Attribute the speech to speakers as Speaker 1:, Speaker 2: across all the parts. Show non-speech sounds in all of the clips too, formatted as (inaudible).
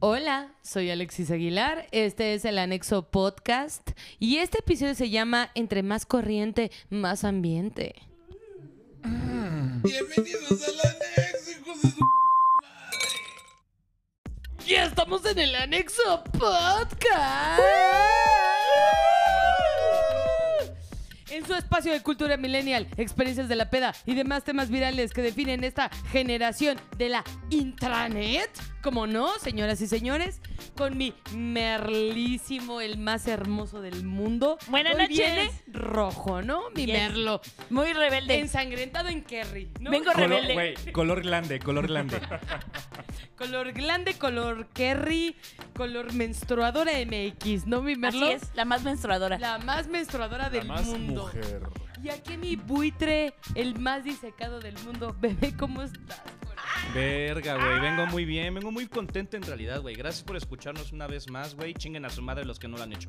Speaker 1: Hola, soy Alexis Aguilar, este es el Anexo Podcast y este episodio se llama Entre más corriente, más ambiente.
Speaker 2: Bienvenidos al anexo, hijos de su...
Speaker 1: Ya estamos en el Anexo Podcast. En su espacio de cultura millennial, experiencias de la peda y demás temas virales que definen esta generación de la intranet. Como no, señoras y señores, con mi merlísimo, el más hermoso del mundo.
Speaker 3: Buenas
Speaker 1: Hoy
Speaker 3: noches.
Speaker 1: viene rojo, ¿no? Mi
Speaker 3: Yes.
Speaker 1: merlo.
Speaker 3: Muy rebelde.
Speaker 1: Ensangrentado en Kerry. ¿no?
Speaker 3: Vengo
Speaker 1: Color-
Speaker 3: rebelde.
Speaker 4: Color, güey, color glande, color glande.
Speaker 5: (laughs)
Speaker 1: Color glande, color Kerry, color menstruadora MX, ¿no, mi merlo?
Speaker 3: Así es, la más menstruadora.
Speaker 1: La más menstruadora del
Speaker 4: más
Speaker 1: mundo.
Speaker 4: mujer.
Speaker 1: Y aquí mi buitre, el más disecado del mundo. (laughs) Bebé, ¿cómo estás?
Speaker 4: Verga, güey.
Speaker 1: Ah.
Speaker 4: Vengo muy bien, vengo muy contento en realidad, güey. Gracias por escucharnos una vez más, güey. Chinguen a su madre los que no lo han hecho.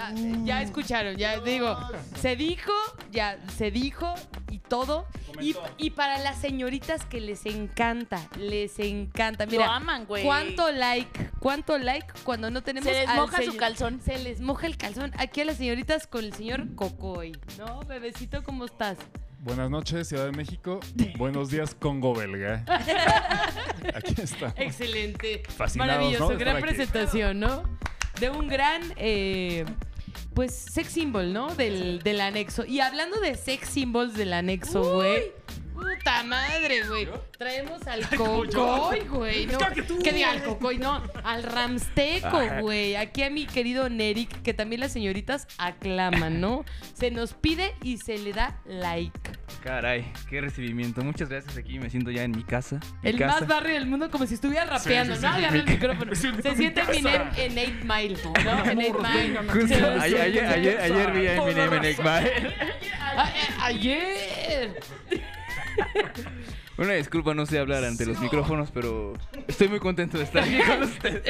Speaker 1: Ah,
Speaker 3: Mm.
Speaker 1: ya escucharon, ya digo, se dijo, ya se dijo y todo. Y,
Speaker 4: Comentó.
Speaker 1: y para las señoritas que les encanta, les encanta.
Speaker 3: Lo
Speaker 1: Mira,
Speaker 3: aman, güey.
Speaker 1: ¿Cuánto like? ¿Cuánto like cuando no tenemos
Speaker 3: Se les
Speaker 1: al
Speaker 3: moja su
Speaker 1: señor-
Speaker 3: calzón.
Speaker 1: Se les moja el calzón. Aquí a las señoritas con el señor Cocoy. No, bebecito, ¿cómo estás?
Speaker 5: Buenas noches, Ciudad de México. Buenos días, Congo belga. Aquí está.
Speaker 1: Excelente.
Speaker 5: Fascinados,
Speaker 1: Maravilloso.
Speaker 5: ¿no? de
Speaker 1: Gran
Speaker 5: estar aquí.
Speaker 1: presentación, ¿no? De un gran, eh, pues, sex symbol, ¿no? Del, del anexo. Y hablando de sex symbols del anexo, güey. Puta madre, güey. Traemos al Cocoy, güey. No, que diga al Cocoy, no. Al Ramsteco, güey. Aquí a mi querido Neric, que también las señoritas aclaman, ¿no? Se nos pide y se le da like.
Speaker 6: Caray, qué recibimiento. Muchas gracias aquí. Me siento ya en mi casa. Mi
Speaker 1: El
Speaker 6: casa.
Speaker 1: más
Speaker 6: (laughs)
Speaker 1: barrio del mundo, como si estuviera rapeando,
Speaker 5: sí,
Speaker 1: ¿no?
Speaker 5: sí,
Speaker 1: Agarra
Speaker 5: mi-
Speaker 1: el micrófono.
Speaker 5: me siento
Speaker 1: Se
Speaker 5: en
Speaker 1: siente
Speaker 5: mi
Speaker 1: Eminem
Speaker 5: casa.
Speaker 1: en 8 Mile, ¿no? En 8 Mile.
Speaker 6: Justo,
Speaker 1: Se-
Speaker 6: ayer, ayer, ayer, ayer vi a Eminem en Exmael.
Speaker 1: Ah, eh, Ayer.
Speaker 6: (laughs) Una disculpa, no sé hablar ante los micrófonos, pero estoy muy contento de
Speaker 1: (laughs)
Speaker 6: estar aquí con ustedes.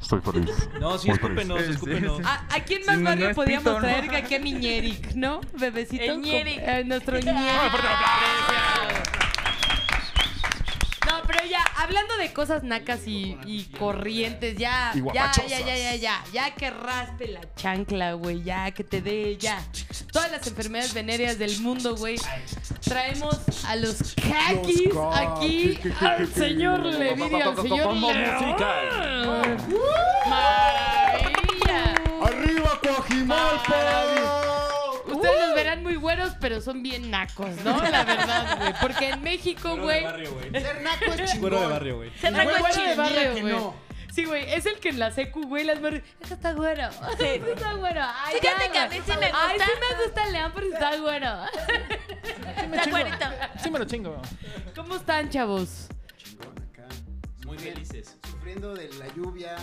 Speaker 5: Estoy feliz.
Speaker 4: No, sí,
Speaker 5: Muy
Speaker 4: escúpenos,
Speaker 6: triste.
Speaker 4: escúpenos.
Speaker 6: Sí,
Speaker 1: ¿A, a quién más
Speaker 6: Sí, no,
Speaker 1: barrio
Speaker 6: no es
Speaker 1: podíamos
Speaker 6: pito, ¿no?
Speaker 1: traer que aquí a mi Ñeric, no? Bebecito.
Speaker 3: El Ñeric.
Speaker 1: Con- eh, nuestro Ñeric. No, pero ya, hablando de cosas nacas y, y corrientes, ya,
Speaker 5: Y
Speaker 1: ya,
Speaker 5: guapachosas.
Speaker 1: ya, ya, ya, ya, ya que raspe la chancla, güey, ya que te dé, ya. Todas las enfermedades venéreas del mundo, güey. Traemos a los caquis
Speaker 5: Los ca-
Speaker 1: aquí,
Speaker 5: que- que- que-
Speaker 1: al
Speaker 5: que-
Speaker 1: señor
Speaker 5: que-
Speaker 1: Levir y al señor
Speaker 4: Combo
Speaker 1: León.
Speaker 4: musical.
Speaker 1: ¡Maravilla!
Speaker 5: ¡Arriba, Coajimalpa!
Speaker 1: Ustedes los verán muy buenos, pero son bien nacos, ¿no? La verdad, güey. Porque en México,
Speaker 4: Güey.
Speaker 1: güey,
Speaker 4: de barrio, güey.
Speaker 2: Ser naco es chingón.
Speaker 4: Güero de barrio, güey.
Speaker 3: Se
Speaker 2: Güey,
Speaker 3: tragó
Speaker 2: güey,
Speaker 1: Güero de
Speaker 2: mira
Speaker 1: barrio,
Speaker 2: que
Speaker 1: güey.
Speaker 2: no.
Speaker 1: Sí, güey, es el que en la secu, güey, las morras. Es está güero. (laughs) Es que está güero. Ay,
Speaker 3: Fíjate
Speaker 1: ya,
Speaker 3: que a
Speaker 1: güey.
Speaker 3: mí sí me
Speaker 1: Ay,
Speaker 3: gusta.
Speaker 1: sí me gusta León porque está güero.
Speaker 3: Está güerito.
Speaker 5: Sí, me lo chingo.
Speaker 1: ¿Cómo están, chavos?
Speaker 2: Chingón acá.
Speaker 4: Muy felices.
Speaker 2: Sufriendo de la lluvia,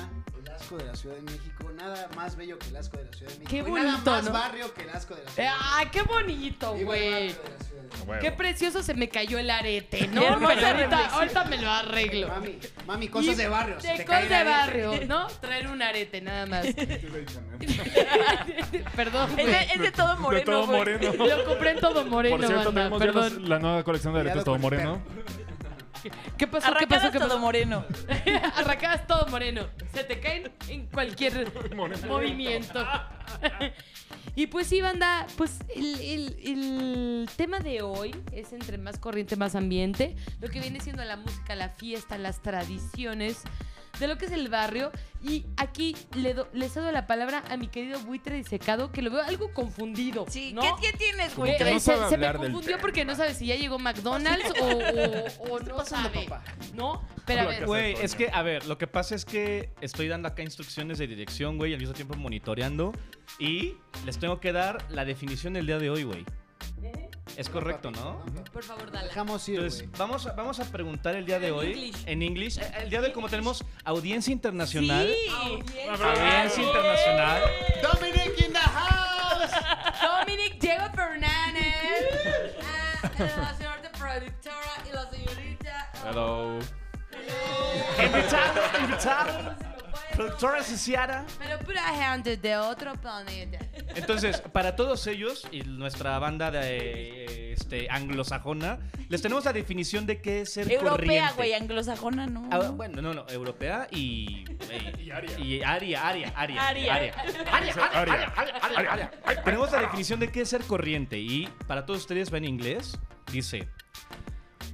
Speaker 2: el asco de la Ciudad de México. Nada más bello que el asco de la Ciudad de México.
Speaker 1: Qué
Speaker 2: y nada
Speaker 1: bonito,
Speaker 2: más
Speaker 1: ¿no?
Speaker 2: barrio que el asco de la
Speaker 1: Eh,
Speaker 2: Ciudad
Speaker 1: ¡Ah, qué bonito,
Speaker 2: de México. Igual
Speaker 1: güey!
Speaker 2: barrio de la Ciudad de México.
Speaker 1: Qué precioso se me cayó el arete, ¿no?
Speaker 3: Qué hermosa
Speaker 1: Pero ahorita,
Speaker 3: reflexión.
Speaker 1: ahorita me lo arreglo.
Speaker 2: Mami, mami, cosas
Speaker 1: Y
Speaker 2: de barrio. se
Speaker 1: De
Speaker 2: te
Speaker 1: cosas
Speaker 2: cae la
Speaker 1: de
Speaker 2: vida.
Speaker 1: barrio, ¿no? Traer un arete, nada más. (laughs) Perdón,
Speaker 3: Es
Speaker 1: güey.
Speaker 3: de, es de todo moreno.
Speaker 5: De todo
Speaker 3: güey.
Speaker 5: moreno.
Speaker 1: Lo compré en todo moreno,
Speaker 5: Por cierto,
Speaker 1: banda,
Speaker 5: tenemos ya
Speaker 1: Perdón.
Speaker 5: los- la nueva colección de aretes
Speaker 2: Cuidado
Speaker 5: todo
Speaker 2: con el
Speaker 5: moreno.
Speaker 1: ¿Qué pasó? ¿Qué pasó?
Speaker 3: Arracadas
Speaker 1: ¿Qué
Speaker 3: todo
Speaker 1: pasó?
Speaker 3: moreno.
Speaker 1: (laughs) Arracadas todo moreno. Se te caen en
Speaker 5: (laughs)
Speaker 1: cualquier movimiento. (laughs) y pues sí, banda, pues el, el- el tema de hoy es entre más corriente, más ambiente. Lo que viene siendo la música, la fiesta, las tradiciones, de lo que es el barrio. Y aquí le, do- le cedo la palabra a mi querido buitre disecado, que lo veo algo confundido.
Speaker 3: Sí,
Speaker 1: ¿no?
Speaker 3: ¿qué, qué tienes, güey?
Speaker 1: Eh,
Speaker 5: que no
Speaker 1: se,
Speaker 5: sabe
Speaker 1: se me
Speaker 5: hablar del
Speaker 1: confundió
Speaker 5: tema.
Speaker 1: porque no sabe si ya llegó McDonald's o, o- o no
Speaker 2: pasando,
Speaker 1: sabe.
Speaker 2: papá?
Speaker 1: ¿No? Pero a
Speaker 5: Hola,
Speaker 1: ver.
Speaker 5: ¿qué
Speaker 4: Güey, es que, a ver, lo que pasa es que estoy dando acá instrucciones de dirección, güey, y al mismo tiempo monitoreando. Y les tengo que dar la definición del día de hoy, güey. Es correcto, ¿no?
Speaker 1: Por favor,
Speaker 2: Te
Speaker 1: dale.
Speaker 2: Dejamos ir,
Speaker 4: Entonces,
Speaker 2: güey.
Speaker 4: vamos a, vamos a preguntar el día de
Speaker 1: En
Speaker 4: hoy.
Speaker 1: English.
Speaker 4: En inglés. El día de hoy, como tenemos audiencia internacional.
Speaker 1: Audiencia
Speaker 4: Audiencia
Speaker 1: Ah.
Speaker 4: internacional.
Speaker 1: (laughs)
Speaker 2: Dominic in the house.
Speaker 1: Dominic Diego Fernández. Ah, la señorita productora y la señorita. ah,
Speaker 6: Hello.
Speaker 4: Invitado, invitado. Productora asociada.
Speaker 1: Pero pura gente de otro planeta.
Speaker 4: Entonces, para todos ellos y nuestra banda de eh, este, anglosajona, les tenemos la definición de qué es ser
Speaker 3: Europea,
Speaker 4: corriente.
Speaker 3: güey, anglosajona, no.
Speaker 4: Ah, bueno, no, no, europea
Speaker 3: (laughs)
Speaker 4: y. Y aria. Y aria, aria, aria.
Speaker 3: Aria.
Speaker 4: aria. Aria, aria, aria, aria, aria, aria. Ay, Tenemos la definición de qué es ser corriente y para todos ustedes va en inglés. Dice.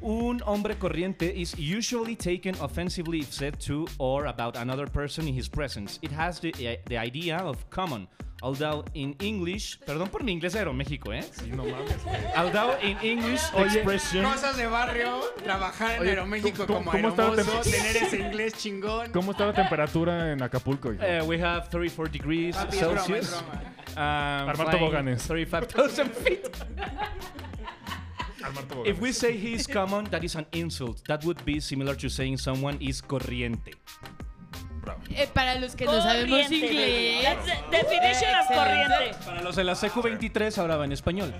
Speaker 4: Un hombre corriente is usually taken offensively if said to or about another person in his presence. It has the, eh, the idea of common, although in English, perdón por mi inglés aeroméxico, ¿eh?
Speaker 5: Sí, no mames. güey.
Speaker 4: Although in English,
Speaker 6: Oye,
Speaker 4: expression.
Speaker 2: Cosas de barrio, trabajar en
Speaker 5: Oye,
Speaker 2: Aeroméxico
Speaker 5: ¿cómo-
Speaker 2: como
Speaker 5: cómo está la
Speaker 2: aeromozo,
Speaker 5: tem-
Speaker 2: tener ese inglés chingón.
Speaker 5: ¿Cómo está la temperatura en Acapulco, hijo?
Speaker 4: Uh, we have 34 degrees
Speaker 2: Papi, es broma,
Speaker 4: Celsius.
Speaker 2: es Ah, broma.
Speaker 4: Um,
Speaker 5: Armar
Speaker 4: flying
Speaker 5: toboganes.
Speaker 4: 35,000 (laughs) feet.
Speaker 5: Armar toboganes.
Speaker 4: If we say he is common, that is an insult. That would be similar to saying someone is corriente.
Speaker 1: Eh, para los que no sabemos
Speaker 3: Corriente, güey.
Speaker 1: inglés.
Speaker 3: That's the definition of corriente.
Speaker 4: Para los de la CQ23 hablaba en español.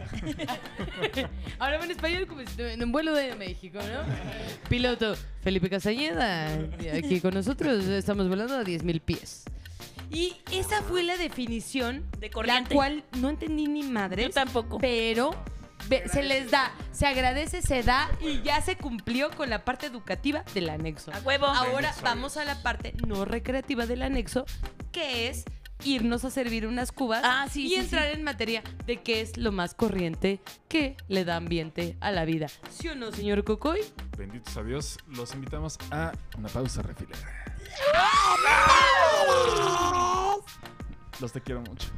Speaker 1: Ahora va en español como si estuviera en un vuelo de México, ¿no? Piloto Felipe Castañeda, eh, aquí con nosotros, estamos volando a 10.000 pies. Y esa fue la definición,
Speaker 3: De
Speaker 1: la
Speaker 3: corriente.
Speaker 1: cual no entendí ni madre.
Speaker 3: Yo tampoco.
Speaker 1: Pero ve- se les da, se agradece, se da y ya se cumplió con la parte educativa del anexo.
Speaker 3: A huevo.
Speaker 1: Ahora vamos a la parte no recreativa del anexo, que es irnos a servir unas cubas
Speaker 3: Ah, sí,
Speaker 1: y
Speaker 3: sí,
Speaker 1: entrar en materia de qué es lo más corriente que le da ambiente a la vida. ¿Sí o no, señor Cocoy?
Speaker 5: Benditos a Dios, los invitamos a una pausa refilera. Los te quiero mucho.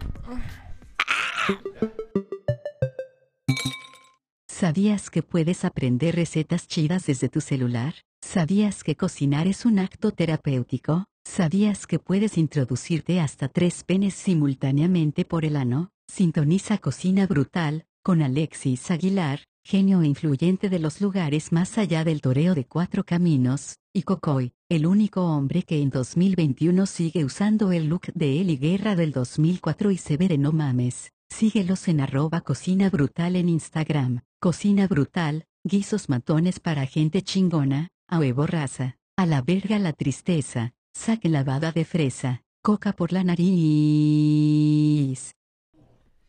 Speaker 7: ¿Sabías que puedes aprender recetas chidas desde tu celular? ¿Sabías que cocinar es un acto terapéutico? ¿Sabías que puedes introducirte hasta tres penes simultáneamente por el ano? Sintoniza Cocina Brutal, con Alexis Aguilar, genio e influyente de los lugares más allá del toreo de cuatro caminos, y Cocoy, el único hombre que en 2021 sigue usando el look de Eli Guerra del 2004 y se ve de no mames. Síguelos en arroba cocina brutal en Instagram. Cocina brutal, guisos matones para gente chingona, a huevo raza. A la verga la tristeza, saque lavada de fresa, coca por la nariz.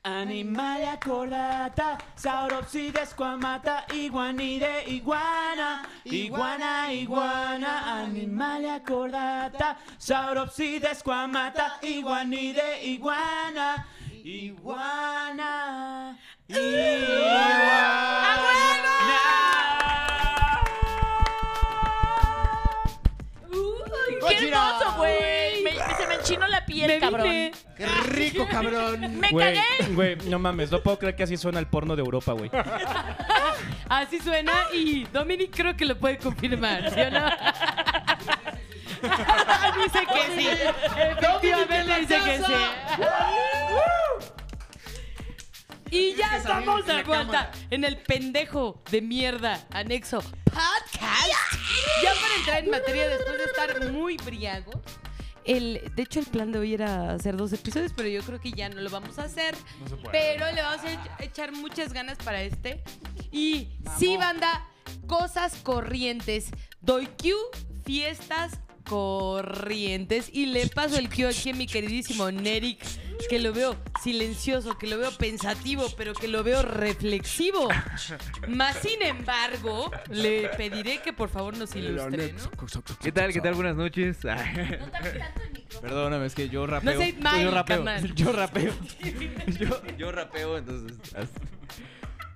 Speaker 8: Animalia cordata, sauropsides cuamata, iguanide iguana, iguana iguana, animalia cordata, sauropsides cuamata, iguanide iguana, iguana.
Speaker 3: Uy, ¡Qué
Speaker 2: Gojira.
Speaker 3: hermoso, Oh, güey! Me- Se me enchinó la piel,
Speaker 1: Me
Speaker 3: cabrón.
Speaker 1: vine.
Speaker 2: ¡Qué rico, cabrón!
Speaker 3: ¡Me
Speaker 4: Güey,
Speaker 3: cagué!
Speaker 4: (laughs) güey, no mames, no puedo creer que así suena el porno de Europa, güey.
Speaker 1: Así suena y Dominic creo que lo puede confirmar, ¿sí o no? (laughs) dice que sí. Efectivamente dice que sí. Y ya estamos de vuelta en el pendejo de mierda anexo podcast. Ya para entrar en materia después de estar muy briagos. El, de hecho, el plan de hoy era hacer dos episodios, pero yo creo que ya no lo vamos a hacer.
Speaker 5: No se puede.
Speaker 1: Pero le vamos a ech- echar muchas ganas para este. Y sí, banda, cosas corrientes. Doy Q, fiestas corrientes. Y le paso el Q aquí a mi queridísimo Neric, que lo veo silencioso, que lo veo pensativo, pero que lo veo reflexivo. Más sin embargo, le pediré que por favor nos ilustre, ¿no?
Speaker 6: ¿Qué tal? ¿Qué tal? Buenas noches. (laughs) Perdóname, es que yo rapeo.
Speaker 1: No seas mal,
Speaker 6: yo rapeo.
Speaker 1: carnal.
Speaker 6: (laughs) Yo
Speaker 1: (laughs)
Speaker 6: rapeo. yo, yo rapeo, entonces as-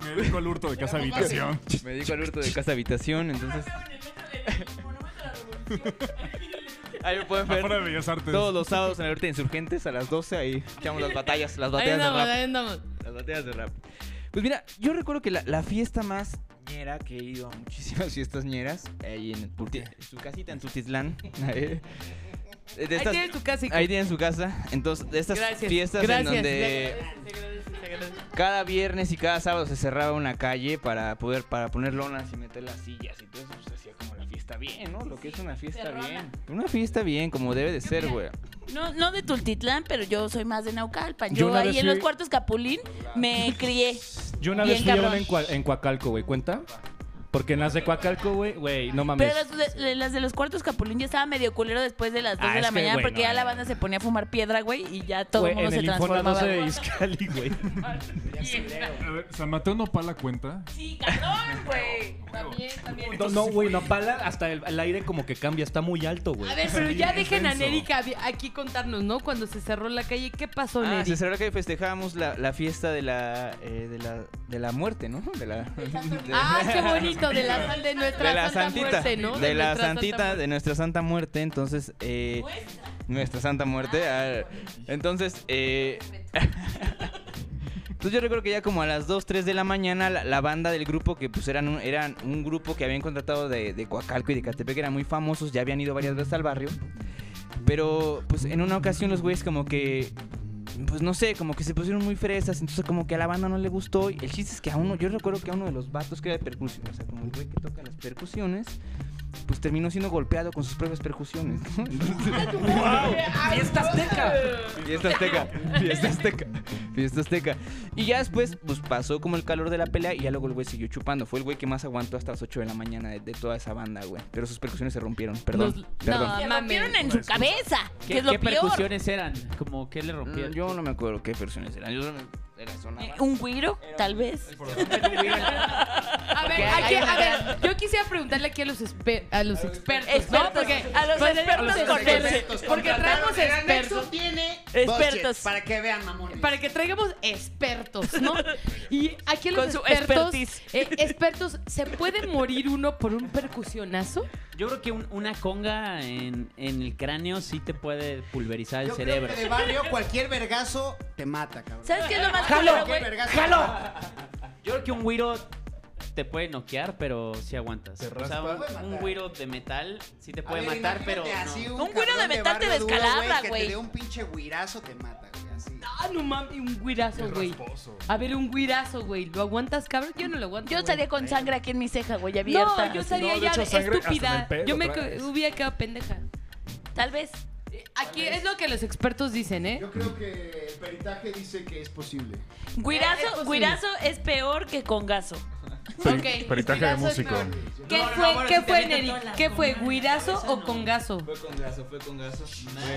Speaker 5: Me dedico al hurto de casa habitación.
Speaker 6: me dedico al hurto de casa habitación, entonces
Speaker 3: (laughs)
Speaker 6: ahí me pueden
Speaker 5: Afuera de
Speaker 6: ver
Speaker 5: Bellas Artes.
Speaker 6: todos los sábados en el norte de Insurgentes a las 12 ahí echamos las batallas, las
Speaker 1: Ahí
Speaker 6: batallas pues, de
Speaker 1: andamos, ahí
Speaker 6: rap.
Speaker 1: andamos.
Speaker 6: Las batallas de rap. Pues mira, yo recuerdo que la, la fiesta más ñera, que he ido a muchísimas (laughs) fiestas ñeras, ahí en, Tuti- en su casita, en Tutitlán. (laughs) eh, de
Speaker 1: Ahí
Speaker 6: estas-
Speaker 1: tienes tu casa. hijo.
Speaker 6: ahí tienen su casa. Entonces, de estas
Speaker 1: Gracias.
Speaker 6: fiestas
Speaker 1: Gracias.
Speaker 6: en donde (laughs) cada viernes y cada sábado se cerraba una calle para poder para poner lonas y meter las sillas y todo eso, pues hacía como la fiesta bien, ¿no? Lo que es una fiesta
Speaker 3: Perrona.
Speaker 6: bien. Una fiesta bien, como debe de ser, güey.
Speaker 3: No, no de Tultitlán, pero yo soy más de Naucalpan.
Speaker 4: Yo
Speaker 3: Yo,
Speaker 4: una
Speaker 3: ahí
Speaker 4: vez
Speaker 3: en
Speaker 4: fui-
Speaker 3: los cuartos Capulín me (laughs) crié.
Speaker 4: Yo una
Speaker 3: Bien
Speaker 4: vez fui a
Speaker 3: cabrón.
Speaker 4: una en, Cua- en Coacalco, güey, ¿cuenta? Porque en las de Coacalco, güey, güey, no mames.
Speaker 3: Pero las de, las de los cuartos Capulín ya estaba medio culero después de las 2
Speaker 4: Ah,
Speaker 3: de la
Speaker 4: es que,
Speaker 3: mañana
Speaker 4: güey,
Speaker 3: porque
Speaker 4: no,
Speaker 3: ya la
Speaker 4: no.
Speaker 3: banda se ponía a fumar piedra, güey, y ya todo
Speaker 4: Güey,
Speaker 3: el mundo
Speaker 4: en
Speaker 3: se
Speaker 4: el Infona 12
Speaker 3: transformaba.
Speaker 4: de Izcali, güey.
Speaker 5: A ver, ¿San Mateo no paga la cuenta?
Speaker 3: Sí, cabrón, güey. También, también.
Speaker 4: (laughs) No, no, güey, no pala. Hasta el, el aire como que cambia, está muy alto, güey.
Speaker 1: A ver, pero ya dejen a
Speaker 5: intenso.
Speaker 1: Nerica aquí contarnos, ¿no? Cuando se cerró la calle, ¿qué pasó,
Speaker 6: Ah,
Speaker 1: Neri?
Speaker 6: se cerró que festejamos la, la fiesta de la, eh, de la de la muerte, ¿no?
Speaker 1: (laughs)
Speaker 6: De la (laughs) de-
Speaker 1: Ah, qué bonito, de la, san- de nuestra
Speaker 6: Este. de la
Speaker 1: santa
Speaker 6: santita,
Speaker 1: muerte, ¿no?
Speaker 6: de la
Speaker 1: nuestra
Speaker 6: santita,
Speaker 1: santa
Speaker 6: de nuestra santa muerte, entonces eh, nuestra santa muerte, ah, entonces eh, (laughs) entonces yo recuerdo que ya como a las 2, 3 de la mañana la, la banda del grupo que pues eran un, eran un grupo que habían contratado de, de Coacalco y de Catepec, eran muy famosos, ya habían ido varias veces al barrio, pero pues en una ocasión los güeyes como que pues no sé, como que se pusieron muy fresas, entonces como que a la banda no le gustó. y El chiste es que a uno, yo recuerdo que a uno de los vatos que era de percusión, o sea, como el güey que toca las percusiones, pues terminó siendo golpeado con sus propias percusiones. ¿no? ¡Wow! ¡Fiesta Azteca! (laughs) Fiesta Azteca, Fiesta Azteca, Fiesta Azteca. Y ya después, pues pasó como el calor de la pelea y ya luego el güey siguió chupando. Fue el güey que más aguantó hasta las 8 de la mañana de, de toda esa banda, güey. Pero sus percusiones se rompieron, perdón.
Speaker 1: Los-
Speaker 6: perdón.
Speaker 1: No,
Speaker 3: Se
Speaker 1: mames.
Speaker 3: rompieron en
Speaker 4: Pues,
Speaker 3: su cabeza, que
Speaker 8: ¿Qué,
Speaker 3: es lo
Speaker 8: qué
Speaker 3: peor.
Speaker 8: percusiones eran? Como que le rompieron.
Speaker 6: Mm, Yo no me acuerdo qué percusiones eran. Yo solo me- era sonaba.
Speaker 3: Eh, ¿Un güiro? Tal vez.
Speaker 1: muerte. A ver,
Speaker 3: hay
Speaker 1: aquí-
Speaker 3: una
Speaker 1: a ver, yo quisiera preguntarle aquí a los, espe- a los expertos, ¿no?
Speaker 3: Expertos,
Speaker 1: Porque,
Speaker 3: a los
Speaker 1: pues,
Speaker 3: expertos
Speaker 1: a los
Speaker 3: con
Speaker 1: expertos, Porque traemos expertos.
Speaker 2: tiene
Speaker 3: Expertos.
Speaker 2: budget, Para que vean, mamones.
Speaker 1: Para que traigamos expertos, ¿no? Y aquí a los
Speaker 3: Con su
Speaker 1: expertos,
Speaker 3: expertise.
Speaker 1: eh, expertos, ¿se puede morir uno por un percusionazo?
Speaker 8: Yo creo que un- una conga en, en el cráneo sí te puede pulverizar el
Speaker 2: Yo creo
Speaker 8: cerebro.
Speaker 2: que de barrio cualquier vergazo te mata, cabrón.
Speaker 3: ¿Sabes qué es lo más
Speaker 8: Jalo,
Speaker 3: culero, güey?
Speaker 2: Cualquier vergazo te
Speaker 8: ¡Jalo!
Speaker 2: mata.
Speaker 8: Yo creo que un güiro te puede noquear, pero sí aguantas.
Speaker 5: Te
Speaker 8: o sea,
Speaker 5: raspa.
Speaker 2: Puede matar.
Speaker 8: un, un güiro de metal sí te
Speaker 2: A
Speaker 8: puede
Speaker 2: ver,
Speaker 8: matar,
Speaker 2: imagínate
Speaker 8: pero
Speaker 2: así
Speaker 8: no.
Speaker 3: Un güiro
Speaker 2: cabrón
Speaker 3: de metal te
Speaker 2: barrio duro,
Speaker 3: descalabra,
Speaker 2: Que
Speaker 3: güey.
Speaker 2: te dé un pinche güirazo te mata, güey. Así.
Speaker 1: Ah, no mames, un guirazo, güey. A ver, un guirazo, güey. ¿Lo aguantas, cabrón? Yo no lo aguanto.
Speaker 3: Yo
Speaker 1: güey.
Speaker 3: estaría con sangre aquí en mi ceja, güey, abierta.
Speaker 1: No, yo estaría
Speaker 5: No, de
Speaker 1: ya
Speaker 5: hecho, sangre hasta en
Speaker 1: estúpida.
Speaker 5: el pelo
Speaker 1: Yo me
Speaker 5: traes.
Speaker 1: que- hubiera quedado pendeja.
Speaker 3: Tal vez.
Speaker 1: Eh, Aquí es lo que los expertos dicen, ¿eh?
Speaker 2: Yo creo que el peritaje dice que es posible.
Speaker 1: Eh, es
Speaker 3: Guirazo,
Speaker 1: posible.
Speaker 3: guirazo es peor que congazo.
Speaker 1: Ok,
Speaker 5: pues Peri- peritaje de
Speaker 1: guirazo es
Speaker 5: músico.
Speaker 1: peor. ¿Qué
Speaker 8: No, no,
Speaker 1: fue,
Speaker 8: ahora
Speaker 1: ¿qué
Speaker 8: sí te
Speaker 1: fue
Speaker 8: meten
Speaker 1: Neri?
Speaker 8: todas las
Speaker 1: ¿Qué fue,
Speaker 8: comas.
Speaker 1: guirazo
Speaker 8: Esa
Speaker 1: o
Speaker 8: no.
Speaker 1: congazo?
Speaker 6: Fue con gaso, fue con gaso.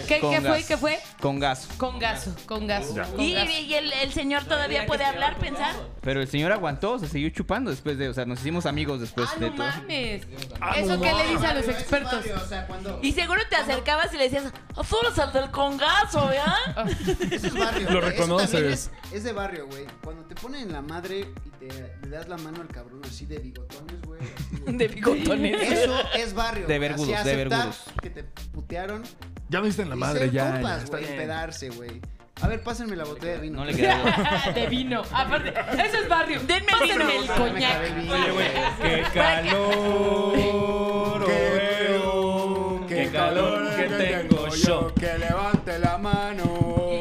Speaker 1: ¿Qué,
Speaker 6: Con
Speaker 1: qué fue,
Speaker 6: gas.
Speaker 1: qué fue?
Speaker 6: Con gaso.
Speaker 1: Congazo, congazo.
Speaker 5: Ya.
Speaker 3: Y, y el, el señor todavía puede hablar, pensar.
Speaker 6: Pero el señor aguantó, se siguió chupando después de, o sea, nos hicimos amigos después
Speaker 1: Ah,
Speaker 6: de
Speaker 1: no
Speaker 6: todo.
Speaker 1: mames.
Speaker 5: Ah,
Speaker 1: ¿Eso qué le dice a los expertos?
Speaker 2: O sea, cuando.
Speaker 3: Y seguro te acercabas y le decías, "Ah, solo salta el congazo, ¿verdad?
Speaker 1: (laughs)
Speaker 2: Eso es barrio.
Speaker 5: Lo
Speaker 2: güey. Eso
Speaker 5: reconoces.
Speaker 2: también es, es de barrio, güey. Cuando te ponen en la madre y te le das la mano al cabrón así de bigotones, güey. así de-
Speaker 3: De bigotones. (laughs)
Speaker 2: Eso es barrio.
Speaker 6: De
Speaker 2: güey.
Speaker 6: vergudos,
Speaker 2: Así
Speaker 6: de
Speaker 2: aceptar
Speaker 6: vergudos.
Speaker 2: Que te putearon.
Speaker 5: Ya me diste en la
Speaker 2: y
Speaker 5: madre,
Speaker 2: ser
Speaker 5: ya. ya
Speaker 2: compas,
Speaker 5: está
Speaker 2: güey.
Speaker 5: bien.
Speaker 2: Pedarse, güey. A ver, pásenme la botella de vino.
Speaker 6: No le
Speaker 2: (laughs)
Speaker 6: queda
Speaker 1: (laughs)
Speaker 6: de otra.
Speaker 1: De vino. Aparte, eso es barrio. Denme
Speaker 3: el vino.
Speaker 1: el
Speaker 2: Ah, me acabé el
Speaker 1: coñac.
Speaker 2: vino, güey.
Speaker 4: ¡Qué calor!
Speaker 5: Qué
Speaker 4: oh, ¡Qué calor que tengo yo!
Speaker 5: Que levante la mano.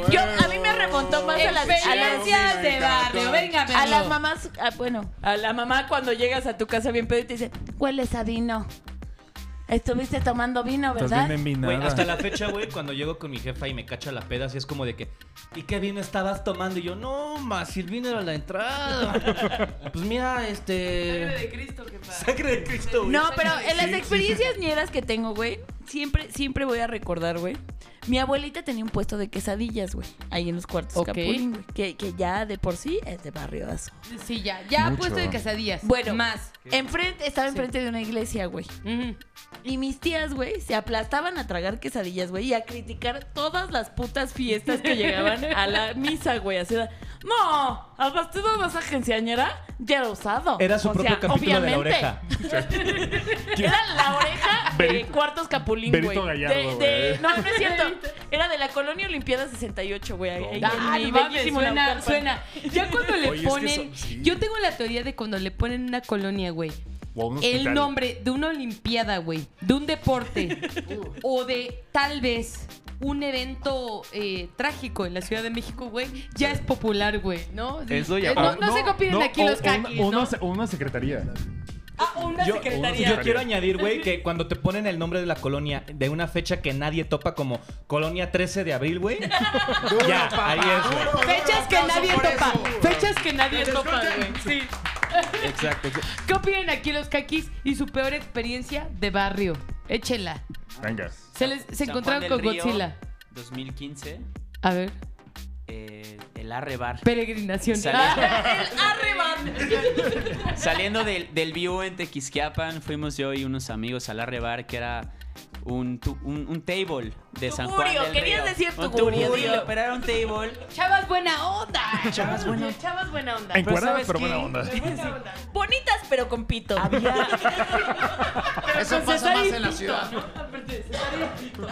Speaker 3: Yo, a mí me remontó más a las, a las-
Speaker 1: Experiencias de barrio. Venga,
Speaker 3: a las mamás, ah, bueno, a la mamá cuando llegas a tu casa bien pedo y te dice, hueles a vino. Estuviste tomando vino,
Speaker 5: Estás
Speaker 3: ¿verdad?
Speaker 5: bien
Speaker 4: Güey,
Speaker 5: envinada.
Speaker 4: hasta la fecha, güey, cuando llego con mi jefa y me cacha la peda, así es como de que, ¿y qué vino estabas tomando? Y yo, no, más, si el vino era la (laughs) entrada. pues mira, este.
Speaker 1: Cristo, que
Speaker 4: Sangre de Cristo, güey.
Speaker 3: No, pero en las experiencias ñeras que tengo, güey, siempre, siempre voy a recordar, güey. Mi abuelita tenía un puesto de quesadillas, güey, ahí en los cuartos
Speaker 1: Ok.
Speaker 3: Capulín, güey, que, que ya de por sí es de barrio así.
Speaker 1: Sí, ya. Ya
Speaker 5: Mucho.
Speaker 1: puesto de casadillas.
Speaker 3: Bueno,
Speaker 1: Más.
Speaker 3: enfrente, estaba enfrente de una iglesia, güey.
Speaker 1: Ujú.
Speaker 3: Y mis tías, güey, se aplastaban a tragar quesadillas, güey, y a criticar todas las putas fiestas que llegaban a la misa, güey. Así de, no, al bastido de esa agenciañera ya era usado.
Speaker 4: Era su
Speaker 3: O
Speaker 4: propio
Speaker 3: sea,
Speaker 4: capítulo de la
Speaker 3: obviamente.
Speaker 4: oreja.
Speaker 3: Era la oreja de
Speaker 5: Berito-
Speaker 3: Cuartos Capulín, güey.
Speaker 5: Berito Gallardo,
Speaker 3: De- de-
Speaker 5: güey.
Speaker 3: No, no es cierto. Era de la Colonia Olimpiada 68, güey. ahí- ahí en
Speaker 1: Ah,
Speaker 3: mi
Speaker 1: no mames,
Speaker 3: bellísimo
Speaker 1: suena,
Speaker 3: Naucalpan.
Speaker 1: suena. Ya cuando le
Speaker 5: Oye, es que
Speaker 1: ponen.
Speaker 5: eso- sí.
Speaker 1: Yo tengo la teoría de cuando le ponen una colonia, güey.
Speaker 5: O un
Speaker 1: El
Speaker 5: hospital.
Speaker 1: nombre de una olimpiada, güey. De un
Speaker 8: (laughs)
Speaker 1: deporte. o de tal vez un evento eh, trágico en la Ciudad de México, güey. Ya es popular, güey, ¿no?
Speaker 6: Eso ya-
Speaker 1: Eh, No, no se copian
Speaker 5: Ah, no,
Speaker 1: aquí
Speaker 5: o-
Speaker 1: los
Speaker 5: o una-
Speaker 1: caquis,
Speaker 5: o una,
Speaker 1: ¿no?
Speaker 5: se- o una secretaría.
Speaker 1: Ah, o una
Speaker 4: Yo,
Speaker 1: secretaría.
Speaker 4: yo quiero añadir, güey, que cuando te ponen el nombre de la colonia de una fecha que nadie topa como Colonia 13 de abril, güey. ya, ahí es, güey.
Speaker 1: Fechas que nadie topa. Fechas que nadie topa, güey. Sí.
Speaker 6: Exacto. exacto.
Speaker 1: ¿Qué opinan aquí los caquis y su peor experiencia de barrio? Échenla.
Speaker 5: Venga.
Speaker 1: Se, les, se
Speaker 8: San
Speaker 1: encontraron
Speaker 8: Juan
Speaker 1: con
Speaker 8: del Río,
Speaker 1: Godzilla.
Speaker 8: 2015,
Speaker 1: A ver.
Speaker 8: eh, el arrebar.
Speaker 1: Peregrinación.
Speaker 8: Saliendo,
Speaker 3: Arreban.
Speaker 8: saliendo del, del View en Tequisquiapan, fuimos yo y unos amigos al arrebar, que era un, tu- un, un table de San Juan
Speaker 3: Tugurio,
Speaker 8: del
Speaker 3: querías
Speaker 8: Río.
Speaker 3: decir
Speaker 8: Un
Speaker 3: tugurio,
Speaker 8: tugurio,
Speaker 3: dilo.
Speaker 8: pero era un table.
Speaker 1: Chavas buena onda.
Speaker 8: Chavas buena onda.
Speaker 1: Chavas buena onda.
Speaker 5: Encuadradas,
Speaker 8: ¿sabes
Speaker 5: pero buena
Speaker 8: qué?
Speaker 5: onda.
Speaker 1: Buena onda.
Speaker 3: Bonitas pero con pito.
Speaker 2: Eso
Speaker 1: con
Speaker 2: pasa
Speaker 1: César
Speaker 2: más
Speaker 1: y
Speaker 2: en la
Speaker 1: Tito,
Speaker 2: (laughs) ciudad.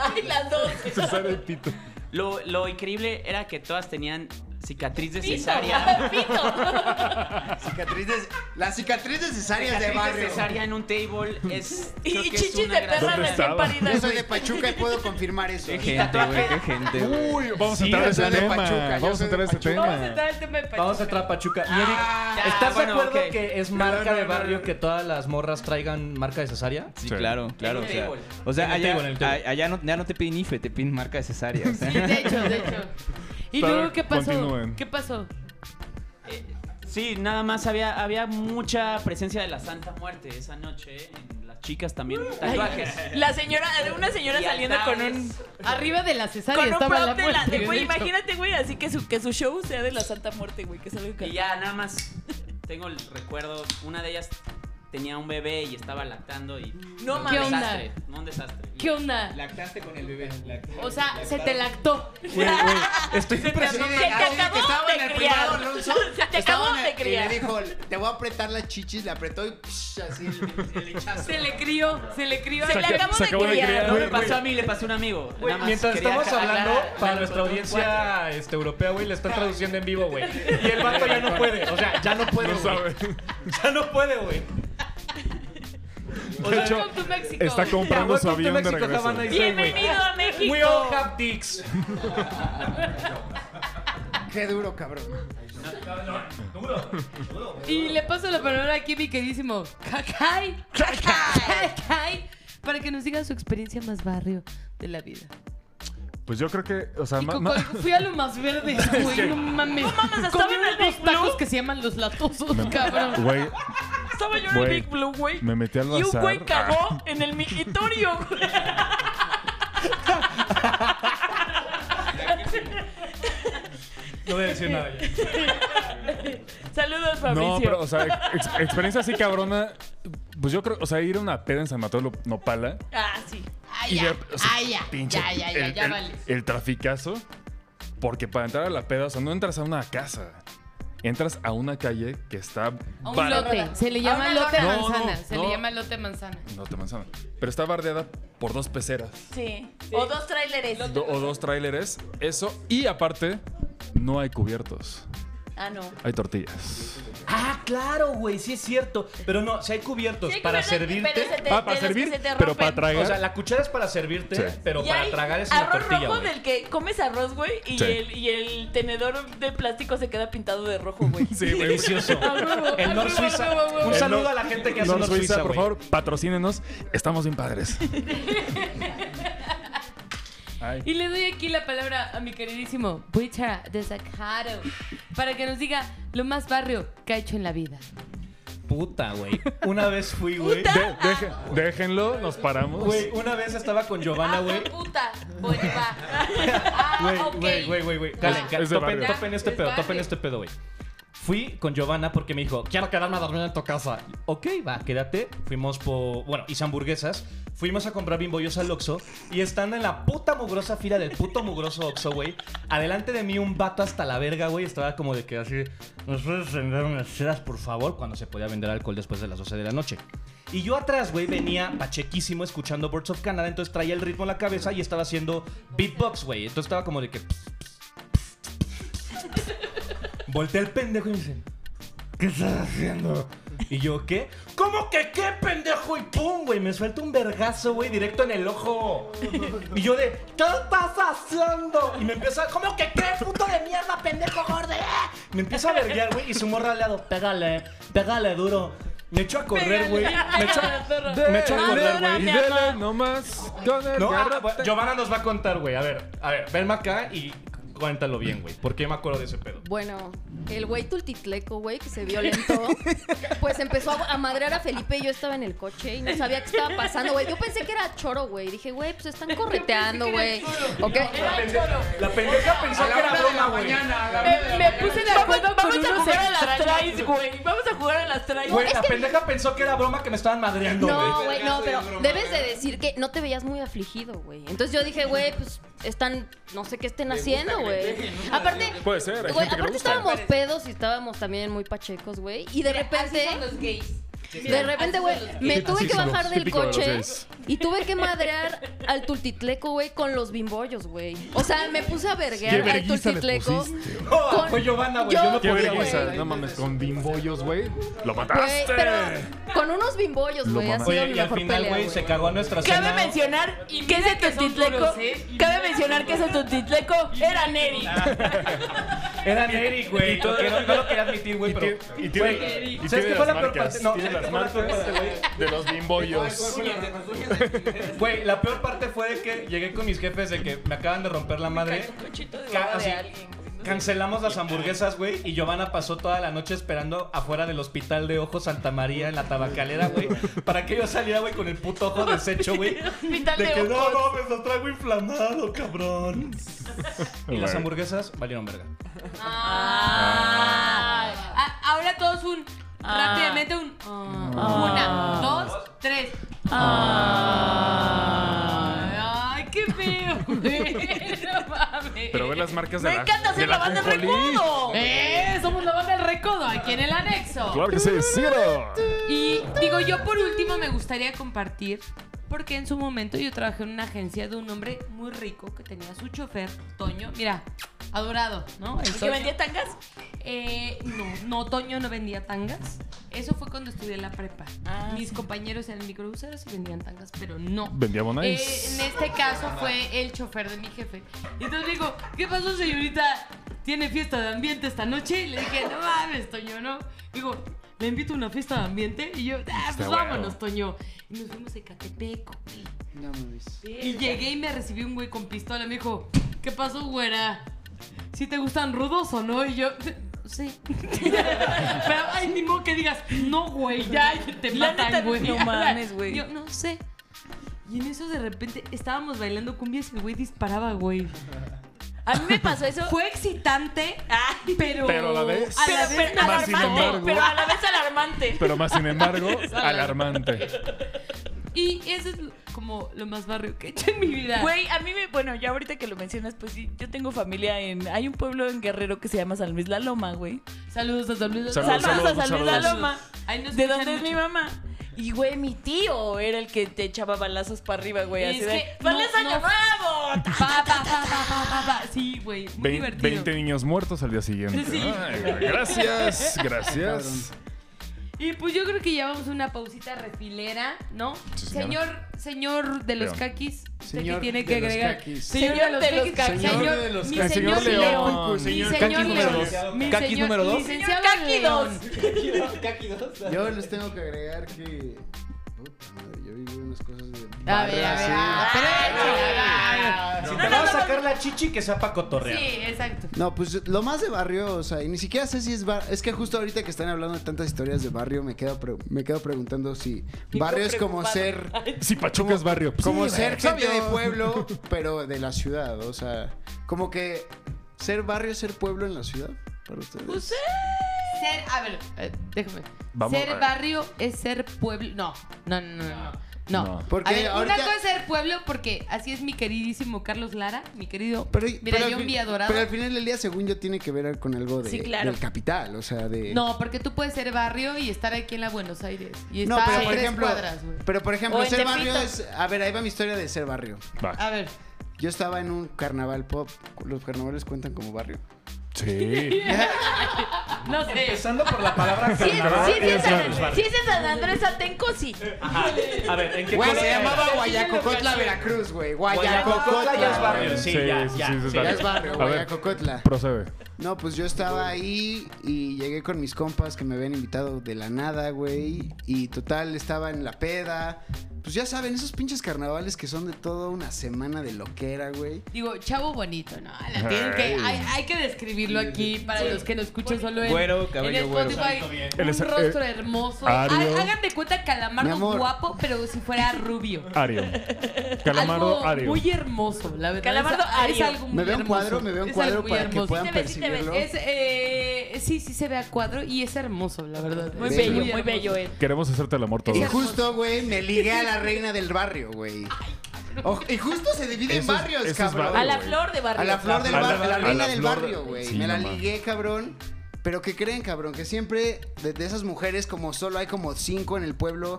Speaker 3: Ay, las dos.
Speaker 5: César el pito.
Speaker 8: Lo, lo increíble era que todas tenían cicatriz de
Speaker 3: Pito.
Speaker 8: cesárea.
Speaker 3: Pito.
Speaker 2: Cicatrices, las cicatrices cesáreas de
Speaker 8: Cicatriz de
Speaker 2: barrio.
Speaker 8: cesárea en un table es.
Speaker 3: Y
Speaker 8: creo que es
Speaker 3: chichis de
Speaker 8: una gran-
Speaker 5: ¿Dónde
Speaker 3: perra recién
Speaker 5: estaba?
Speaker 2: Yo
Speaker 3: paridas.
Speaker 2: soy de Pachuca y puedo confirmar eso.
Speaker 8: Qué
Speaker 6: Gente, güey, qué gente, güey.
Speaker 5: Uy, vamos
Speaker 4: Sí,
Speaker 5: a entrar a
Speaker 4: yo
Speaker 5: ese
Speaker 2: soy de
Speaker 5: tema.
Speaker 2: Pachuca, yo
Speaker 5: vamos a
Speaker 2: soy de
Speaker 5: entrar a ese
Speaker 2: Pachuca.
Speaker 5: tema.
Speaker 1: Vamos a entrar al tema de Pachuca.
Speaker 4: Vamos a entrar a Pachuca. Y Eric,
Speaker 8: ya,
Speaker 4: ¿estás
Speaker 8: bueno,
Speaker 4: de acuerdo
Speaker 8: ok.
Speaker 4: que es marca
Speaker 2: no,
Speaker 4: de
Speaker 2: no, no,
Speaker 4: barrio
Speaker 2: no.
Speaker 4: que todas las morras traigan marca de cesárea?
Speaker 6: Sí,
Speaker 5: Sí.
Speaker 6: claro, claro.
Speaker 8: En
Speaker 6: O
Speaker 8: el
Speaker 6: sea,
Speaker 8: table.
Speaker 6: o sea,
Speaker 4: En el
Speaker 6: allá,
Speaker 4: table, en el table.
Speaker 6: a- allá no, ya no te piden IFE, te piden marca de cesárea. o sea.
Speaker 1: (laughs) Sí, de hecho, de hecho. ¿Y
Speaker 5: Pero
Speaker 1: luego qué pasó?
Speaker 5: continúen.
Speaker 1: ¿Qué pasó?
Speaker 8: Eh, Sí, nada más había, había mucha presencia de la Santa Muerte esa noche. ¿eh? en Las chicas también tatuajes.
Speaker 3: La señora, una señora
Speaker 8: Y
Speaker 3: saliendo con un
Speaker 8: altares.
Speaker 1: Arriba de la cesárea
Speaker 3: con un
Speaker 1: estaba la
Speaker 3: prop de la
Speaker 1: muerte.
Speaker 3: de- güey,
Speaker 1: de hecho.
Speaker 3: imagínate, güey, así que su que su show sea de la Santa Muerte, güey, que salga
Speaker 8: Y ya nada más tengo el recuerdo, una de ellas tenía un bebé y estaba lactando y
Speaker 3: No
Speaker 8: un
Speaker 3: mames.
Speaker 1: ¿Qué onda?
Speaker 8: desastre, no un desastre.
Speaker 1: ¿Qué onda?
Speaker 6: Lactaste con el bebé. lactaste.
Speaker 1: O sea, se te lactó.
Speaker 4: Güey, güey, estoy
Speaker 3: Se
Speaker 4: impresionado.
Speaker 3: te acabó
Speaker 2: Estaba en
Speaker 3: de
Speaker 2: el
Speaker 3: criar.
Speaker 2: privado, Alonso.
Speaker 3: Se te
Speaker 2: Estaba
Speaker 3: acabó de
Speaker 2: en el- Y le
Speaker 3: criar.
Speaker 2: dijo, te voy a apretar las chichis, le apretó y psh, así el, el hinchazo.
Speaker 1: Se le crió, se le crió.
Speaker 3: Se le acabó
Speaker 5: se
Speaker 3: de
Speaker 5: acabó de
Speaker 3: criar.
Speaker 5: criar.
Speaker 8: No
Speaker 5: Güey,
Speaker 8: me pasó a mí, le pasó a un amigo. Nada más
Speaker 4: Mientras
Speaker 8: quería
Speaker 4: estamos
Speaker 8: aclarar,
Speaker 4: hablando, para
Speaker 8: aclarar,
Speaker 4: nuestra
Speaker 8: con un cuate.
Speaker 4: audiencia este, europea, güey, le están traduciendo en vivo, güey. Y el vato ya (laughs) no puede. O sea, ya no puede,
Speaker 5: No
Speaker 4: güey.
Speaker 5: sabe.
Speaker 4: Ya no puede, güey.
Speaker 5: De hecho,
Speaker 1: Welcome to Mexico.
Speaker 5: está
Speaker 4: Ya,
Speaker 5: comprando
Speaker 4: welcome
Speaker 5: su
Speaker 4: to
Speaker 5: avión de
Speaker 4: Mexico,
Speaker 5: regreso.
Speaker 4: Havana, Israel, güey.
Speaker 3: Bienvenido a México.
Speaker 4: We all have dicks.
Speaker 2: Qué duro, cabrón.
Speaker 1: Y le paso la palabra aquí, mi queridísimo Kakai. Kakai. Para que nos diga su experiencia más barrio de la vida.
Speaker 5: Pues yo creo que, o sea,
Speaker 1: Y
Speaker 5: ma-
Speaker 1: con-
Speaker 5: ma-
Speaker 1: con- fui a lo más verde, güey. No mames. No mames,
Speaker 3: estaba en el Big Blue.
Speaker 1: tacos que se llaman los latosos, cabrón.
Speaker 5: güey,
Speaker 3: Estaba yo en el
Speaker 5: Güey,
Speaker 3: Big Blue, güey.
Speaker 5: me metí al
Speaker 3: Y un
Speaker 5: bazar.
Speaker 3: güey cagó en el mijitorio, güey.
Speaker 4: No voy a decir nada ya.
Speaker 3: Saludos, Fabricio.
Speaker 5: No, pero, o sea, ex- experiencia así cabrona. Pues yo creo, o sea, ir a una peda en San Mateo Nopala.
Speaker 3: Ah, sí.
Speaker 1: Ay,
Speaker 5: Y
Speaker 1: ya.
Speaker 5: de- o sea,
Speaker 1: Ay, ya.
Speaker 5: pinche
Speaker 1: Ya, ya, ya,
Speaker 5: el,
Speaker 1: ya
Speaker 5: el-
Speaker 1: vale.
Speaker 5: el traficazo. Porque para entrar a la peda, o sea, no entras a una casa. Entras a una calle que está
Speaker 1: A un
Speaker 5: barra-
Speaker 1: lote. Se le llama lote
Speaker 5: No, no,
Speaker 1: manzana. Se le
Speaker 5: no.
Speaker 1: llama lote manzana.
Speaker 5: No te manzana. Pero está bardeada por dos peceras
Speaker 3: Sí. O dos tráileres.
Speaker 5: do- o dos tráileres. Eso. Y aparte, no hay cubiertos.
Speaker 3: Ah, no.
Speaker 5: Hay tortillas.
Speaker 4: Ah, claro, güey, sí es cierto. Pero no, si hay cubiertos para servirte.
Speaker 5: Ah, para servir, pero para tragar.
Speaker 4: O sea, la cuchara es para servirte,
Speaker 5: Sí.
Speaker 4: pero para tragar es una
Speaker 3: arroz
Speaker 4: tortilla,
Speaker 3: rojo
Speaker 4: güey.
Speaker 3: del que comes arroz, güey, y,
Speaker 5: Sí.
Speaker 3: el, y el tenedor de plástico se queda pintado de rojo, güey.
Speaker 5: Sí, güey.
Speaker 4: Delicioso. El Nor Suiza. Un
Speaker 5: El
Speaker 4: saludo
Speaker 5: Nor-
Speaker 4: a la gente que hace
Speaker 5: Nor
Speaker 4: Nor
Speaker 5: Suiza,
Speaker 4: Suiza,
Speaker 5: por
Speaker 4: güey.
Speaker 5: favor, patrocínenos. Estamos bien padres.
Speaker 4: (laughs)
Speaker 5: Ay.
Speaker 1: Y le doy aquí la palabra a mi queridísimo Buichara de Zacaro para que nos diga lo más barrio que ha hecho en la vida.
Speaker 4: Puta, güey. Una vez fui, güey.
Speaker 5: De- deje- déjenlo, nos paramos.
Speaker 4: Güey,
Speaker 1: Pues,
Speaker 4: una vez estaba
Speaker 1: (laughs) Ah,
Speaker 4: con
Speaker 9: Ah,
Speaker 4: Giovanna, güey.
Speaker 1: puta! Oye, va. Ah,
Speaker 4: (laughs) Güey,
Speaker 1: ok.
Speaker 4: güey, güey, güey, güey. Calen,
Speaker 5: Es de
Speaker 4: topen,
Speaker 5: barrio.
Speaker 4: topen este
Speaker 1: Es
Speaker 4: pedo,
Speaker 1: barrio.
Speaker 4: topen este pedo, güey. Fui con Giovanna porque me dijo, quiero quedarme a dormir en tu casa. Ok, va, quédate. Fuimos por, bueno, hice hamburguesas. Fuimos a comprar bimbollos al Oxxo. Y estando en la puta mugrosa fila del puto mugroso Oxxo, güey. Adelante de mí un vato hasta la verga, güey. Estaba como de que así, ¿nos puedes vender unas chelas, por favor? Cuando se podía vender alcohol después de las 12 de la noche. Y yo atrás, güey, venía pachequísimo escuchando Birds of Canada. Entonces traía el ritmo en la cabeza y estaba haciendo beatbox, güey. Entonces estaba como de que... Voltea el pendejo y me dice, ¿qué estás haciendo? Y yo, ¿qué? ¿Cómo que qué, pendejo? Y pum, güey, me suelta un vergazo, güey, directo en el ojo. Y yo de, ¿qué estás haciendo? Y me empieza, ¿cómo que qué, puto de mierda, pendejo gordo? ¡Ah! Me empieza a verguear, güey, y su morra al lado, pégale, pégale duro. Me echo a correr, güey. Me echo a- me echo a correr, güey.
Speaker 5: Y dele nomás con el
Speaker 4: No, ah,
Speaker 5: garrote.
Speaker 4: bueno, Giovanna nos va a contar, güey. A ver, a ver, venme acá y Cuéntalo bien, güey. ¿Por qué me acuerdo de ese pedo?
Speaker 9: Bueno, el güey tultitleco, güey, que se violentó, pues empezó a, a madrear a Felipe y yo estaba en el coche y no sabía qué estaba pasando, güey. Yo pensé que era choro, güey. Dije, güey, pues están correteando, güey. ¿Ok?
Speaker 4: La pendeja pensó que era broma, güey.
Speaker 3: Me, me puse de acuerdo con
Speaker 1: vamos a
Speaker 3: unos
Speaker 1: jugar a las
Speaker 3: extraños, güey. Vamos a jugar a las trays.
Speaker 4: Güey, la pendeja pensó que era broma que me estaban madreando,
Speaker 9: No,
Speaker 4: güey.
Speaker 9: güey, no, pero debes de decir que no te veías muy afligido, güey. Entonces yo dije, güey, pues están, no sé qué estén haciendo, güey. Aparte,
Speaker 5: Puede ser, hay
Speaker 9: güey,
Speaker 5: gente que le
Speaker 9: aparte
Speaker 5: gusta.
Speaker 9: estábamos pedos y estábamos también muy pachecos, güey. Y de repente, de repente, güey, me
Speaker 5: gays.
Speaker 9: tuve
Speaker 5: Así
Speaker 9: que
Speaker 5: son los-
Speaker 9: bajar del
Speaker 5: típico de los
Speaker 9: coche
Speaker 5: gays.
Speaker 9: y tuve que madrear al tultitleco, güey, con los bimbollos, güey. O sea, me puse a verguear al
Speaker 5: vergüenza le
Speaker 9: tultitleco.
Speaker 5: pusiste,
Speaker 9: con-
Speaker 4: Fue Giovanna, güey. Yo
Speaker 9: Yo-
Speaker 4: no
Speaker 5: Qué
Speaker 9: Oye,
Speaker 4: podía,
Speaker 9: vergüenza.
Speaker 4: güey.
Speaker 5: vergüenza. No mames, con bimbollos, güey. Lo
Speaker 9: Güey,
Speaker 5: mataste.
Speaker 9: pero con unos bimbollos, güey, ha
Speaker 5: mamaste.
Speaker 9: sido
Speaker 4: Oye,
Speaker 9: mi
Speaker 4: y al
Speaker 9: mejor
Speaker 4: final,
Speaker 9: pelea,
Speaker 4: güey, se
Speaker 9: güey.
Speaker 4: cagó a nuestra
Speaker 3: Cabe
Speaker 4: cena.
Speaker 3: mencionar que ese tontitleco. Cabe mencionar que ese tontitleco era Neri.
Speaker 4: Era Neri, güey.
Speaker 5: Y todo-
Speaker 4: que no, no lo quería admitir, güey,
Speaker 5: Y
Speaker 4: pero...
Speaker 5: tiene- y tiene-
Speaker 4: Güey,
Speaker 5: y tiene
Speaker 4: ¿Sabes qué
Speaker 5: las
Speaker 4: fue la peor
Speaker 5: marcas,
Speaker 4: parte? No,
Speaker 5: tiene
Speaker 4: ¿sabes qué
Speaker 5: las
Speaker 4: fue la peor parte, güey?
Speaker 5: De los bimbollos.
Speaker 4: Güey, la peor parte fue de que llegué con mis jefes de que me acaban de romper la madre. Ca- así, Cancelamos las hamburguesas, güey, y Giovanna pasó toda la noche esperando afuera del hospital de Ojo Santa María en la tabacalera, güey, para que yo saliera, güey, con el puto ojo deshecho, güey.
Speaker 3: Hospital
Speaker 4: De que
Speaker 3: de
Speaker 4: no,
Speaker 3: ojos.
Speaker 4: no, me lo traigo inflamado, cabrón. Y las
Speaker 5: Güey.
Speaker 4: hamburguesas valieron verga.
Speaker 1: Ah. Ah, ahora todos un.
Speaker 3: Ah.
Speaker 1: Rápidamente un. ah.
Speaker 3: Ah.
Speaker 1: Una, dos, tres. Ay, qué feo, (laughs) güey. No mames.
Speaker 5: Pero ver las marcas de
Speaker 3: Me
Speaker 5: la
Speaker 3: encanta
Speaker 5: de
Speaker 3: ser la banda del
Speaker 5: ajonjolí.
Speaker 3: recodo.
Speaker 1: Eh, somos la banda del recodo aquí en el anexo.
Speaker 5: Claro que sí, síguelo.
Speaker 1: Y digo, yo por último me gustaría compartir, porque en su momento yo trabajé en una agencia de un hombre muy rico que tenía su chofer, Toño. Mira, adorado, ¿no? El
Speaker 3: ¿Y que
Speaker 1: Toño.
Speaker 3: vendía tangas?
Speaker 1: Eh, no, no, Toño no vendía tangas. Eso fue cuando estudié en la prepa.
Speaker 3: Ah,
Speaker 1: Mis compañeros eran microbuseros y vendían tangas, pero no.
Speaker 5: Vendía bonais.
Speaker 1: Eh, en este caso fue el chofer de mi jefe. Y entonces le digo, ¿qué pasó, señorita? ¿Tiene fiesta de ambiente esta noche? Y le dije, no mames, Toño, ¿no? Digo, ¿le invito a una fiesta de ambiente? Y yo, ah, pues
Speaker 5: huevo.
Speaker 1: vámonos, Toño. Y nos fuimos a Ecatepec, güey.
Speaker 2: No mames.
Speaker 1: Y llegué y me recibió un güey con pistola. Me dijo, ¿qué pasó, güera? ¿Si te gustan rudos o no? Y yo, sí. (laughs) Pero, ay, ni modo que digas, no, güey, ya te
Speaker 3: La neta,
Speaker 1: matan, güey. (laughs)
Speaker 3: no mames, güey.
Speaker 1: Yo, no sé. Y en eso de repente estábamos bailando cumbias y el güey disparaba, güey.
Speaker 3: A mí me pasó eso.
Speaker 1: Fue excitante, pero.
Speaker 5: Pero a la vez-
Speaker 1: a la
Speaker 3: pero,
Speaker 1: vez
Speaker 3: pero
Speaker 1: nada
Speaker 5: más sin
Speaker 1: más.
Speaker 5: embargo.
Speaker 3: alarmante, pero a la vez alarmante.
Speaker 5: Pero más sin embargo, alarmante.
Speaker 1: Y eso es como lo más barrio que he hecho en mi vida.
Speaker 3: Güey, a mí me, bueno, ya ahorita que lo mencionas, pues sí, yo tengo familia en, hay un pueblo en Guerrero que se llama San Luis La Loma, güey.
Speaker 1: Saludos a San
Speaker 3: Saludos,
Speaker 1: Luis.
Speaker 5: Saludos,
Speaker 3: a
Speaker 5: saludos,
Speaker 3: San Luis La
Speaker 5: saludos.
Speaker 3: Loma.
Speaker 1: Ahí nos
Speaker 3: ¿De
Speaker 1: escuchan
Speaker 3: dónde es mi
Speaker 1: mucho.
Speaker 3: mamá? Y güey, mi tío era el que te echaba balazos para arriba, güey.
Speaker 1: Es
Speaker 3: Así de,
Speaker 1: que no,
Speaker 3: ¡Balazo
Speaker 1: no.
Speaker 3: llamado!
Speaker 1: Pa, pa, pa, pa, pa, pa, pa. Sí, güey. Muy
Speaker 5: Vein-
Speaker 1: divertido.
Speaker 5: 20 niños muertos al día siguiente.
Speaker 1: Sí.
Speaker 5: Ay, güey, gracias, gracias.
Speaker 1: Y pues yo creo que ya vamos a una pausita refilera, ¿no?
Speaker 5: Sí,
Speaker 1: señor,
Speaker 5: señora.
Speaker 1: señor de los
Speaker 5: León.
Speaker 1: caquis, usted
Speaker 2: Señor
Speaker 1: que tiene
Speaker 2: de
Speaker 1: que
Speaker 2: los
Speaker 1: agregar.
Speaker 2: caquis.
Speaker 1: Señor de los caquis.
Speaker 2: caquis.
Speaker 1: Señor
Speaker 2: Señor de los
Speaker 1: mi
Speaker 5: caquis.
Speaker 1: señor
Speaker 5: Señor
Speaker 1: León.
Speaker 5: León.
Speaker 1: Mi
Speaker 5: Señor
Speaker 1: señor
Speaker 5: caquis
Speaker 1: León.
Speaker 5: número
Speaker 4: dos.
Speaker 1: Mi
Speaker 6: Caquis
Speaker 1: señor-
Speaker 6: número dos.
Speaker 1: Licenciado
Speaker 3: Señor caqui
Speaker 1: León.
Speaker 2: Yo les tengo que agregar que. Puta madre, yo viví unas cosas de.
Speaker 1: A ver, a ver.
Speaker 2: barra,
Speaker 1: ah,
Speaker 2: sí.
Speaker 1: pero échale, a ver.
Speaker 4: Si te vas a sacar la chichi, que sea pa' cotorrear.
Speaker 1: Sí, exacto.
Speaker 2: No, pues lo más de barrio, o sea, y ni siquiera sé si es bar... Es que justo ahorita que están hablando de tantas historias de barrio, me quedo, pre- me quedo preguntando si barrio es como ser...
Speaker 5: Si Pachuca es barrio.
Speaker 2: Como
Speaker 5: Sí,
Speaker 2: ser
Speaker 5: güey,
Speaker 2: gente de
Speaker 1: (laughs)
Speaker 5: obvio.
Speaker 2: pueblo, pero de la ciudad, o sea, como que ser barrio es ser pueblo en la ciudad, para ustedes.
Speaker 1: Pues Ser, a ver, eh, déjame.
Speaker 5: Vamos, a
Speaker 1: ser
Speaker 5: ver.
Speaker 1: barrio es ser pueblo. No, no, no, no. No.
Speaker 5: No.
Speaker 1: no.
Speaker 2: Porque
Speaker 1: a ver,
Speaker 2: ahorita-
Speaker 1: una cosa es ser pueblo porque así es mi queridísimo Carlos Lara, mi querido.
Speaker 2: Pero,
Speaker 1: mira,
Speaker 2: pero al
Speaker 1: yo un
Speaker 2: fin-
Speaker 1: día adorado.
Speaker 2: Pero al final del día, según yo, tiene que ver con algo de,
Speaker 3: Sí, claro.
Speaker 2: del capital, o sea, de...
Speaker 1: No, porque tú puedes ser barrio y estar aquí en la Buenos Aires. Y
Speaker 2: No,
Speaker 1: estar
Speaker 2: pero
Speaker 1: a
Speaker 2: por
Speaker 1: tres
Speaker 2: ejemplo,
Speaker 1: cuadras, güey.
Speaker 2: pero por ejemplo,
Speaker 3: O en
Speaker 2: ser barrio
Speaker 3: Tepito.
Speaker 2: es... A ver, ahí va mi historia de ser barrio.
Speaker 5: Va.
Speaker 1: A ver,
Speaker 2: Yo estaba en un carnaval pop, los carnavales cuentan como barrio.
Speaker 5: Sí.
Speaker 1: no sé.
Speaker 4: Empezando por la palabra
Speaker 3: Si es,
Speaker 4: carnaval.
Speaker 3: si es en San, si es en San Andrés Atenco, sí.
Speaker 4: A ver, ¿en qué
Speaker 2: Güey,
Speaker 4: cosa
Speaker 2: se
Speaker 4: era?
Speaker 2: llamaba Guayacocotla, Veracruz, güey.
Speaker 4: Guayacocotla
Speaker 2: Guayacocotla
Speaker 4: ya es barrio. Sí,
Speaker 5: Sí,
Speaker 4: ya,
Speaker 5: sí,
Speaker 4: ya,
Speaker 5: sí, sí,
Speaker 4: sí.
Speaker 5: barrio.
Speaker 2: Ya es barrio,
Speaker 5: A ver.
Speaker 2: Guayacocotla.
Speaker 5: Procede.
Speaker 2: No, pues yo estaba ahí y llegué con mis compas que me habían invitado de la nada, güey. Y total, estaba en la peda. Pues ya saben, esos pinches carnavales que son de toda una semana de loquera, güey.
Speaker 1: Digo, chavo bonito, ¿no? La tienen que, hay, hay que describirlo aquí para los que lo escuchan solo en,
Speaker 6: Güero,
Speaker 1: en
Speaker 6: cabello
Speaker 1: Spotify.
Speaker 5: Él es,
Speaker 1: Un
Speaker 5: eh,
Speaker 1: rostro hermoso.
Speaker 5: Ario.
Speaker 1: Ha- Hagan de cuenta
Speaker 2: Mi
Speaker 1: calamardo
Speaker 2: amor.
Speaker 1: guapo, pero si fuera rubio.
Speaker 5: Ario. Calamardo
Speaker 1: algo
Speaker 5: Ario.
Speaker 1: muy hermoso, la verdad.
Speaker 3: Calamardo
Speaker 1: es, es
Speaker 3: Ario.
Speaker 1: algo muy
Speaker 2: Me veo un
Speaker 1: hermoso.
Speaker 2: cuadro, me veo un
Speaker 1: Es algo
Speaker 2: cuadro
Speaker 1: muy
Speaker 2: para que
Speaker 1: hermoso.
Speaker 2: puedan
Speaker 3: Sí te ves, sí te ves.
Speaker 2: percibirlo.
Speaker 1: Es, eh, sí, sí se ve a cuadro y es hermoso, la verdad.
Speaker 3: Muy
Speaker 1: Es
Speaker 2: Bello.
Speaker 3: bello, muy
Speaker 1: hermoso.
Speaker 3: bello él.
Speaker 5: Queremos hacerte el amor
Speaker 2: Y
Speaker 5: todos.
Speaker 2: justo, güey, me ligué a la reina del barrio, (laughs) güey. O- y justo se divide en
Speaker 5: Eso es-
Speaker 2: barrios,
Speaker 5: eso es
Speaker 2: cabrón.
Speaker 5: barrio,
Speaker 3: A la
Speaker 5: güey.
Speaker 3: flor de barrio.
Speaker 2: A la flor del
Speaker 5: A la-
Speaker 2: barrio, a la
Speaker 5: a la
Speaker 2: reina del
Speaker 5: flor-
Speaker 2: barrio, güey.
Speaker 5: Sí,
Speaker 2: me la
Speaker 5: no mames.
Speaker 2: ligué, cabrón. Pero ¿qué creen, cabrón? Que siempre de, de esas mujeres, como solo hay como cinco en el pueblo,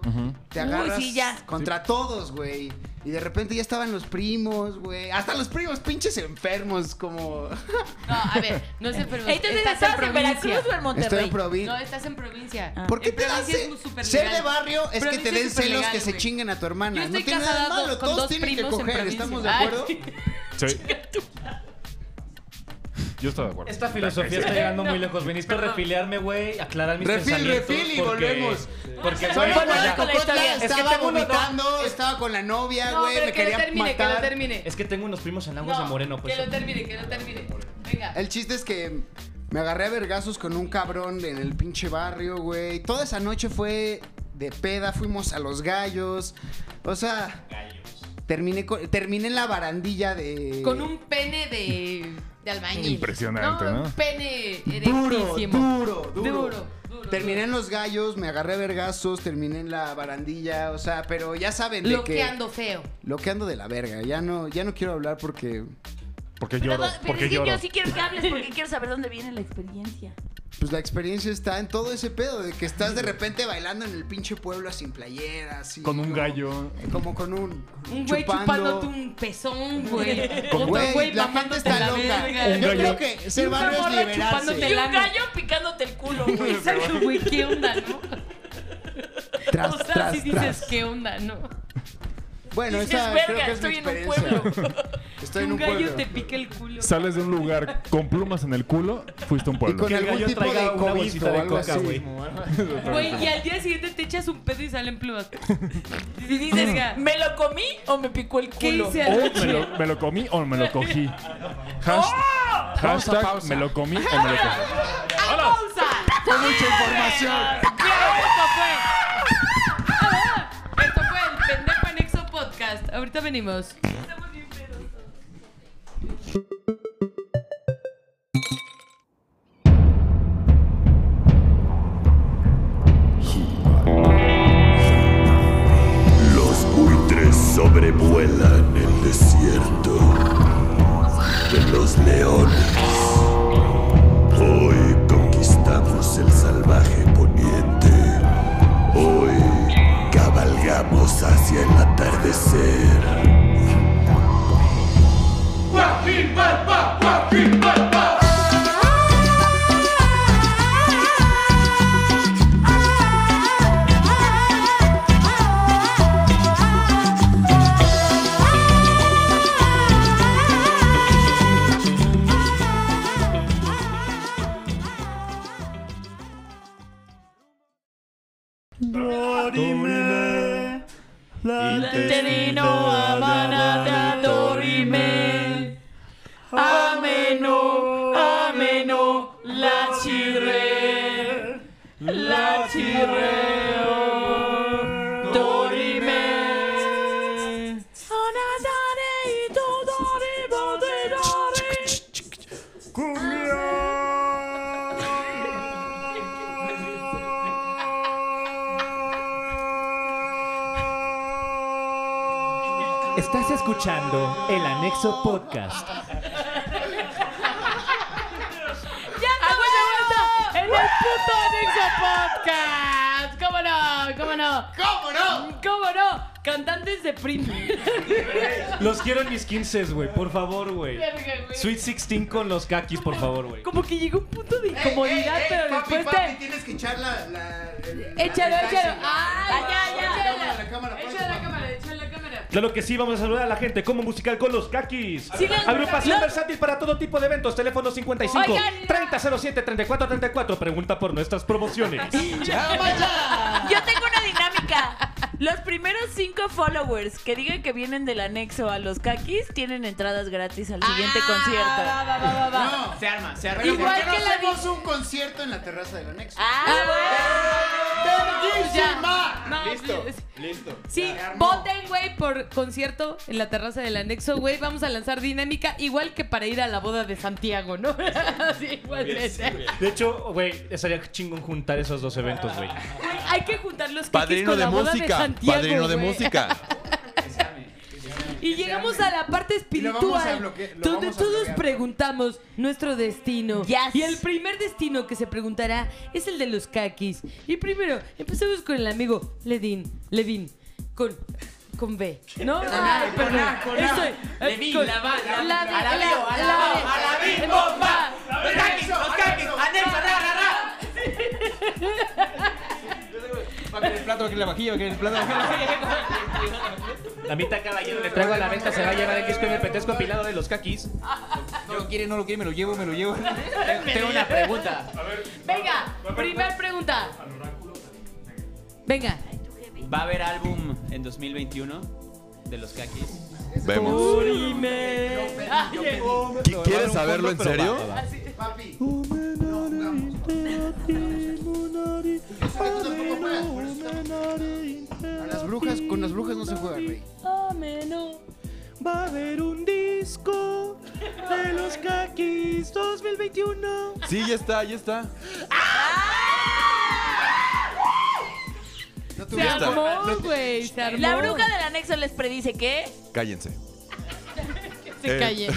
Speaker 2: te
Speaker 3: Uy,
Speaker 2: agarras
Speaker 3: sí, ya.
Speaker 2: contra todos, güey. Y de repente ya estaban los primos, güey. Hasta los primos pinches enfermos, como...
Speaker 1: No, a ver, no es enfermedad.
Speaker 3: Entonces,
Speaker 1: estás en
Speaker 3: ¿estabas en
Speaker 1: provincia.
Speaker 3: Veracruz o en
Speaker 2: Estoy en
Speaker 3: Monterrey? Ah.
Speaker 1: No,
Speaker 2: provincia.
Speaker 1: estás en provincia.
Speaker 2: ¿Por qué
Speaker 1: En
Speaker 2: te das
Speaker 1: provincia es
Speaker 2: ce-
Speaker 1: muy eh, súper
Speaker 2: ser
Speaker 1: legal.
Speaker 2: de barrio? Es que te
Speaker 1: Provincia
Speaker 2: den
Speaker 1: es súper
Speaker 2: celos
Speaker 1: legal,
Speaker 2: que se
Speaker 1: güey.
Speaker 2: chinguen a tu hermana.
Speaker 1: Yo estoy
Speaker 2: no tiene nada
Speaker 1: casada
Speaker 2: malo,
Speaker 1: con
Speaker 2: todos
Speaker 1: dos
Speaker 2: tienen que
Speaker 1: primos en
Speaker 2: coger,
Speaker 1: provincia.
Speaker 2: ¿estamos de
Speaker 1: Ay.
Speaker 2: acuerdo?
Speaker 5: Sí. Yo estoy de acuerdo.
Speaker 4: Esta filosofía está llegando muy lejos. Viniste a refiliarme, güey, aclarar mis
Speaker 2: Refil,
Speaker 4: pensamientos.
Speaker 2: refil y
Speaker 4: porque-
Speaker 2: volvemos.
Speaker 4: Porque,
Speaker 2: Soy
Speaker 4: güey,
Speaker 2: como
Speaker 3: bueno,
Speaker 2: la
Speaker 4: ya-
Speaker 3: con la
Speaker 2: Cocotla,
Speaker 3: historia. Es que
Speaker 2: estaba
Speaker 4: tengo unos-
Speaker 2: vomitando, estaba con la novia,
Speaker 1: No,
Speaker 2: güey,
Speaker 1: pero
Speaker 2: me
Speaker 1: que lo
Speaker 2: quería
Speaker 1: termine, que lo
Speaker 2: matar.
Speaker 1: termine.
Speaker 4: Es que tengo unos primos en Aguas
Speaker 1: No,
Speaker 4: de Moreno, pues.
Speaker 1: Que lo termine, que lo termine. Venga.
Speaker 2: El chiste es que me agarré a vergazos con un cabrón en el pinche barrio, güey. Toda esa noche fue de peda, fuimos a los gallos. O sea, terminé con- terminé en la barandilla de
Speaker 1: Con un pene de, de albañil.
Speaker 5: Impresionante, ¿no?
Speaker 1: Un pene
Speaker 2: duro,
Speaker 1: erectísimo.
Speaker 2: duro, duro,
Speaker 1: Duro, duro,
Speaker 2: Terminé
Speaker 1: duro.
Speaker 2: en los gallos, me agarré a vergazos, terminé en la barandilla, o sea, pero ya saben de que
Speaker 1: Loqueando feo.
Speaker 2: loqueando de la verga. Ya no ya no quiero hablar porque
Speaker 5: Porque
Speaker 3: Pero,
Speaker 5: lloro.
Speaker 3: no, pero
Speaker 5: Porque
Speaker 3: es que
Speaker 5: lloro.
Speaker 3: yo sí quiero que hables porque quiero saber dónde viene la experiencia.
Speaker 2: Pues la experiencia está en todo ese pedo de que estás de repente bailando en el pinche pueblo sin playera, así.
Speaker 5: Con un
Speaker 2: como-
Speaker 5: gallo.
Speaker 2: Como con un.
Speaker 1: Un güey chupándote un pezón, güey. Otro
Speaker 2: Güey, la gente
Speaker 1: mamándote
Speaker 2: está
Speaker 1: la
Speaker 2: loca.
Speaker 1: verga.
Speaker 5: Un
Speaker 2: Yo
Speaker 5: gallo.
Speaker 2: creo que ser
Speaker 1: Una
Speaker 2: barrio es
Speaker 1: morra chupándote
Speaker 2: liberarse.
Speaker 1: la- ano.
Speaker 3: picándote el culo, güey.
Speaker 1: Exacto, güey, ¿qué onda, no?
Speaker 2: Tras,
Speaker 1: O sea,
Speaker 2: tras,
Speaker 1: si dices,
Speaker 2: tras.
Speaker 1: ¿qué onda, no?
Speaker 2: Bueno,
Speaker 3: dices,
Speaker 2: esa
Speaker 3: "Verga,
Speaker 2: creo que es
Speaker 3: estoy
Speaker 2: mi
Speaker 3: en un
Speaker 2: experiencia.
Speaker 3: pueblo.
Speaker 2: (laughs) Estoy
Speaker 1: Que
Speaker 2: en
Speaker 1: un
Speaker 2: un
Speaker 1: gallo
Speaker 2: pueblo.
Speaker 1: te pica el culo.
Speaker 5: Sales de un lugar con plumas en el culo, fuiste a un
Speaker 2: Y
Speaker 5: pueblo.
Speaker 2: con
Speaker 4: el
Speaker 2: algún
Speaker 4: gallo
Speaker 2: tipo
Speaker 4: traiga
Speaker 2: de
Speaker 4: una
Speaker 2: COVID
Speaker 4: bolsita
Speaker 2: o
Speaker 4: de
Speaker 2: algo
Speaker 4: coca,
Speaker 2: así.
Speaker 4: güey.
Speaker 1: Güey, y al día siguiente te echas un pedo y salen plumas. Y dices,
Speaker 3: ¿Me lo comí o me picó el
Speaker 1: ¿qué
Speaker 3: culo?
Speaker 1: hice
Speaker 5: O
Speaker 1: (laughs) anoche?
Speaker 5: Eh, me lo, me lo comí o me lo cogí. Hasht- hashtag me lo comí o me lo cogí.
Speaker 1: ¡A pausa!
Speaker 2: Fue mucha
Speaker 6: (laughs)
Speaker 2: información.
Speaker 1: Mira, esto fue. Esto fue el Pendejo Anexo Podcast. Ahorita venimos.
Speaker 10: Los buitres sobrevuelan el desierto de los leones. Hoy conquistamos el salvaje poniente. Hoy cabalgamos hacia el atardecer.
Speaker 3: Lanterino amanate adorime. Ameno, ameno, la chirre. La
Speaker 1: oh,
Speaker 3: chirre. Dorime. Anatare y todore bodedore.
Speaker 4: Estás escuchando el Anexo Podcast.
Speaker 1: ¡Agua de vuelta! Ah, ¡En el puto Anexo Podcast! ¡Cómo no! ¡Cómo no!
Speaker 2: ¿Cómo no?
Speaker 1: ¡Cómo no! Cantantes de primera
Speaker 4: Los quiero en mis 15, güey, por favor, güey.
Speaker 1: verga, güey.
Speaker 4: Sweet 16 con los kakis, por favor, güey.
Speaker 1: Como que llegó un punto
Speaker 2: (laughs)
Speaker 1: de incomodidad,
Speaker 2: Ey, ey, ey,
Speaker 1: pero
Speaker 2: papi,
Speaker 1: después
Speaker 2: papi,
Speaker 1: te.
Speaker 2: tienes que echar la. la- la-
Speaker 1: Échalo,
Speaker 2: la-
Speaker 1: échalo.
Speaker 2: Ah,
Speaker 1: ¡Ay,
Speaker 3: ya, ya.
Speaker 2: la cámara, la cámara,
Speaker 1: Echa la cámara, echa la cámara.
Speaker 4: Claro que sí, vamos a saludar a la gente. Como musical con los kakis.
Speaker 3: Sigan-
Speaker 4: Agrupación
Speaker 3: los-
Speaker 4: versátil para todo tipo de eventos. Teléfono 55
Speaker 3: Oigan.
Speaker 4: 3007 3434. Pregunta por nuestras promociones.
Speaker 3: Yo tengo una dinámica. Los primeros cinco followers que digan que vienen del anexo a los kakis tienen entradas gratis al siguiente
Speaker 8: Ah,
Speaker 1: Va,
Speaker 3: concierto.
Speaker 1: va, va, va, va.
Speaker 2: No,
Speaker 8: Se arma, se arma.
Speaker 2: pero ¿por
Speaker 1: Igual
Speaker 2: qué no
Speaker 1: que la
Speaker 2: hacemos un concierto en la terraza del anexo?
Speaker 3: Ah,
Speaker 8: Ah,
Speaker 1: Ya. No,
Speaker 8: Listo,
Speaker 1: pues,
Speaker 8: listo.
Speaker 1: Sí, voten, güey, por concierto en la terraza del anexo, güey. Vamos a lanzar dinámica igual que para ir a la boda de Santiago, ¿no? (laughs) sí, igualmente.
Speaker 4: De hecho, güey, estaría chingón juntar esos dos eventos, güey.
Speaker 1: Güey, Hay que juntar los cakis
Speaker 11: Padrino
Speaker 1: con
Speaker 11: de
Speaker 1: la boda de
Speaker 11: música.
Speaker 1: Santiago,
Speaker 11: Padrino de
Speaker 1: güey. (laughs)
Speaker 11: música.
Speaker 1: Y llegamos a la parte
Speaker 2: Y lo
Speaker 1: espiritual.
Speaker 2: vamos a bloque- lo
Speaker 1: Donde
Speaker 2: vamos a
Speaker 1: todos
Speaker 2: bloquear.
Speaker 1: preguntamos nuestro destino.
Speaker 3: Yes.
Speaker 1: Y el primer destino que se preguntará es el de los caquis. Y primero, empezamos con el amigo Ledin. Levin. Con. Con B. ¿No? Ah, Con A, con A, eh, con A.
Speaker 8: Levin, la va, la-
Speaker 1: la
Speaker 8: a la bio, a la bio, a la
Speaker 1: B.
Speaker 8: bio, va. Los kakis, los kakis, anexo, ra, ra, ra.
Speaker 6: el plato aquí en la vajilla? el plato aquí en la
Speaker 4: La mitad caballero le traigo a la venta se va a llevar el disco MP3 compilado de los kakis.
Speaker 6: No lo quiere, no lo quiere, me lo llevo, me lo llevo.
Speaker 8: Tengo una pregunta.
Speaker 1: Venga, primer pregunta. Venga.
Speaker 8: ¿Va a haber álbum en 2021 de los kakis?
Speaker 11: Vemos.
Speaker 1: Ay,
Speaker 11: ¿Qui- ¿Quieres saberlo en serio?
Speaker 2: Papi. No, vamos. Eso de tú tampoco juegas, por eso estamos- A las brujas, con las brujas no se juega, güey.
Speaker 1: ameno.
Speaker 4: Va a haber un disco de los kakis 2021.
Speaker 11: Sí, ya está, ya está.
Speaker 2: No
Speaker 1: Se
Speaker 2: tuvieron-
Speaker 1: armó, güey. Se armó.
Speaker 3: La bruja del anexo les predice que
Speaker 11: Cállense.
Speaker 1: se
Speaker 11: Eh,
Speaker 1: calle.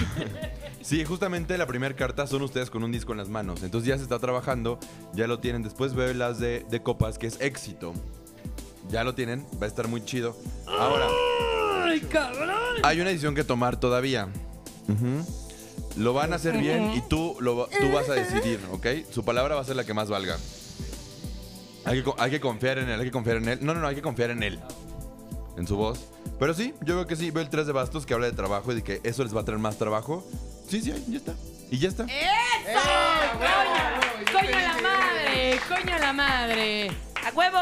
Speaker 11: Sí, justamente la primera carta son ustedes con un disco en las manos. Entonces ya se está trabajando, ya lo tienen. Después veo las de, de copas, que es éxito. Ya lo tienen, va a estar muy chido. Ahora,
Speaker 1: Ay, cabrón.
Speaker 11: hay una decisión que tomar todavía. Ujú. Lo van a hacer bien y tú, lo, va- tú vas a decidir, ¿ok? Su palabra va a ser la que más valga. Hay que, co- hay que confiar en él, hay que confiar en él. No, no, no, hay que confiar en él. En su voz. Pero sí, yo veo que sí. Veo el 3 de bastos que habla de trabajo y de que eso les va a traer más trabajo. Sí, sí, ya está. Y ya está.
Speaker 4: Eh,
Speaker 1: Coño a la madre. Coño a la madre.
Speaker 3: a huevo.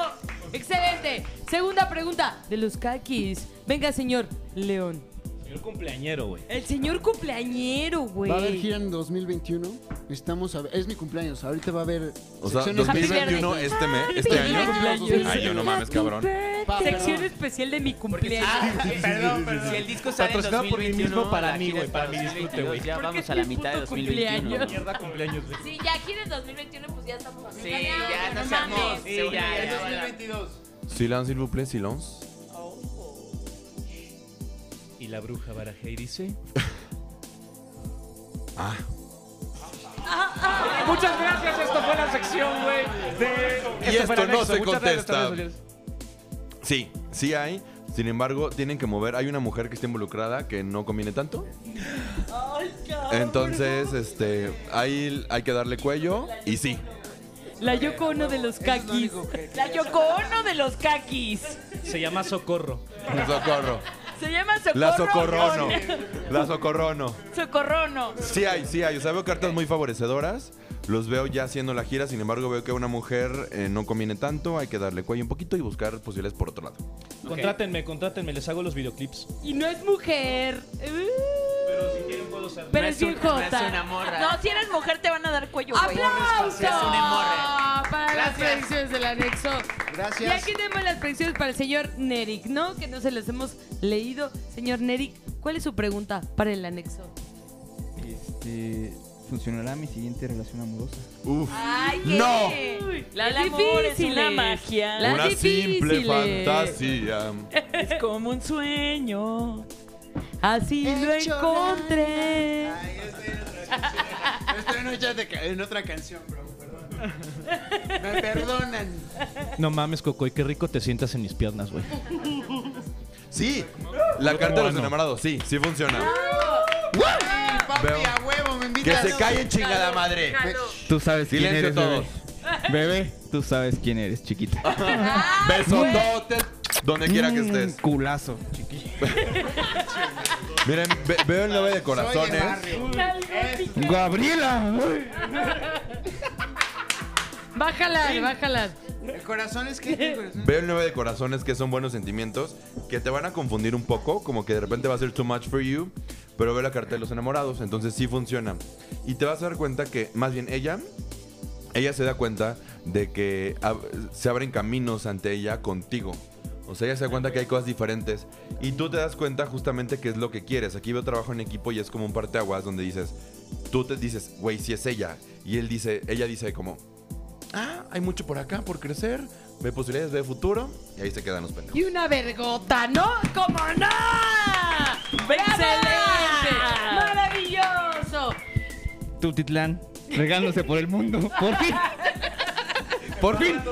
Speaker 1: Excelente. Segunda pregunta de los caquis. Venga, señor León.
Speaker 4: Señor cumpleañero, güey.
Speaker 1: El señor cumpleañero, güey.
Speaker 2: Va a haber gira en 2021. Estamos a- es mi cumpleaños. Ahorita va a haber
Speaker 11: O sea,
Speaker 2: secciones
Speaker 11: 2021
Speaker 2: especiales.
Speaker 11: este, mes, este
Speaker 1: Happy
Speaker 11: año.
Speaker 1: birthday.
Speaker 11: Ay, yo no mames, cabrón.
Speaker 2: Va,
Speaker 1: Sección
Speaker 2: perdón.
Speaker 1: especial de mi cumpleaños.
Speaker 8: Ah, Perdón, perdón. Si el disco sale en
Speaker 4: Patrocinado por mí
Speaker 8: 2021,
Speaker 4: mismo para
Speaker 8: la
Speaker 4: mí,
Speaker 8: gira
Speaker 4: güey,
Speaker 8: es
Speaker 4: para mi disfrute,
Speaker 8: 2022,
Speaker 4: güey.
Speaker 8: Ya
Speaker 1: Porque
Speaker 8: vamos
Speaker 1: es
Speaker 8: a la
Speaker 1: mi
Speaker 8: mitad de
Speaker 1: puto
Speaker 8: 2021.
Speaker 1: cumpleaños.
Speaker 4: Mierda cumpleaños, güey.
Speaker 3: Si ya quieren 2021, pues ya estamos a
Speaker 8: Sí,
Speaker 3: mitad de año,
Speaker 8: ya no
Speaker 3: mames.
Speaker 8: seamos. Sí, ya, ya, ya.
Speaker 11: Silence, s'il vous plaît, silence.
Speaker 4: Y la bruja baraja y dice...
Speaker 11: Ah,
Speaker 4: Muchas gracias, esto fue la sección, güey. de-
Speaker 11: Y
Speaker 4: fue
Speaker 11: esto no
Speaker 4: Anexo.
Speaker 11: se
Speaker 4: Muchas gracias,
Speaker 11: contesta.
Speaker 4: redes sociales.
Speaker 11: sí, sí hay. Sin embargo, tienen que mover. Hay una mujer que está involucrada que no conviene tanto. Entonces, este, ahí hay que darle cuello y sí.
Speaker 1: (laughs) La Yoko Ono de los caquis.
Speaker 3: La yocono de los kakis.
Speaker 4: Se llama Socorro.
Speaker 11: Socorro.
Speaker 3: Se llama Socorro.
Speaker 11: La socorrono. La socorrono.
Speaker 3: Socorrono.
Speaker 11: Sí hay, sí hay. O sea, veo cartas muy favorecedoras. Los veo ya haciendo la gira. Sin embargo, veo que a una mujer eh, no conviene tanto. Hay que darle cuello un poquito y buscar posibilidades por otro lado.
Speaker 4: Contrátenme, contrátenme, les hago los videoclips.
Speaker 1: Y no es mujer.
Speaker 4: Pero si quieren puedo ser...
Speaker 1: Pero
Speaker 8: No
Speaker 1: es
Speaker 8: un-
Speaker 1: bien
Speaker 8: No es una
Speaker 1: jota.
Speaker 8: morra.
Speaker 3: No, si eres mujer te van a dar cuello, güey.
Speaker 1: ¡Aplausos!
Speaker 8: Es un
Speaker 1: Para
Speaker 8: emorre.
Speaker 1: las
Speaker 8: Gracias.
Speaker 1: predicciones del anexo. Y
Speaker 2: Gracias.
Speaker 1: aquí tenemos las predicciones para el señor Nerik, ¿no? Que no se las hemos leído. Señor Nerik, ¿cuál es su pregunta para el anexo?
Speaker 6: Este. ¿Funcionará mi siguiente relación amorosa?
Speaker 11: Uf.
Speaker 3: Ay,
Speaker 11: No.
Speaker 3: ¿qué?
Speaker 1: Las
Speaker 3: El amor es
Speaker 1: difíciles.
Speaker 3: una magia.
Speaker 1: Las
Speaker 11: Una simple
Speaker 1: difíciles.
Speaker 11: fantasía.
Speaker 3: Es como un sueño.
Speaker 1: Así lo
Speaker 2: Hecho
Speaker 1: encontré.
Speaker 2: Ay, yo estoy en otra canción. Estoy en otra, de ca- en otra canción, bro. Perdón. Me perdonan.
Speaker 4: No mames, Cocoy, qué rico te sientas en mis piernas, güey.
Speaker 11: Sí, la carta de los
Speaker 4: Bueno.
Speaker 11: enamorados, sí, sí funciona.
Speaker 2: Papi,
Speaker 11: Veo.
Speaker 2: a huevo, me
Speaker 11: Que
Speaker 2: invitas.
Speaker 11: se callen chingada madre.
Speaker 6: Tú sabes
Speaker 11: Silencio todos.
Speaker 6: bebé. Bebé, tú sabes quién eres, chiquita.
Speaker 11: Besototes. Donde quiera que estés.
Speaker 6: Mm, Culazo.
Speaker 11: Miren, ve- veo el 9 de corazones.
Speaker 6: Gabriela.
Speaker 1: Bájala, bájala.
Speaker 2: El corazón es que. el corazón-
Speaker 11: Veo el 9 de corazones que son buenos sentimientos, que te van a confundir un poco, como que de repente va a ser too much for you, pero ve la carta de los enamorados, entonces sí funciona. Y te vas a dar cuenta que, más bien ella, ella se da cuenta de que ab- se abren caminos ante ella contigo. O sea, ella se da cuenta que hay cosas diferentes y tú te das cuenta justamente qué es lo que quieres. Aquí veo trabajo en equipo y es como un parteaguas donde dices, tú te dices, güey, si es ella. Y él dice, ella dice como, ah, hay mucho por acá por crecer, ve posibilidades, ve futuro, y ahí se quedan los pendejos.
Speaker 1: Y una vergota, ¿no? ¡Como no! ¡Excelente! ¡Maravilloso!
Speaker 6: Tutitlán. Regándose por el mundo. Por fin. Por fin.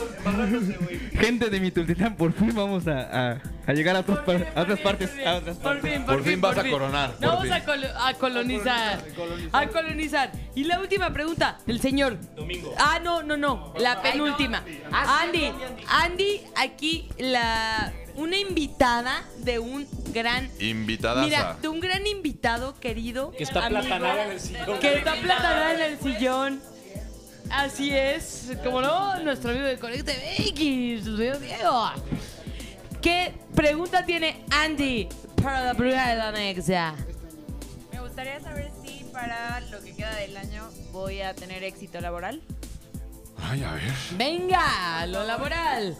Speaker 6: Gente de mi Tultitlán, por fin vamos a, a- a llegar a otras, par- a otras partes. A otras
Speaker 1: Por
Speaker 6: partes.
Speaker 1: fin, por,
Speaker 11: Por fin vas a coronar, por
Speaker 1: No vamos
Speaker 11: fin.
Speaker 1: a, colo- a colonizar. A colonizar. Y la última pregunta, el señor. Domingo. Ah, no, no, no. La penúltima. Andy, Andy, aquí la una invitada de un gran.
Speaker 11: Invitadaza.
Speaker 1: Mira, de un gran invitado querido.
Speaker 12: Que está
Speaker 1: amigo,
Speaker 12: platanada en el sillón.
Speaker 1: Que está platanada en el sillón. Así es, como no, nuestro amigo de Conecte X, Diego. ¿Qué pregunta tiene Andy para la brigada nexa?
Speaker 13: Me gustaría saber si para lo que queda del año voy a tener éxito laboral.
Speaker 11: Ay, a ver.
Speaker 1: Venga, lo laboral.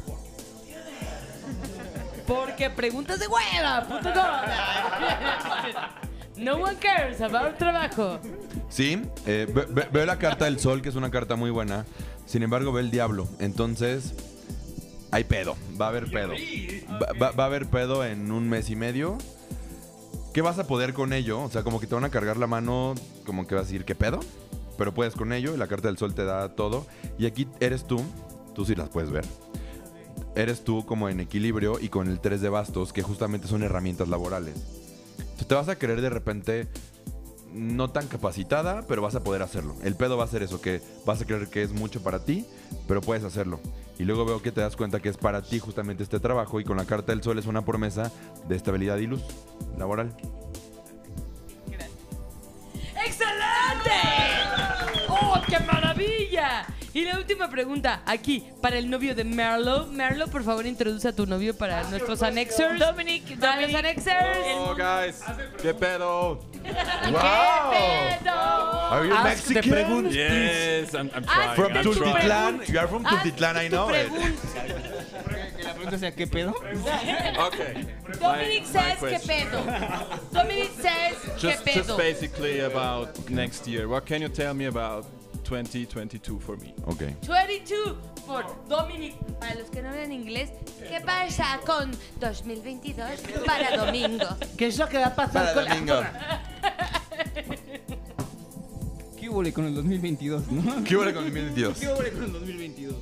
Speaker 1: Porque preguntas de hueva, punto com. (laughs) No one cares about trabajo.
Speaker 11: Sí, eh, ve- ve- veo la carta del sol, que es una carta muy buena. Sin embargo, ve el diablo. Entonces, hay pedo. Va a haber pedo. Va, va- va a haber pedo en un mes y medio. ¿Qué vas a poder con ello? O sea, como que te van a cargar la mano, como que vas a decir, ¿qué pedo? Pero puedes con ello y la carta del sol te da todo. Y aquí eres tú, tú sí las puedes ver. Eres tú como en equilibrio y con el 3 de bastos, que justamente son herramientas laborales. Entonces, te vas a querer de repente no tan capacitada, pero vas a poder hacerlo. El pedo va a ser eso, que vas a creer que es mucho para ti, pero puedes hacerlo. Y luego veo que te das cuenta que es para ti justamente este trabajo y con la carta del sol es una promesa de estabilidad y luz laboral.
Speaker 1: ¡Excelente! ¡Oh, qué maravilla! Y la última pregunta, aquí, para el novio de Merlo. Merlo, por favor, introduce a tu novio para nuestros annexers. Dominic, para los annexers.
Speaker 14: Oh, guys, ¿qué pedo?
Speaker 1: ¡Qué pedo!
Speaker 11: Are you
Speaker 14: Ask the
Speaker 11: Mexican?
Speaker 14: pregunta.
Speaker 11: Yes,
Speaker 14: I'm, I'm
Speaker 8: Ah,
Speaker 1: Ask
Speaker 11: From
Speaker 14: I'm
Speaker 11: Tultitlán. You are from
Speaker 1: Haz
Speaker 11: Tultitlán, I
Speaker 1: tu
Speaker 11: know it.
Speaker 5: (laughs)
Speaker 6: La pregunta sea, ¿qué pedo?
Speaker 14: Okay. My- my
Speaker 1: Dominic says qué
Speaker 14: question.
Speaker 1: pedo. Dominic says qué
Speaker 14: Just, just
Speaker 1: pedo.
Speaker 14: basically about next year. What can you tell me about 2022 for me?
Speaker 11: Okay.
Speaker 1: 22 por Dominic. Para los que no hablan inglés, ¿qué pasa con 2022 para domingo?
Speaker 3: ¿Qué es lo que va a pasar
Speaker 1: Para
Speaker 3: con la
Speaker 1: domingo.
Speaker 3: porra?
Speaker 6: ¿Qué hubo con el 2022, no?
Speaker 11: ¿Qué hubo con el 2022?
Speaker 6: ¿Qué hubo con el 2022?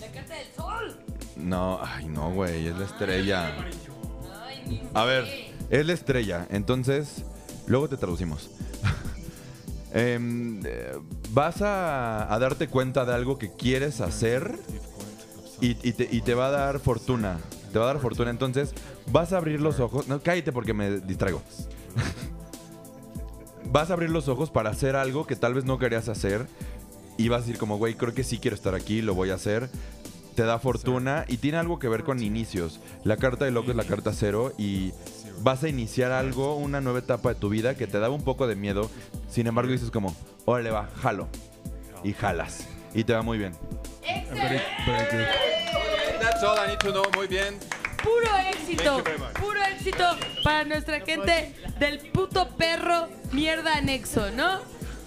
Speaker 1: ¡La carta del sol!
Speaker 11: No, ay no, güey, es la estrella. A ver, es la estrella, entonces luego te traducimos. (laughs) Em, eh, vas a, a darte cuenta de algo que quieres hacer y, y te, y te va a dar fortuna. Te va a dar fortuna, entonces vas a abrir los ojos. No, cállate porque me distraigo. (laughs) Vas a abrir los ojos para hacer algo que tal vez no querías hacer y vas a decir como, güey, creo que sí quiero estar aquí, lo voy a hacer. Te da fortuna y tiene algo que ver con inicios. La carta de loco es la carta cero y vas a iniciar algo, una nueva etapa de tu vida que te daba un poco de miedo. Sin embargo, dices como, órale va, jalo. Y jalas. Y te va muy bien.
Speaker 14: That's all I need to know. Muy bien.
Speaker 1: Puro
Speaker 14: Thank
Speaker 1: éxito,
Speaker 14: you very much.
Speaker 1: puro éxito para nuestra gente del puto perro mierda anexo, ¿no?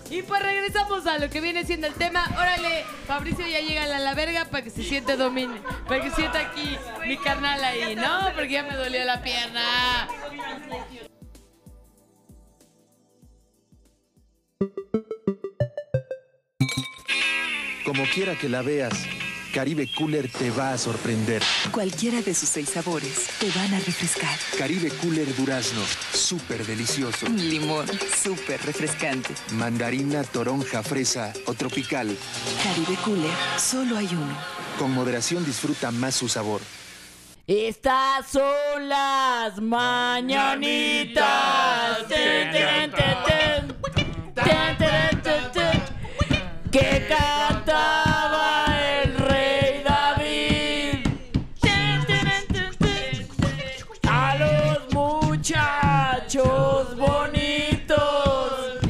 Speaker 1: Y pues regresamos a lo que viene siendo el tema. Órale, Fabricio ya llega a la verga para que se siente domine, para que sienta aquí mi carnal ahí, ¿no? Porque ya me dolió la pierna.
Speaker 15: Como quiera que la veas, Caribe Cooler te va a sorprender.
Speaker 16: Cualquiera de sus seis sabores te van a refrescar.
Speaker 15: Caribe Cooler Durazno, súper delicioso.
Speaker 16: Limón, súper refrescante.
Speaker 15: Mandarina, toronja, fresa o tropical.
Speaker 16: Caribe Cooler, solo hay uno.
Speaker 15: Con moderación disfruta más su sabor.
Speaker 3: Estas son las mañanitas Ten, ten, ten, ten. Ten, ten, ten, ten. que cantaba el rey David Ten, ten, ten, ten, ten. a los muchachos bonitos.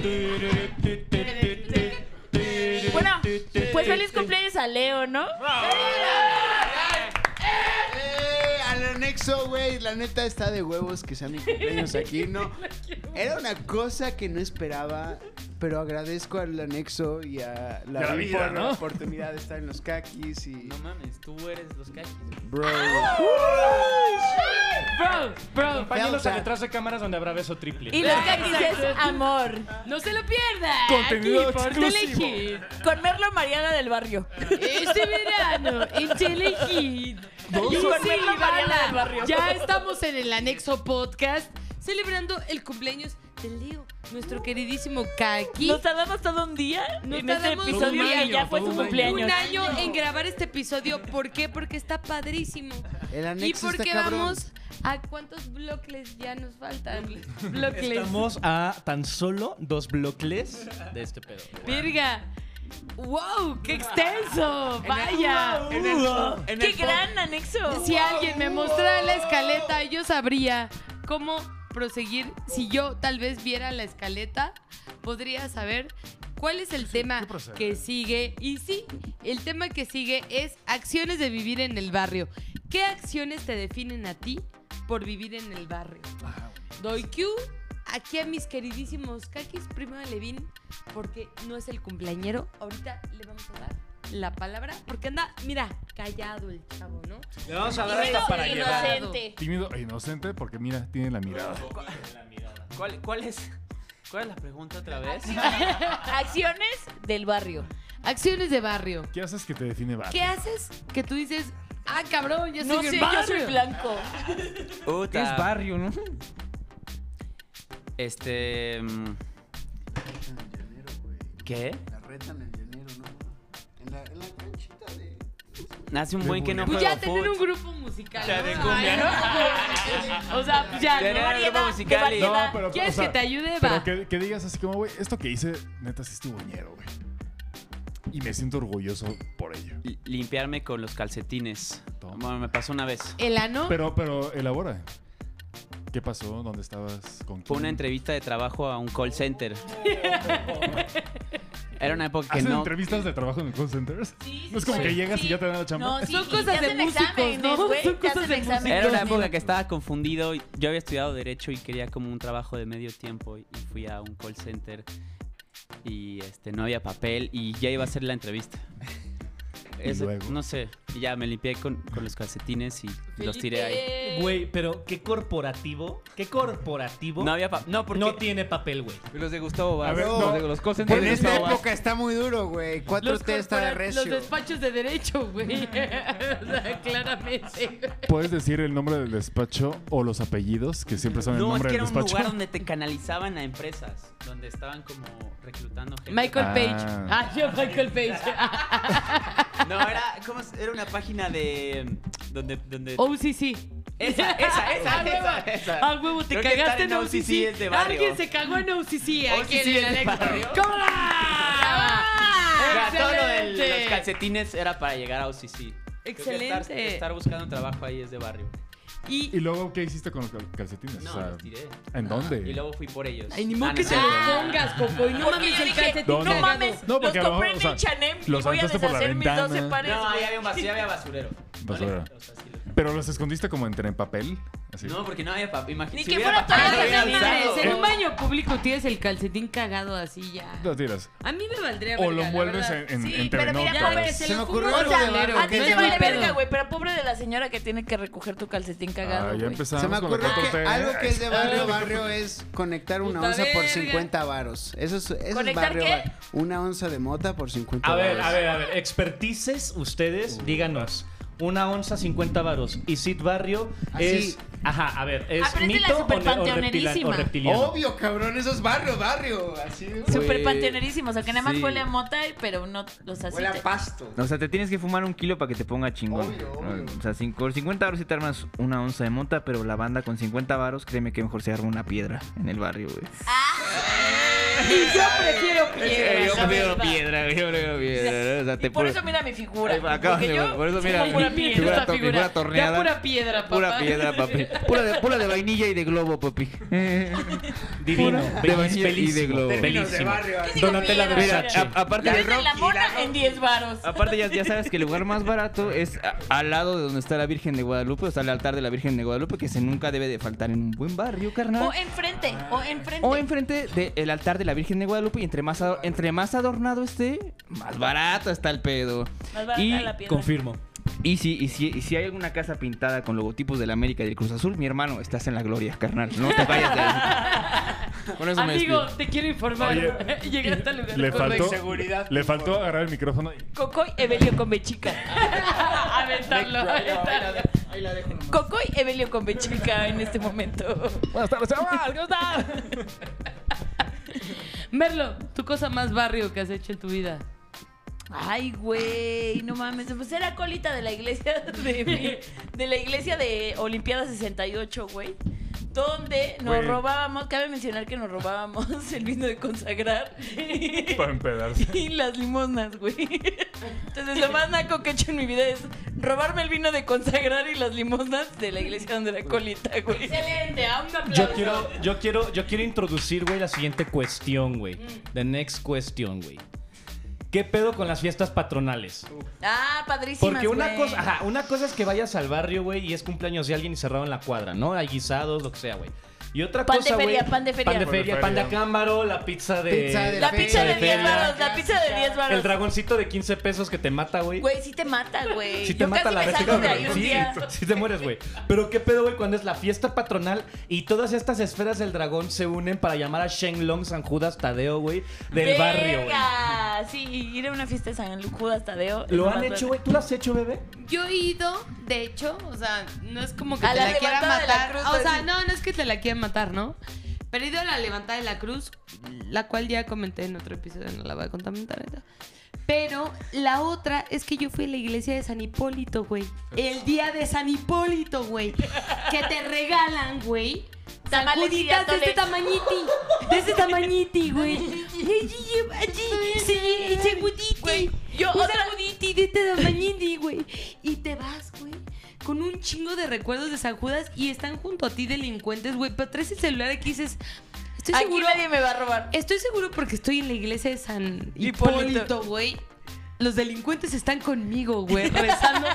Speaker 3: Bueno, pues feliz cumpleaños a Leo, ¿no?
Speaker 2: Eh, Al anexo, güey, la neta está de huevos que sean mis cumpleaños aquí, ¿no? Era una cosa que no esperaba, pero agradezco al anexo y a
Speaker 10: Y a
Speaker 2: la,
Speaker 10: la vida,
Speaker 2: por
Speaker 10: ¿no?
Speaker 2: la oportunidad de estar en los caquis y... No
Speaker 8: mames, tú eres los caquis.
Speaker 2: Bro.
Speaker 1: Bro, bro.
Speaker 4: Acompáñenos a detrás de cámaras donde habrá beso triple.
Speaker 3: Y los caquis es amor.
Speaker 1: No se lo pierdan.
Speaker 4: Contenido
Speaker 3: por
Speaker 4: exclusivo.
Speaker 3: Telehit. Con Merlo Mariana del Barrio.
Speaker 1: Este verano, en Telehit.
Speaker 3: Dos
Speaker 1: Y
Speaker 3: o-
Speaker 1: sí,
Speaker 3: Con Merlo Mariana
Speaker 1: banda,
Speaker 3: del Barrio.
Speaker 1: Ya estamos en el anexo podcast celebrando el cumpleaños de Leo, nuestro queridísimo Kaki.
Speaker 3: Nos tardamos todo un día
Speaker 1: Nos
Speaker 3: en este
Speaker 1: tardamos
Speaker 3: episodio
Speaker 1: un
Speaker 3: y
Speaker 1: año,
Speaker 3: ya fue
Speaker 1: todo
Speaker 3: su
Speaker 1: un
Speaker 3: cumpleaños.
Speaker 1: Un año en grabar este episodio. ¿Por qué? Porque está padrísimo.
Speaker 2: El
Speaker 1: Y
Speaker 2: anexo
Speaker 1: porque
Speaker 2: está cabrón.
Speaker 1: vamos a cuántos bloques ya nos faltan. Bloques.
Speaker 4: Estamos a tan solo dos bloques de este pedo.
Speaker 1: Virga. ¡Wow! ¡Qué extenso!
Speaker 3: En el-
Speaker 1: ¡Vaya!
Speaker 4: en el- en
Speaker 3: ¡Qué
Speaker 4: el-
Speaker 3: gran anexo!
Speaker 1: Si alguien me mostrara la escaleta, yo sabría cómo proseguir. Si yo tal vez viera la escaleta, podría saber cuál es el tema que sigue. Y sí, el tema que sigue es acciones de vivir en el barrio. ¿Qué acciones te definen a ti por vivir en el barrio? Doy Q aquí a mis queridísimos Kakis, primero a Levin, porque no es el cumpleañero. Ahorita le vamos a dar la palabra, porque anda, mira, callado el chavo, ¿no?
Speaker 4: Le vamos a dar hasta para llevar.
Speaker 5: Tímido e inocente porque mira, tiene la mirada.
Speaker 8: ¿Cuál, cuál es, ¿Cuál es la pregunta otra vez?
Speaker 3: Acciones del barrio.
Speaker 1: Acciones de barrio.
Speaker 5: ¿Qué haces que te define barrio?
Speaker 1: ¿Qué haces que tú dices, ah, cabrón, yo soy
Speaker 3: No
Speaker 1: del
Speaker 3: sé,
Speaker 1: barrio"?
Speaker 3: yo soy blanco.
Speaker 6: ¿Qué es barrio, no?
Speaker 8: Este. mm, ¿Qué?
Speaker 2: La retan en llanero, ¿no? En la, en la canchita de...
Speaker 8: Hace un buen que no
Speaker 1: Pues
Speaker 8: juego
Speaker 1: ya tener
Speaker 8: fútbol.
Speaker 1: un grupo musical.
Speaker 8: Ya de
Speaker 1: Ay,
Speaker 8: cumbia,
Speaker 1: O sea, pues ya,
Speaker 8: Tener
Speaker 1: ¿no?
Speaker 8: un grupo
Speaker 1: Variedad,
Speaker 8: musical
Speaker 1: de
Speaker 8: y-
Speaker 1: variedad.
Speaker 5: No, pero-
Speaker 1: ¿Quieres
Speaker 5: o sea,
Speaker 1: que te ayude,
Speaker 5: Pero
Speaker 1: va?
Speaker 5: que, que digas así como, güey, esto que hice, neta, sí estuvo ñero, güey. Y me siento orgulloso por ello.
Speaker 8: L- Limpiarme con los calcetines. Bueno, me pasó una vez.
Speaker 1: ¿El ano?
Speaker 5: Pero, pero, elabora. ¿Qué pasó? ¿Dónde estabas? ¿Con
Speaker 8: Fue
Speaker 5: quién?
Speaker 8: una entrevista de trabajo a un call center. Era una época que
Speaker 5: ¿Hacen
Speaker 8: no.
Speaker 5: entrevistas de trabajo en el call centers? no es como
Speaker 8: sí.
Speaker 5: que llegas y ya te dan la chamba.
Speaker 3: No, sí,
Speaker 1: Son
Speaker 3: sí,
Speaker 1: cosas
Speaker 3: te
Speaker 1: de
Speaker 3: hacen
Speaker 1: músicos,
Speaker 3: exámenes,
Speaker 1: ¿no?
Speaker 3: güey,
Speaker 1: Son
Speaker 3: te
Speaker 1: cosas
Speaker 3: hacen
Speaker 1: de
Speaker 3: exámenes.
Speaker 8: Era una época que estaba confundido. y Yo había estudiado Derecho y quería como un trabajo de medio tiempo. Y fui a un call center. Y este, no había papel. Y ya iba a hacer la entrevista.
Speaker 5: (laughs) Y
Speaker 8: Eso,
Speaker 5: luego.
Speaker 8: No sé. Y ya me limpié con, con los calcetines y los tiré ahí.
Speaker 3: Eh,
Speaker 4: Güey, pero qué corporativo. Qué corporativo.
Speaker 8: No había pa- no, porque-
Speaker 4: No tiene papel, güey.
Speaker 6: Los de Gustavo
Speaker 5: A
Speaker 6: Vaz.
Speaker 5: ver,
Speaker 6: los
Speaker 5: no.
Speaker 6: de los call centers
Speaker 2: En
Speaker 6: de
Speaker 2: esta
Speaker 6: Gustavo Vaz.
Speaker 2: época está muy duro, güey. 4T está de
Speaker 1: corpora-
Speaker 2: recio.
Speaker 1: los despachos de derecho, güey. (laughs) o sea, claramente.
Speaker 5: ¿Puedes decir el nombre del despacho o los apellidos? Que siempre son el
Speaker 8: No, es
Speaker 5: nombre
Speaker 8: que era
Speaker 5: del
Speaker 8: un
Speaker 5: despacho. (laughs)
Speaker 8: lugar donde te canalizaban a empresas. Donde estaban como reclutando gente.
Speaker 1: Michael
Speaker 5: Ah.
Speaker 1: Page. Ah, yo Michael Page.
Speaker 8: No, era, ¿cómo se- era una página de. mm, Donde. donde
Speaker 1: Oh, OCC. (laughs)
Speaker 8: Esa, esa, esa,
Speaker 1: A Ah, huevo.
Speaker 8: esa, esa.
Speaker 1: A huevo, te
Speaker 8: Creo que
Speaker 1: cagaste en
Speaker 8: estar
Speaker 1: OCC.
Speaker 8: es de barrio.
Speaker 1: Alguien se cagó en
Speaker 8: (laughs)
Speaker 1: OCC. Aquí
Speaker 8: OCC
Speaker 1: en el
Speaker 8: es de
Speaker 1: anexo.
Speaker 8: barrio.
Speaker 1: ¡Cómo
Speaker 8: Era todo lo de
Speaker 1: Excelente.
Speaker 8: los calcetines era para llegar a OCC. Creo que Estar,
Speaker 1: Excelente.
Speaker 8: estar buscando trabajo ahí es de barrio.
Speaker 5: ¿Y luego qué hiciste con los cal- calcetines?
Speaker 8: No,
Speaker 5: O sea,
Speaker 8: los tiré. Ah,
Speaker 5: ¿En
Speaker 8: Y
Speaker 5: dónde?
Speaker 8: luego fui por ellos.
Speaker 1: Ay, ni modo
Speaker 8: Ah,
Speaker 1: que
Speaker 8: no,
Speaker 1: se
Speaker 8: no,
Speaker 1: los
Speaker 8: no, no.
Speaker 1: pongas, Coco. Y no
Speaker 3: Porque
Speaker 1: mames
Speaker 3: yo
Speaker 1: el
Speaker 3: dije,
Speaker 1: calcetín.
Speaker 5: no, no.
Speaker 1: cagado.
Speaker 3: mames,
Speaker 5: No,
Speaker 3: los
Speaker 5: porque a lo
Speaker 3: compré
Speaker 5: mejor, o
Speaker 3: en
Speaker 5: sea,
Speaker 3: H&M y
Speaker 5: los
Speaker 3: voy a
Speaker 5: aventaste por la
Speaker 3: deshacer mis
Speaker 5: ventana.
Speaker 3: 12 pares,
Speaker 8: No,
Speaker 3: güey.
Speaker 8: ahí había, un bas- sí había basurero.
Speaker 5: Basurero.
Speaker 8: No, le- o sea, sí lo-
Speaker 5: Pero los escondiste como entre en papel. Así.
Speaker 8: no, porque no había papel. Imagínate.
Speaker 3: Ni
Speaker 8: si
Speaker 3: que
Speaker 8: hubiera
Speaker 3: fuera
Speaker 8: papel,
Speaker 3: todas
Speaker 8: lo
Speaker 3: las
Speaker 8: hubiera
Speaker 3: semanas,
Speaker 8: usado.
Speaker 1: En un baño público tienes el calcetín cagado así ya.
Speaker 5: Lo tiras.
Speaker 1: A mí me valdría
Speaker 5: O
Speaker 1: verga,
Speaker 5: lo
Speaker 1: la
Speaker 5: envuelves
Speaker 1: verdad.
Speaker 5: en, en, en
Speaker 3: pero mira,
Speaker 5: Telenota.
Speaker 3: pobre, se
Speaker 1: Se me
Speaker 2: lo
Speaker 1: ocurrió
Speaker 2: fumó,
Speaker 1: algo
Speaker 2: o sea,
Speaker 1: de barrio,
Speaker 3: A ti
Speaker 1: ¿ok?
Speaker 3: te
Speaker 1: No
Speaker 3: vale
Speaker 1: es mi pedo.
Speaker 3: verga, güey, pero pobre de la señora que tiene que recoger tu calcetín cagado.
Speaker 5: Ah, ya
Speaker 3: güey.
Speaker 5: empezamos
Speaker 2: Se me
Speaker 5: con la
Speaker 2: ocurre que
Speaker 5: 4T.
Speaker 2: algo que es de
Speaker 5: Ah,
Speaker 2: barrio
Speaker 5: lo que-
Speaker 2: barrio es conectar una
Speaker 1: ¿eh? Puta
Speaker 2: onza por
Speaker 1: verga.
Speaker 2: 50 varos. Eso es, eso es
Speaker 3: ¿Conectar
Speaker 2: barrio
Speaker 3: qué?
Speaker 2: barrio. Una onza de mota por 50
Speaker 4: A ver,
Speaker 2: varos.
Speaker 4: a ver, a ver. Expertices, ustedes, díganos. Una onza, 50 varos. Y Sid Barrio
Speaker 2: Así,
Speaker 4: es Ajá, a ver, ¿es
Speaker 3: Ah, pero es de
Speaker 4: mito o,
Speaker 3: la
Speaker 4: ne- o reptilan- o
Speaker 3: superpanteonerísima.
Speaker 4: reptiliano?
Speaker 2: Obvio, cabrón, eso es barrio, barrio. Así
Speaker 3: Súper
Speaker 2: panteonero.
Speaker 3: panteonerísimo, o sea, que nada más
Speaker 6: Pues, Sí.
Speaker 3: huele a mota, pero no, o sea, sí
Speaker 2: Huele a
Speaker 3: te-
Speaker 2: pasto.
Speaker 6: O sea, te tienes que fumar un kilo para que te ponga chingón. O sea, cinco- por 50 varos si te armas una onza de mota, pero la banda con 50 varos, créeme que mejor se arma una piedra en el barrio, güey.
Speaker 3: Ah, Y yo prefiero
Speaker 6: Eh,
Speaker 3: piedra.
Speaker 6: yo
Speaker 3: la
Speaker 6: prefiero
Speaker 3: verdad.
Speaker 6: piedra, güey, yo prefiero piedra. ¿no? O sea, te
Speaker 3: Por
Speaker 6: puro-
Speaker 3: eso mira mi figura.
Speaker 6: Ahí va, acabas
Speaker 3: porque
Speaker 6: de-
Speaker 3: yo
Speaker 6: por eso
Speaker 3: soy
Speaker 6: mira
Speaker 3: pura
Speaker 6: mi
Speaker 3: piedra,
Speaker 6: figura
Speaker 3: esta
Speaker 6: to- mi figura torneada.
Speaker 3: Ya pura piedra, papá.
Speaker 6: (laughs) Pura piedra, papi.
Speaker 3: (laughs)
Speaker 6: Pura de, pura de vainilla y de globo, (laughs) papi.
Speaker 4: Divino,
Speaker 6: de vainilla y de globo.
Speaker 4: Términos de barrio. ¿Qué digo
Speaker 6: Donatella
Speaker 4: piedra?
Speaker 6: Versace.
Speaker 4: Mira,
Speaker 6: A- Aparte de Ah,
Speaker 3: Venden la (laughs) mona en 10 varos.
Speaker 6: Aparte, ya, ya sabes que el lugar más barato es a- al lado de donde está la Virgen de Guadalupe, o sea, el altar de la Virgen de Guadalupe, que se nunca debe de faltar en un buen barrio, carnal.
Speaker 3: O enfrente, o enfrente.
Speaker 6: Ah, O enfrente del altar de la Virgen de Guadalupe, y entre más, ado- entre más adornado esté, más barato está el pedo.
Speaker 3: Más barata
Speaker 6: y
Speaker 3: la piedra. Confirmo.
Speaker 6: Y si, y, si, y si hay alguna casa pintada con logotipos del América y del Cruz Azul, mi hermano, estás en la gloria, carnal. No te vayas de ahí. (laughs) Con eso me
Speaker 1: Amigo,
Speaker 6: despido.
Speaker 1: te quiero informar. (laughs) Llegaste al lugar
Speaker 5: Le
Speaker 1: con
Speaker 5: faltó,
Speaker 1: inseguridad.
Speaker 5: le faltó agarrar el micrófono y
Speaker 3: Cocoy Evelio Comechica. (laughs) aventarlo, aventarlo. Cocoy Evelio Comechica en este momento.
Speaker 5: Buenas
Speaker 3: (laughs)
Speaker 5: tardes, chavales.
Speaker 3: ¿Cómo estás?
Speaker 1: Merlo, tu cosa más barrio que has hecho en tu vida.
Speaker 3: Ay, güey, no mames. Pues era colita de la iglesia (laughs) de, mi- de la iglesia de Olimpiada 68, güey. Donde nos
Speaker 5: Güey.
Speaker 3: robábamos, cabe mencionar que nos robábamos (laughs) el vino de consagrar
Speaker 5: para empedarse.
Speaker 3: y las limonas, güey. Entonces lo más naco que he hecho en mi vida es robarme el vino de consagrar y las limonas de la iglesia donde era colita, güey. Excelente, a un aplauso.
Speaker 4: Yo quiero, yo quiero, yo quiero introducir, güey, la siguiente cuestión, güey.
Speaker 3: Mm.
Speaker 4: The next question, güey. ¿Qué pedo con las fiestas patronales?
Speaker 3: Ah, padrísimas,
Speaker 4: Porque una
Speaker 3: güey.
Speaker 4: cosa, ajá, una cosa es que vayas al barrio, güey, y es cumpleaños de alguien y cerrado en la cuadra, ¿no? Hay guisados, lo que sea, güey. Y otra
Speaker 3: Pan de
Speaker 4: cosa, güey.
Speaker 3: feria, pan de feria.
Speaker 4: Pan de feria, pan de acámbaro, la pizza de.
Speaker 3: Pizza de La feria. pizza de 10 varos, la pizza de 10 varos.
Speaker 4: El dragoncito de 15 pesos que te mata, güey.
Speaker 3: Güey, sí te mata, güey.
Speaker 4: Si te
Speaker 3: Yo
Speaker 4: mata
Speaker 3: casi
Speaker 4: la
Speaker 3: me
Speaker 4: vez
Speaker 3: salgo de ahí un
Speaker 4: Sí, (laughs)
Speaker 3: día.
Speaker 4: sí te mueres, güey. Pero qué pedo, güey, cuando es la fiesta patronal y todas estas esferas del dragón se unen para llamar a Shenlong San Judas Tadeo, güey, del barrio, güey.
Speaker 3: Verga. Sí, ir a una fiesta de San Judas Tadeo. es
Speaker 4: ¿Lo
Speaker 3: más
Speaker 4: han hecho,
Speaker 3: verga.
Speaker 4: güey? ¿Tú lo has hecho, bebé?
Speaker 1: Yo he ido, de hecho, o sea, no es como que
Speaker 3: A
Speaker 1: te
Speaker 3: la
Speaker 1: la, quiera
Speaker 3: levantada de la
Speaker 1: matar.
Speaker 3: cruz, pues,
Speaker 1: o sea,
Speaker 3: así.
Speaker 1: no, no es que te la quieran matar, ¿no? Pero he ido a la levantada de la cruz, la cual ya comenté en otro episodio, no la voy a contaminar. Pero la otra es que yo fui a la iglesia de San Hipólito, güey. El día de San Hipólito, güey. Que te regalan, güey.
Speaker 3: Tamales y
Speaker 1: Sacuditas de
Speaker 3: atole.
Speaker 1: este tamañiti. De este
Speaker 3: (laughs)
Speaker 1: tamañiti, güey. Sí, sí, sacudite.
Speaker 3: yo
Speaker 1: Un
Speaker 3: otra-
Speaker 1: sacudite de este tamañiti, güey. Y te vas, güey. Con un chingo de recuerdos de San Judas y están junto a ti delincuentes, güey. Pero traes el celular aquí y dices. Estoy
Speaker 3: Aquí
Speaker 1: seguro,
Speaker 3: nadie me va a robar.
Speaker 1: Estoy seguro porque estoy en la iglesia de San
Speaker 3: Hipólito.
Speaker 1: Hipólito, güey. Los delincuentes están conmigo, güey, rezando.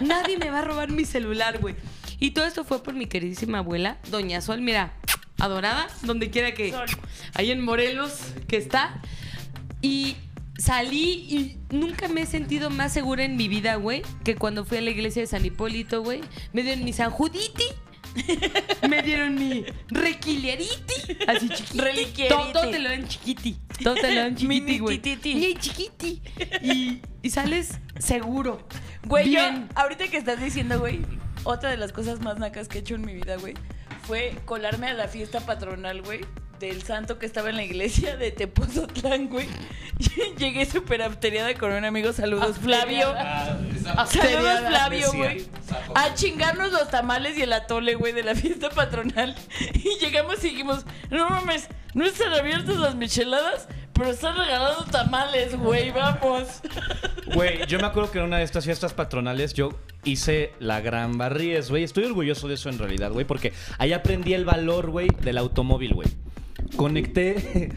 Speaker 1: Nadie me va a robar mi celular, güey. Y todo esto fue por mi queridísima abuela, Doña Sol, mira, adorada, donde quiera que. Ahí en Morelos, que está. Y salí y nunca me he sentido más segura en mi vida, güey, que cuando fui a la iglesia de San Hipólito, güey. Me dieron mi
Speaker 3: (laughs)
Speaker 1: San Juditi. me dieron mi requileriti. Así chiquito.
Speaker 3: Reliquieriti.
Speaker 1: Todo te lo dan chiquiti. Todo te
Speaker 3: (laughs)
Speaker 1: lo dan chiquiti,
Speaker 3: Mini
Speaker 1: güey.
Speaker 3: tititi.
Speaker 1: Mini chiquiti. Y, y sales seguro.
Speaker 3: Güey, yo,
Speaker 1: Bien.
Speaker 3: ahorita que estás diciendo, güey, otra de las cosas más nacas que he hecho en mi vida, güey, fue colarme a la fiesta patronal, güey, del santo que estaba en la iglesia de Tepozotlán, güey. (laughs) Llegué súper afteriada con un amigo, saludos, Flavio. Saludos,
Speaker 1: Afteriada.
Speaker 3: Flavio,
Speaker 1: Decía.
Speaker 3: güey. A chingarnos los tamales y el atole, güey, de la fiesta patronal. (laughs) Y llegamos y dijimos, no mames, no están abiertas las micheladas, pero están regalando tamales, güey, vamos.
Speaker 4: Güey, yo me acuerdo que en una de estas fiestas patronales yo hice la gran barries, güey. Estoy orgulloso de eso en realidad, güey, porque ahí aprendí el valor, güey, del automóvil, güey. Conecté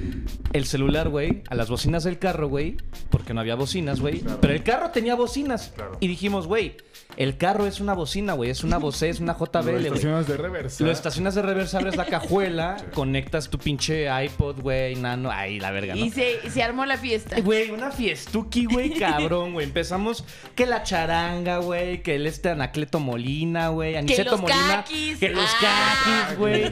Speaker 4: el celular, güey, a las bocinas del carro, güey, porque no había bocinas, güey. Pero el carro tenía bocinas. Y dijimos, güey, el carro es una bocina, güey, es una vocé, es una JBL,
Speaker 5: Lo
Speaker 4: güey.
Speaker 5: estacionas de reversa.
Speaker 4: Lo estacionas de reversa, abres la cajuela, conectas tu pinche iPod, güey, nano, ay, la verga, ¿no?
Speaker 3: Y se, se armó la fiesta.
Speaker 4: Güey, una fiestuki,
Speaker 1: (laughs)
Speaker 4: güey, cabrón, güey. Empezamos que la charanga, güey, que el este Anacleto Molina, güey, Aniceto
Speaker 3: los
Speaker 4: Molina.
Speaker 3: caquis.
Speaker 4: Que los
Speaker 1: Ah.
Speaker 4: caquis, güey.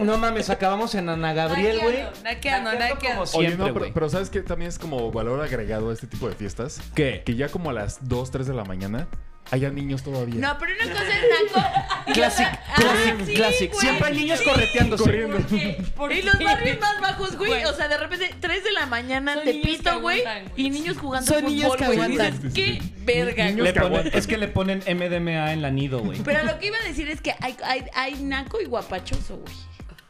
Speaker 4: No mames, acabamos en Ana Gabriel, güey.
Speaker 1: Naqueando, naqueando.
Speaker 5: Oye, no, pero, pero ¿sabes qué? También es como valor agregado a este tipo de fiestas.
Speaker 4: ¿Qué?
Speaker 5: Que ya como a las 2, 3 de la mañana Allá niños todavía.
Speaker 13: No, pero una cosa es naco.
Speaker 6: Classic,
Speaker 1: Ah,
Speaker 6: classic, classic. Siempre hay niños
Speaker 1: pues
Speaker 6: correteándose.
Speaker 3: ah, Y los barrios más bajos, güey. O sea, de repente, 3 de la mañana en Tepito, güey. Y niños jugando
Speaker 1: Son
Speaker 3: fútbol,
Speaker 1: niños que
Speaker 3: güey.
Speaker 1: aguantan.
Speaker 3: Dices, Qué verga,
Speaker 4: Le
Speaker 3: güey.
Speaker 4: ponen- es que le ponen MDMA en la nido, güey.
Speaker 3: Pero lo que iba a decir es que hay, hay, hay naco y guapachoso, güey.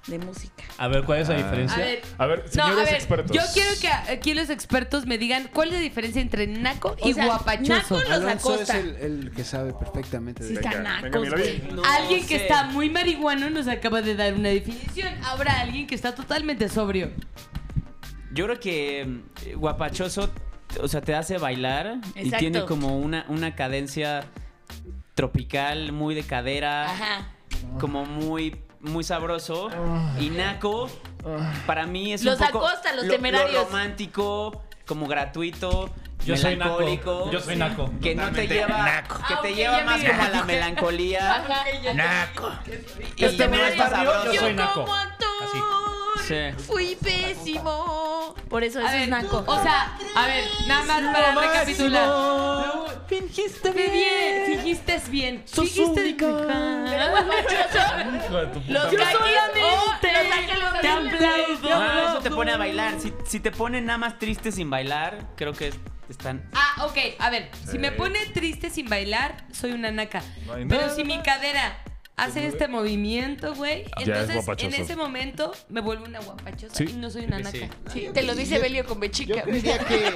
Speaker 3: De música.
Speaker 4: A ver, ¿cuál es la diferencia?
Speaker 1: A ver,
Speaker 5: Ah,
Speaker 1: no, a ver, Yo quiero que eh, aquí los expertos me digan cuál es la diferencia entre naco y
Speaker 3: O sea,
Speaker 1: guapachoso.
Speaker 2: Alonso es el, el que sabe perfectamente de
Speaker 1: Sí, están
Speaker 2: Venga,
Speaker 1: nacos,
Speaker 2: venga, Milavi.
Speaker 1: güey. alguien que está muy marihuano nos acaba de dar una definición. Ahora alguien que está totalmente sobrio.
Speaker 8: Yo creo que mm, guapachoso, t- o sea, te hace bailar y
Speaker 1: Exacto.
Speaker 8: tiene como una, una cadencia tropical, muy de cadera, como muy, muy sabroso. Y naco, para mí es
Speaker 3: Los
Speaker 8: un poco
Speaker 3: Acosta, los
Speaker 8: lo-
Speaker 3: temerarios.
Speaker 8: lo romántico, como gratuito.
Speaker 4: Yo soy naco.
Speaker 8: melancólico,
Speaker 4: Yo soy naco.
Speaker 8: Que no te
Speaker 4: Totalmente
Speaker 8: lleva,
Speaker 4: naco.
Speaker 8: que
Speaker 4: Ah,
Speaker 8: te
Speaker 4: ok,
Speaker 8: lleva
Speaker 4: ya
Speaker 8: más
Speaker 4: me
Speaker 8: como a la
Speaker 4: identifiqué.
Speaker 8: melancolía.
Speaker 4: Ajá. Naco.
Speaker 8: Y
Speaker 4: Los
Speaker 8: no es
Speaker 4: temerarios
Speaker 8: más
Speaker 4: barrio,
Speaker 8: sabroso.
Speaker 4: yo soy naco.
Speaker 3: como actor
Speaker 8: Sí.
Speaker 3: fui pésimo. Por eso eso
Speaker 1: A
Speaker 3: Pues es
Speaker 1: ver,
Speaker 3: naco.
Speaker 1: o sea, a ver, nada más para recapitular. Lo-
Speaker 3: Fingiste
Speaker 1: bien. Fingiste bien. Fingiste de
Speaker 3: Pero guapachoso, Los
Speaker 1: Yo
Speaker 3: caquis,
Speaker 1: solamente
Speaker 3: oh, los ángeles
Speaker 1: te
Speaker 3: horribles.
Speaker 1: aplaudo.
Speaker 8: Ah, eso te pone a bailar. Si, si te ponen nada más triste sin bailar, creo que están.
Speaker 1: Ah, ok, a ver, si
Speaker 8: Sí.
Speaker 1: me pone triste sin bailar, soy una naca.
Speaker 8: hay
Speaker 1: Pero
Speaker 8: nada.
Speaker 1: si mi cadera hace este movimiento, güey,
Speaker 5: Ya es
Speaker 1: entonces en
Speaker 5: guapachoso.
Speaker 1: ese momento me vuelvo una guapachosa
Speaker 5: Sí.
Speaker 1: y no soy una naca.
Speaker 5: Sí.
Speaker 3: Sí, te lo dice Belio con bechica.
Speaker 2: Yo creía que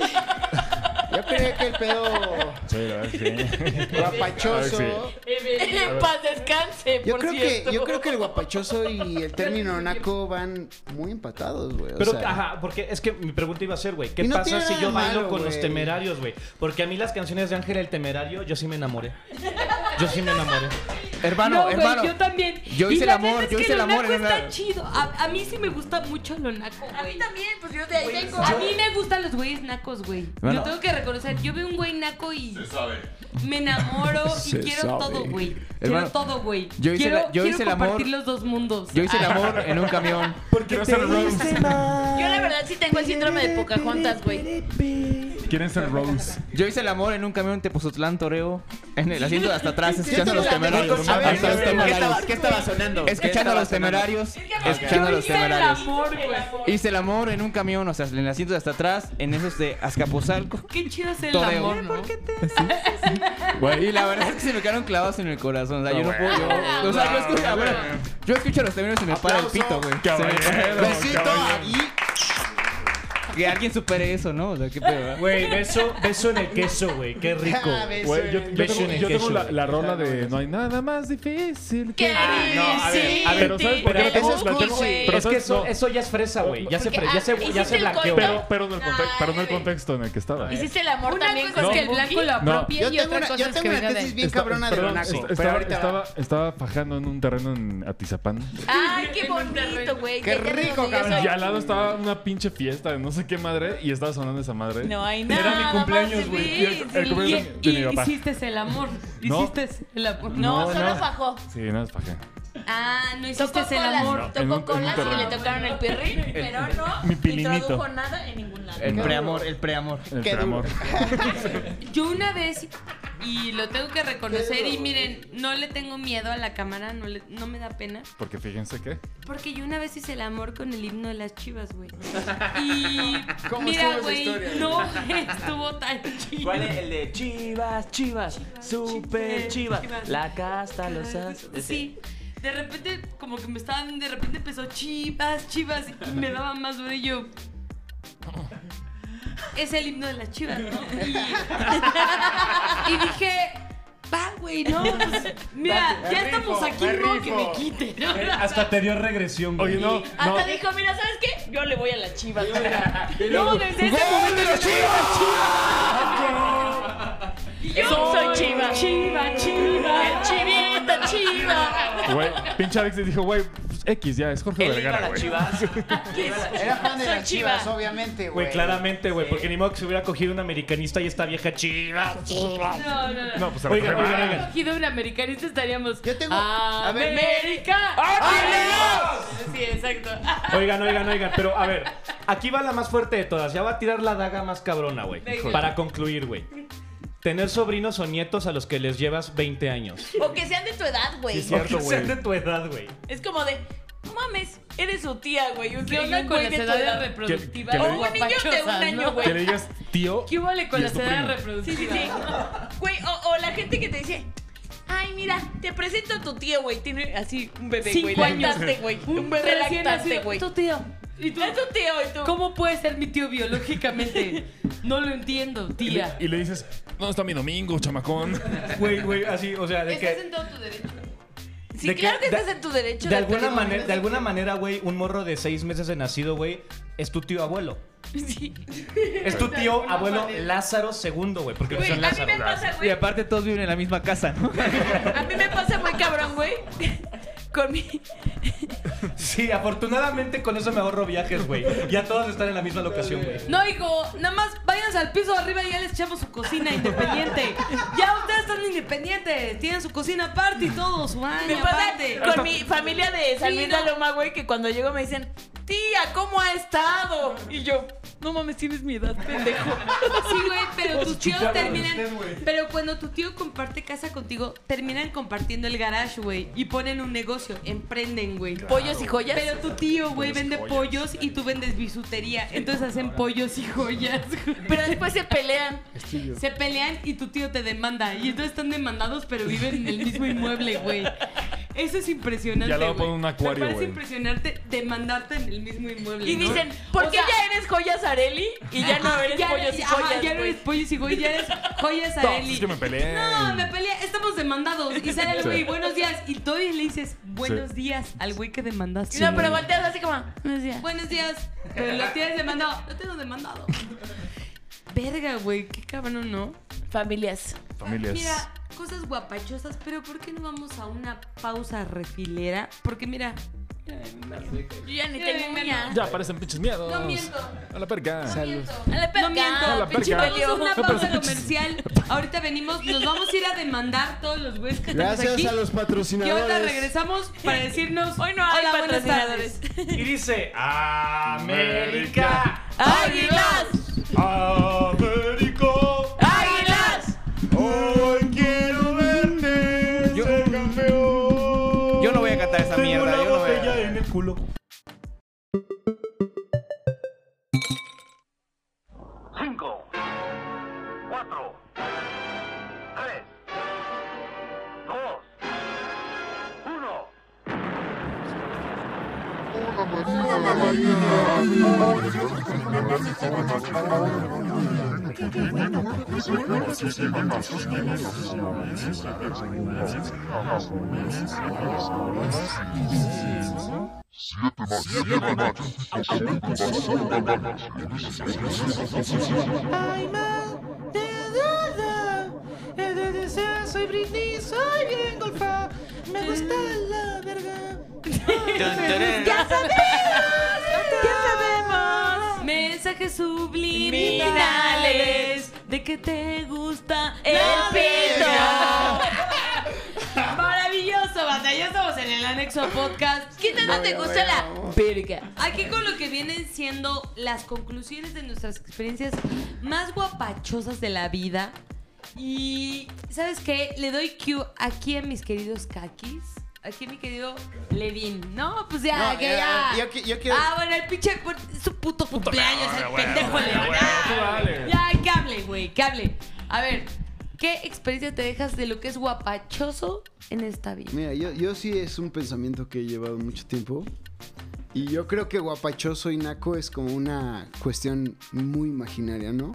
Speaker 2: el
Speaker 1: (laughs)
Speaker 2: pedo
Speaker 5: Sí, la verdad que sí.
Speaker 2: Guapachoso.
Speaker 5: Sí.
Speaker 3: (laughs) En paz descanse,
Speaker 2: Yo
Speaker 3: por
Speaker 2: creo,
Speaker 3: cierto.
Speaker 2: que, yo creo que el guapachoso y el término naco van muy empatados, güey. o
Speaker 4: Pero,
Speaker 2: sea.
Speaker 4: ajá, porque es que mi pregunta iba a ser, güey, ¿qué
Speaker 2: Y no
Speaker 4: pasa
Speaker 2: tiene
Speaker 4: si
Speaker 2: nada
Speaker 4: yo
Speaker 2: de
Speaker 4: bailo
Speaker 2: malo,
Speaker 4: con los
Speaker 2: güey.
Speaker 4: temerarios, güey? Porque a mí las canciones de Ángel el Temerario, yo sí me enamoré. Yo sí me enamoré.
Speaker 6: Hermano,
Speaker 1: No, güey, yo también.
Speaker 4: Yo
Speaker 1: Y
Speaker 4: hice el
Speaker 1: la
Speaker 4: amor,
Speaker 1: neta es
Speaker 4: yo
Speaker 1: que
Speaker 4: hice el
Speaker 1: lo
Speaker 4: amor,
Speaker 1: naco
Speaker 4: en
Speaker 1: está
Speaker 4: verdad.
Speaker 1: chido. A, a mí sí me gusta mucho lo naco, güey. A mí
Speaker 3: también, pues yo de ahí vengo.
Speaker 1: A mí me gustan los güeyes nacos, güey.
Speaker 6: Bueno.
Speaker 1: Yo tengo que reconocer, yo veo un güey naco y me enamoro y
Speaker 6: Se
Speaker 1: quiero
Speaker 6: sabe.
Speaker 1: todo, güey. Quiero
Speaker 6: Hermano,
Speaker 1: todo, güey.
Speaker 6: yo hice
Speaker 1: quiero,
Speaker 6: la- yo
Speaker 1: quiero
Speaker 6: hice el amor-
Speaker 1: compartir los dos mundos. Ah,
Speaker 6: Yo hice el amor en un camión. Porque
Speaker 3: Yo la verdad sí tengo el síndrome de Pocahontas, güey.
Speaker 6: Quieren ser Rose. Yo hice el amor en un camión en Tepozotlán, Toreo. En el asiento de hasta atrás, escuchando a los temerarios.
Speaker 8: A ver,
Speaker 6: Hasta
Speaker 8: ¿qué
Speaker 6: los
Speaker 8: estaba-
Speaker 6: temerarios.
Speaker 8: qué estaba sonando?
Speaker 6: Escuchando a los temerarios. Escuchando a los temerarios. Hice el amor en un camión, o sea, en el asiento de hasta atrás, en esos de Azcapotzalco.
Speaker 1: Qué chido es el
Speaker 6: Toreo.
Speaker 1: amor, ¿no?
Speaker 6: Güey, (laughs) y la verdad es que se me quedaron clavados en el corazón. O sea, yo no puedo. yo- o sea, yo escucho, a ver, yo escucho a los temerarios y me para el pito, güey. Se me para-
Speaker 4: Besito
Speaker 6: ahí. Que alguien supere eso, ¿no? O sea, qué pedo.
Speaker 4: Güey, beso, beso en el queso, güey, qué rico.
Speaker 5: Ah, Güey, yo, yo
Speaker 4: Beso
Speaker 5: tengo,
Speaker 4: en el
Speaker 5: yo tengo
Speaker 4: queso,
Speaker 5: la,
Speaker 4: güey.
Speaker 5: la rola de No hay nada más difícil que.
Speaker 4: Ah, no, a ver, a ver,
Speaker 5: pero ¿sabes por qué la
Speaker 4: pero
Speaker 5: tengo?
Speaker 4: eso es
Speaker 5: La
Speaker 4: cool,
Speaker 5: tengo-
Speaker 4: güey.
Speaker 5: pero
Speaker 4: Es que
Speaker 5: ¿sabes?
Speaker 4: eso-
Speaker 5: No.
Speaker 4: eso ya es fresa, güey. Ya se
Speaker 5: Porque,
Speaker 4: fre- ya se-
Speaker 5: ah,
Speaker 4: ya
Speaker 5: hiciste
Speaker 4: se
Speaker 5: el
Speaker 4: blanqueó.
Speaker 5: golpe. Pero, pero, en el conte- pero en el contexto en el que estaba.
Speaker 3: Hiciste el amor
Speaker 1: Una
Speaker 3: también
Speaker 1: cosa
Speaker 3: con
Speaker 1: es que el blanco lo
Speaker 5: No.
Speaker 1: apropie
Speaker 2: Yo
Speaker 1: y
Speaker 2: tengo
Speaker 1: otra
Speaker 2: una-
Speaker 1: cosa
Speaker 2: yo
Speaker 1: es
Speaker 2: tengo
Speaker 1: que
Speaker 2: una
Speaker 1: venga de...
Speaker 2: tesis bien
Speaker 5: Está-
Speaker 2: cabrona de
Speaker 5: perdón,
Speaker 2: lo naco,
Speaker 5: est-
Speaker 2: pero
Speaker 5: Estaba,
Speaker 2: ahorita
Speaker 5: estaba, estaba fajando en un terreno en Atizapán.
Speaker 3: Ay, qué bonito, güey.
Speaker 2: Qué
Speaker 3: Vete a
Speaker 2: rico,
Speaker 3: donde yo
Speaker 5: Y
Speaker 3: soy.
Speaker 5: al lado estaba una pinche fiesta de no sé qué madre y estaba sonando esa madre.
Speaker 3: No hay
Speaker 5: Era
Speaker 3: nada.
Speaker 5: mi cumpleaños, güey.
Speaker 3: más
Speaker 5: Y el- el
Speaker 3: difícil.
Speaker 5: cumpleaños de- de mi papá.
Speaker 1: Hiciste el
Speaker 6: (laughs)
Speaker 1: amor.
Speaker 5: No.
Speaker 1: Hiciste el amor.
Speaker 5: No, No, solo no.
Speaker 3: fajó.
Speaker 5: Sí, no es paja.
Speaker 1: Ah, no hiciste
Speaker 3: Tocó
Speaker 1: el
Speaker 3: colas,
Speaker 1: amor.
Speaker 5: No, en un- en un terreno.
Speaker 3: Le tocaron el pirrín, pero no
Speaker 5: Mi pilinito.
Speaker 3: introdujo nada en ningún lado.
Speaker 6: El preamor, el preamor.
Speaker 5: El preamor.
Speaker 1: Yo una vez, y lo tengo que reconocer, y miren, no le tengo miedo a la cámara, no, le- no me da pena,
Speaker 5: Porque fíjense que.
Speaker 1: porque yo una vez hice el amor con el himno de las chivas, güey. Y
Speaker 6: ¿Cómo estuvo
Speaker 1: mira,
Speaker 6: esa
Speaker 1: güey,
Speaker 6: historia?
Speaker 1: no güey, estuvo tan chido.
Speaker 8: ¿Cuál es el de Chivas, Chivas, Super Chivas,
Speaker 1: Chivas.
Speaker 8: La
Speaker 1: Ah,
Speaker 8: casta, los as.
Speaker 1: Sí. De repente, como que me estaban, de repente empezó chivas, chivas, y me daba más duro y yo. Es el himno de las chivas, ¿no? Y, y dije, va, güey, no. pues, mira,
Speaker 3: Me
Speaker 1: ya
Speaker 3: rifo,
Speaker 1: estamos aquí,
Speaker 3: me
Speaker 1: no,
Speaker 3: rifo.
Speaker 1: que me quite, ¿no?
Speaker 4: Eh, Hasta te dio regresión, güey.
Speaker 5: Oye, no,
Speaker 3: Hasta dijo, mira, ¿sabes qué? Yo le voy a la chiva. No,
Speaker 4: luego,
Speaker 3: desde ese
Speaker 4: ¡Gol
Speaker 3: momento
Speaker 4: de
Speaker 3: yo
Speaker 4: los
Speaker 3: soy chiva. Y (laughs) Yo soy chiva. Chiva, chiva. El chivita, chiva.
Speaker 5: Güey, pinche Alex les dijo, güey, pues, X ya, es Jorge
Speaker 4: Él iba a
Speaker 5: Vergara,
Speaker 4: las
Speaker 5: güey.
Speaker 4: Chivas.
Speaker 2: Era fan de
Speaker 3: Soy
Speaker 2: las
Speaker 3: chiva.
Speaker 2: chivas, obviamente, güey.
Speaker 4: Güey, claramente, güey, porque ni modo que se hubiera cogido un americanista y esta vieja Chivas, Chivas.
Speaker 1: No, no, no.
Speaker 5: No, pues,
Speaker 4: Oigan, oigan,
Speaker 5: Jorge Vergara.
Speaker 4: oigan.
Speaker 1: Cogido un americanista estaríamos. Yo tengo.
Speaker 2: a ver.
Speaker 1: ¡América!
Speaker 3: ¡Ah,
Speaker 4: ¡Arriba!
Speaker 1: Sí, exacto.
Speaker 4: Oigan, oigan, oigan, pero a ver, aquí va la más fuerte de todas. Ya va a tirar la daga más cabrona, güey.
Speaker 1: Venga.
Speaker 4: Para concluir, güey. Tener sobrinos o nietos a los que les llevas 20 años.
Speaker 3: O que sean de tu edad, güey.
Speaker 4: Sí, es cierto, güey. de tu edad, güey.
Speaker 3: Es como de, no mames, eres su tía, güey. Un
Speaker 1: ¿Qué
Speaker 3: tío y
Speaker 1: onda
Speaker 3: un
Speaker 1: con
Speaker 3: güey
Speaker 1: las
Speaker 3: de tu
Speaker 1: edades
Speaker 3: edad.
Speaker 1: reproductivas?
Speaker 5: Que- que
Speaker 3: O un niño
Speaker 5: le
Speaker 3: de un
Speaker 1: guapachosas,
Speaker 3: año,
Speaker 1: ¿no?
Speaker 3: güey.
Speaker 5: Que le digas tío.
Speaker 1: ¿Qué huele con
Speaker 5: y
Speaker 1: las
Speaker 5: es tu
Speaker 1: edades
Speaker 5: primo.
Speaker 1: reproductivas?
Speaker 3: Sí, sí. Güey, o, o la gente que te dice, ay, mira, te presento a tu tío, güey. Tiene así un bebé, güey.
Speaker 1: Cinco años.
Speaker 3: Lactante, güey. Un bebé
Speaker 1: Recién
Speaker 3: lactante,
Speaker 1: nacido.
Speaker 3: güey.
Speaker 1: Tu tío. ¿Y
Speaker 3: Es tu tío, y tú.
Speaker 1: ¿Cómo puede ser mi tío biológicamente? No lo entiendo,
Speaker 5: Y le,
Speaker 1: tía.
Speaker 5: y le dices, ¿dónde está mi domingo, chamacón?
Speaker 4: Güey, güey, así, o sea, de que...
Speaker 1: en todo tu derecho.
Speaker 3: Sí,
Speaker 4: de que-
Speaker 3: claro que
Speaker 4: de-
Speaker 3: estás en tu derecho
Speaker 4: De alguna, manera, de alguna manera, güey, un morro de seis meses de nacido, güey, es tu tío abuelo. Es tu tío abuelo Lázaro II, güey, porque
Speaker 3: Güey,
Speaker 4: son
Speaker 3: a mí
Speaker 4: Lázaro.
Speaker 3: me pasa,
Speaker 6: Y
Speaker 3: güey.
Speaker 6: aparte todos viven en la misma casa, ¿no?
Speaker 3: A mí me pasa muy cabrón,
Speaker 1: (laughs)
Speaker 3: güey. Con mi.
Speaker 4: Sí, afortunadamente con eso me ahorro viajes, güey. Ya todos están en la misma locación, güey.
Speaker 1: No, hijo, nada más váyanse al piso de arriba y ya les echamos su cocina independiente. Ya ustedes están independientes, tienen su cocina aparte y todo, su
Speaker 3: Me
Speaker 1: baño
Speaker 3: pasa
Speaker 1: aparte.
Speaker 3: con mi familia de San
Speaker 1: Sí,
Speaker 3: Luis
Speaker 1: no.
Speaker 3: Loma, güey, que cuando llego me dicen, tía, ¿cómo ha estado? Y yo, no mames, tienes mi edad, pendejo.
Speaker 1: (laughs) Sí, güey, pero
Speaker 3: Como
Speaker 1: tus
Speaker 3: si
Speaker 1: tíos
Speaker 3: chuparan
Speaker 1: terminan.
Speaker 3: usted, güey.
Speaker 1: pero cuando tu tío comparte casa contigo, terminan compartiendo el garage, güey. Y ponen un negocio, emprenden, güey.
Speaker 3: Pollos y joyas.
Speaker 1: Pero tu tío, güey,
Speaker 3: Pollos y
Speaker 1: vende
Speaker 3: joyas.
Speaker 1: pollos y tú vendes bisutería. Entonces hacen pollos y joyas.
Speaker 3: Pero después se pelean.
Speaker 1: Se pelean y tu tío te demanda. Y entonces están demandados, pero viven en el mismo inmueble, güey. Eso es impresionante.
Speaker 5: Y al lado
Speaker 1: güey.
Speaker 5: ponen un acuario,
Speaker 1: Me parece
Speaker 5: güey.
Speaker 1: impresionante demandarte en el mismo inmueble.
Speaker 3: Y
Speaker 1: ¿no?
Speaker 3: dicen, ¿por
Speaker 1: O
Speaker 3: qué
Speaker 1: sea,
Speaker 3: ya eres joyas Areli y ya no eres
Speaker 1: ya-
Speaker 3: pollos y
Speaker 1: ajá,
Speaker 3: joyas?
Speaker 1: ya no eres pollos y joyas, ya eres joyas
Speaker 5: No,
Speaker 1: Areli.
Speaker 5: es que me peleé.
Speaker 1: No, me peleé, estamos demandados. Y sale el
Speaker 5: Sí.
Speaker 1: güey, buenos días. Y todavía le dices, buenos
Speaker 5: Sí.
Speaker 1: días al güey que demandaste.
Speaker 3: No, pero volteas así como, buenos días.
Speaker 1: Buenos días. Pero lo tienes demandado. Lo tengo
Speaker 3: (laughs)
Speaker 1: demandado. Verga, güey, qué cabrón, ¿no?
Speaker 3: Familias.
Speaker 5: Familias.
Speaker 1: Mira, cosas guapachosas, pero ¿por qué no vamos a una pausa refilera? Porque mira.
Speaker 3: Yo ya ni
Speaker 1: Yo
Speaker 3: tengo
Speaker 1: ya
Speaker 3: uña.
Speaker 5: Ya aparecen pinches miedos.
Speaker 1: No miento.
Speaker 5: A la perca.
Speaker 3: A la perca,
Speaker 1: No miento,
Speaker 5: A la
Speaker 1: pinche
Speaker 5: perca.
Speaker 1: Vamos a una
Speaker 5: No,
Speaker 1: pausa
Speaker 5: pero-
Speaker 1: comercial. Ahorita venimos, nos vamos a ir a demandar todos los güeyes que tenemos
Speaker 2: Gracias
Speaker 1: aquí.
Speaker 2: a los
Speaker 1: Y ahorita
Speaker 2: patrocinadores.
Speaker 1: regresamos para decirnos
Speaker 3: Hoy no hay
Speaker 1: hola, buenas
Speaker 3: patrocinadores.
Speaker 1: tardes.
Speaker 4: Y dice, América,
Speaker 3: ¡Águilas!
Speaker 4: América,
Speaker 3: ¡Águilas!
Speaker 4: hoy quiero verte yo, campeón.
Speaker 6: Yo no voy a cantar esa mierda.
Speaker 4: Tengo una
Speaker 6: Yo no voy a...
Speaker 4: botella en el culo.
Speaker 12: Cinco, cuatro, tres, dos, uno.
Speaker 17: Ay, man, de nada. Eh, de- de- sea, Soy Britney, soy bien golfa. Me gusta la verga.
Speaker 3: ¡Ya sabemos! ¡Ya sabemos!
Speaker 1: Mensajes subliminales de que te gusta el
Speaker 3: ¡El
Speaker 1: pito. (laughs) Maravilloso, banda. Ya estamos en el anexo podcast.
Speaker 3: ¿Qué tanto te gusta la verga?
Speaker 1: Aquí con lo que vienen siendo las conclusiones de nuestras experiencias más guapachosas de la vida. Y, ¿sabes qué? Le doy cue aquí a mis queridos kakis. Aquí a mi querido Levin. No, pues ya,
Speaker 2: No,
Speaker 1: que
Speaker 2: eh,
Speaker 1: ya.
Speaker 2: yo qui- yo quiero-
Speaker 1: Ah, bueno, el pinche. por- Su puto cumpleaños,
Speaker 2: Levin,
Speaker 1: el
Speaker 2: güey,
Speaker 1: pendejo
Speaker 2: güey,
Speaker 1: Levin.
Speaker 2: güey,
Speaker 1: Ah,
Speaker 2: tú dale.
Speaker 1: Ya, que hable, güey, que hable. A ver, ¿qué experiencia te dejas de lo que es guapachoso en esta vida?
Speaker 2: Mira, yo, yo sí es un pensamiento que he llevado mucho tiempo. Y yo creo que guapachoso y naco es como una cuestión muy imaginaria, ¿no?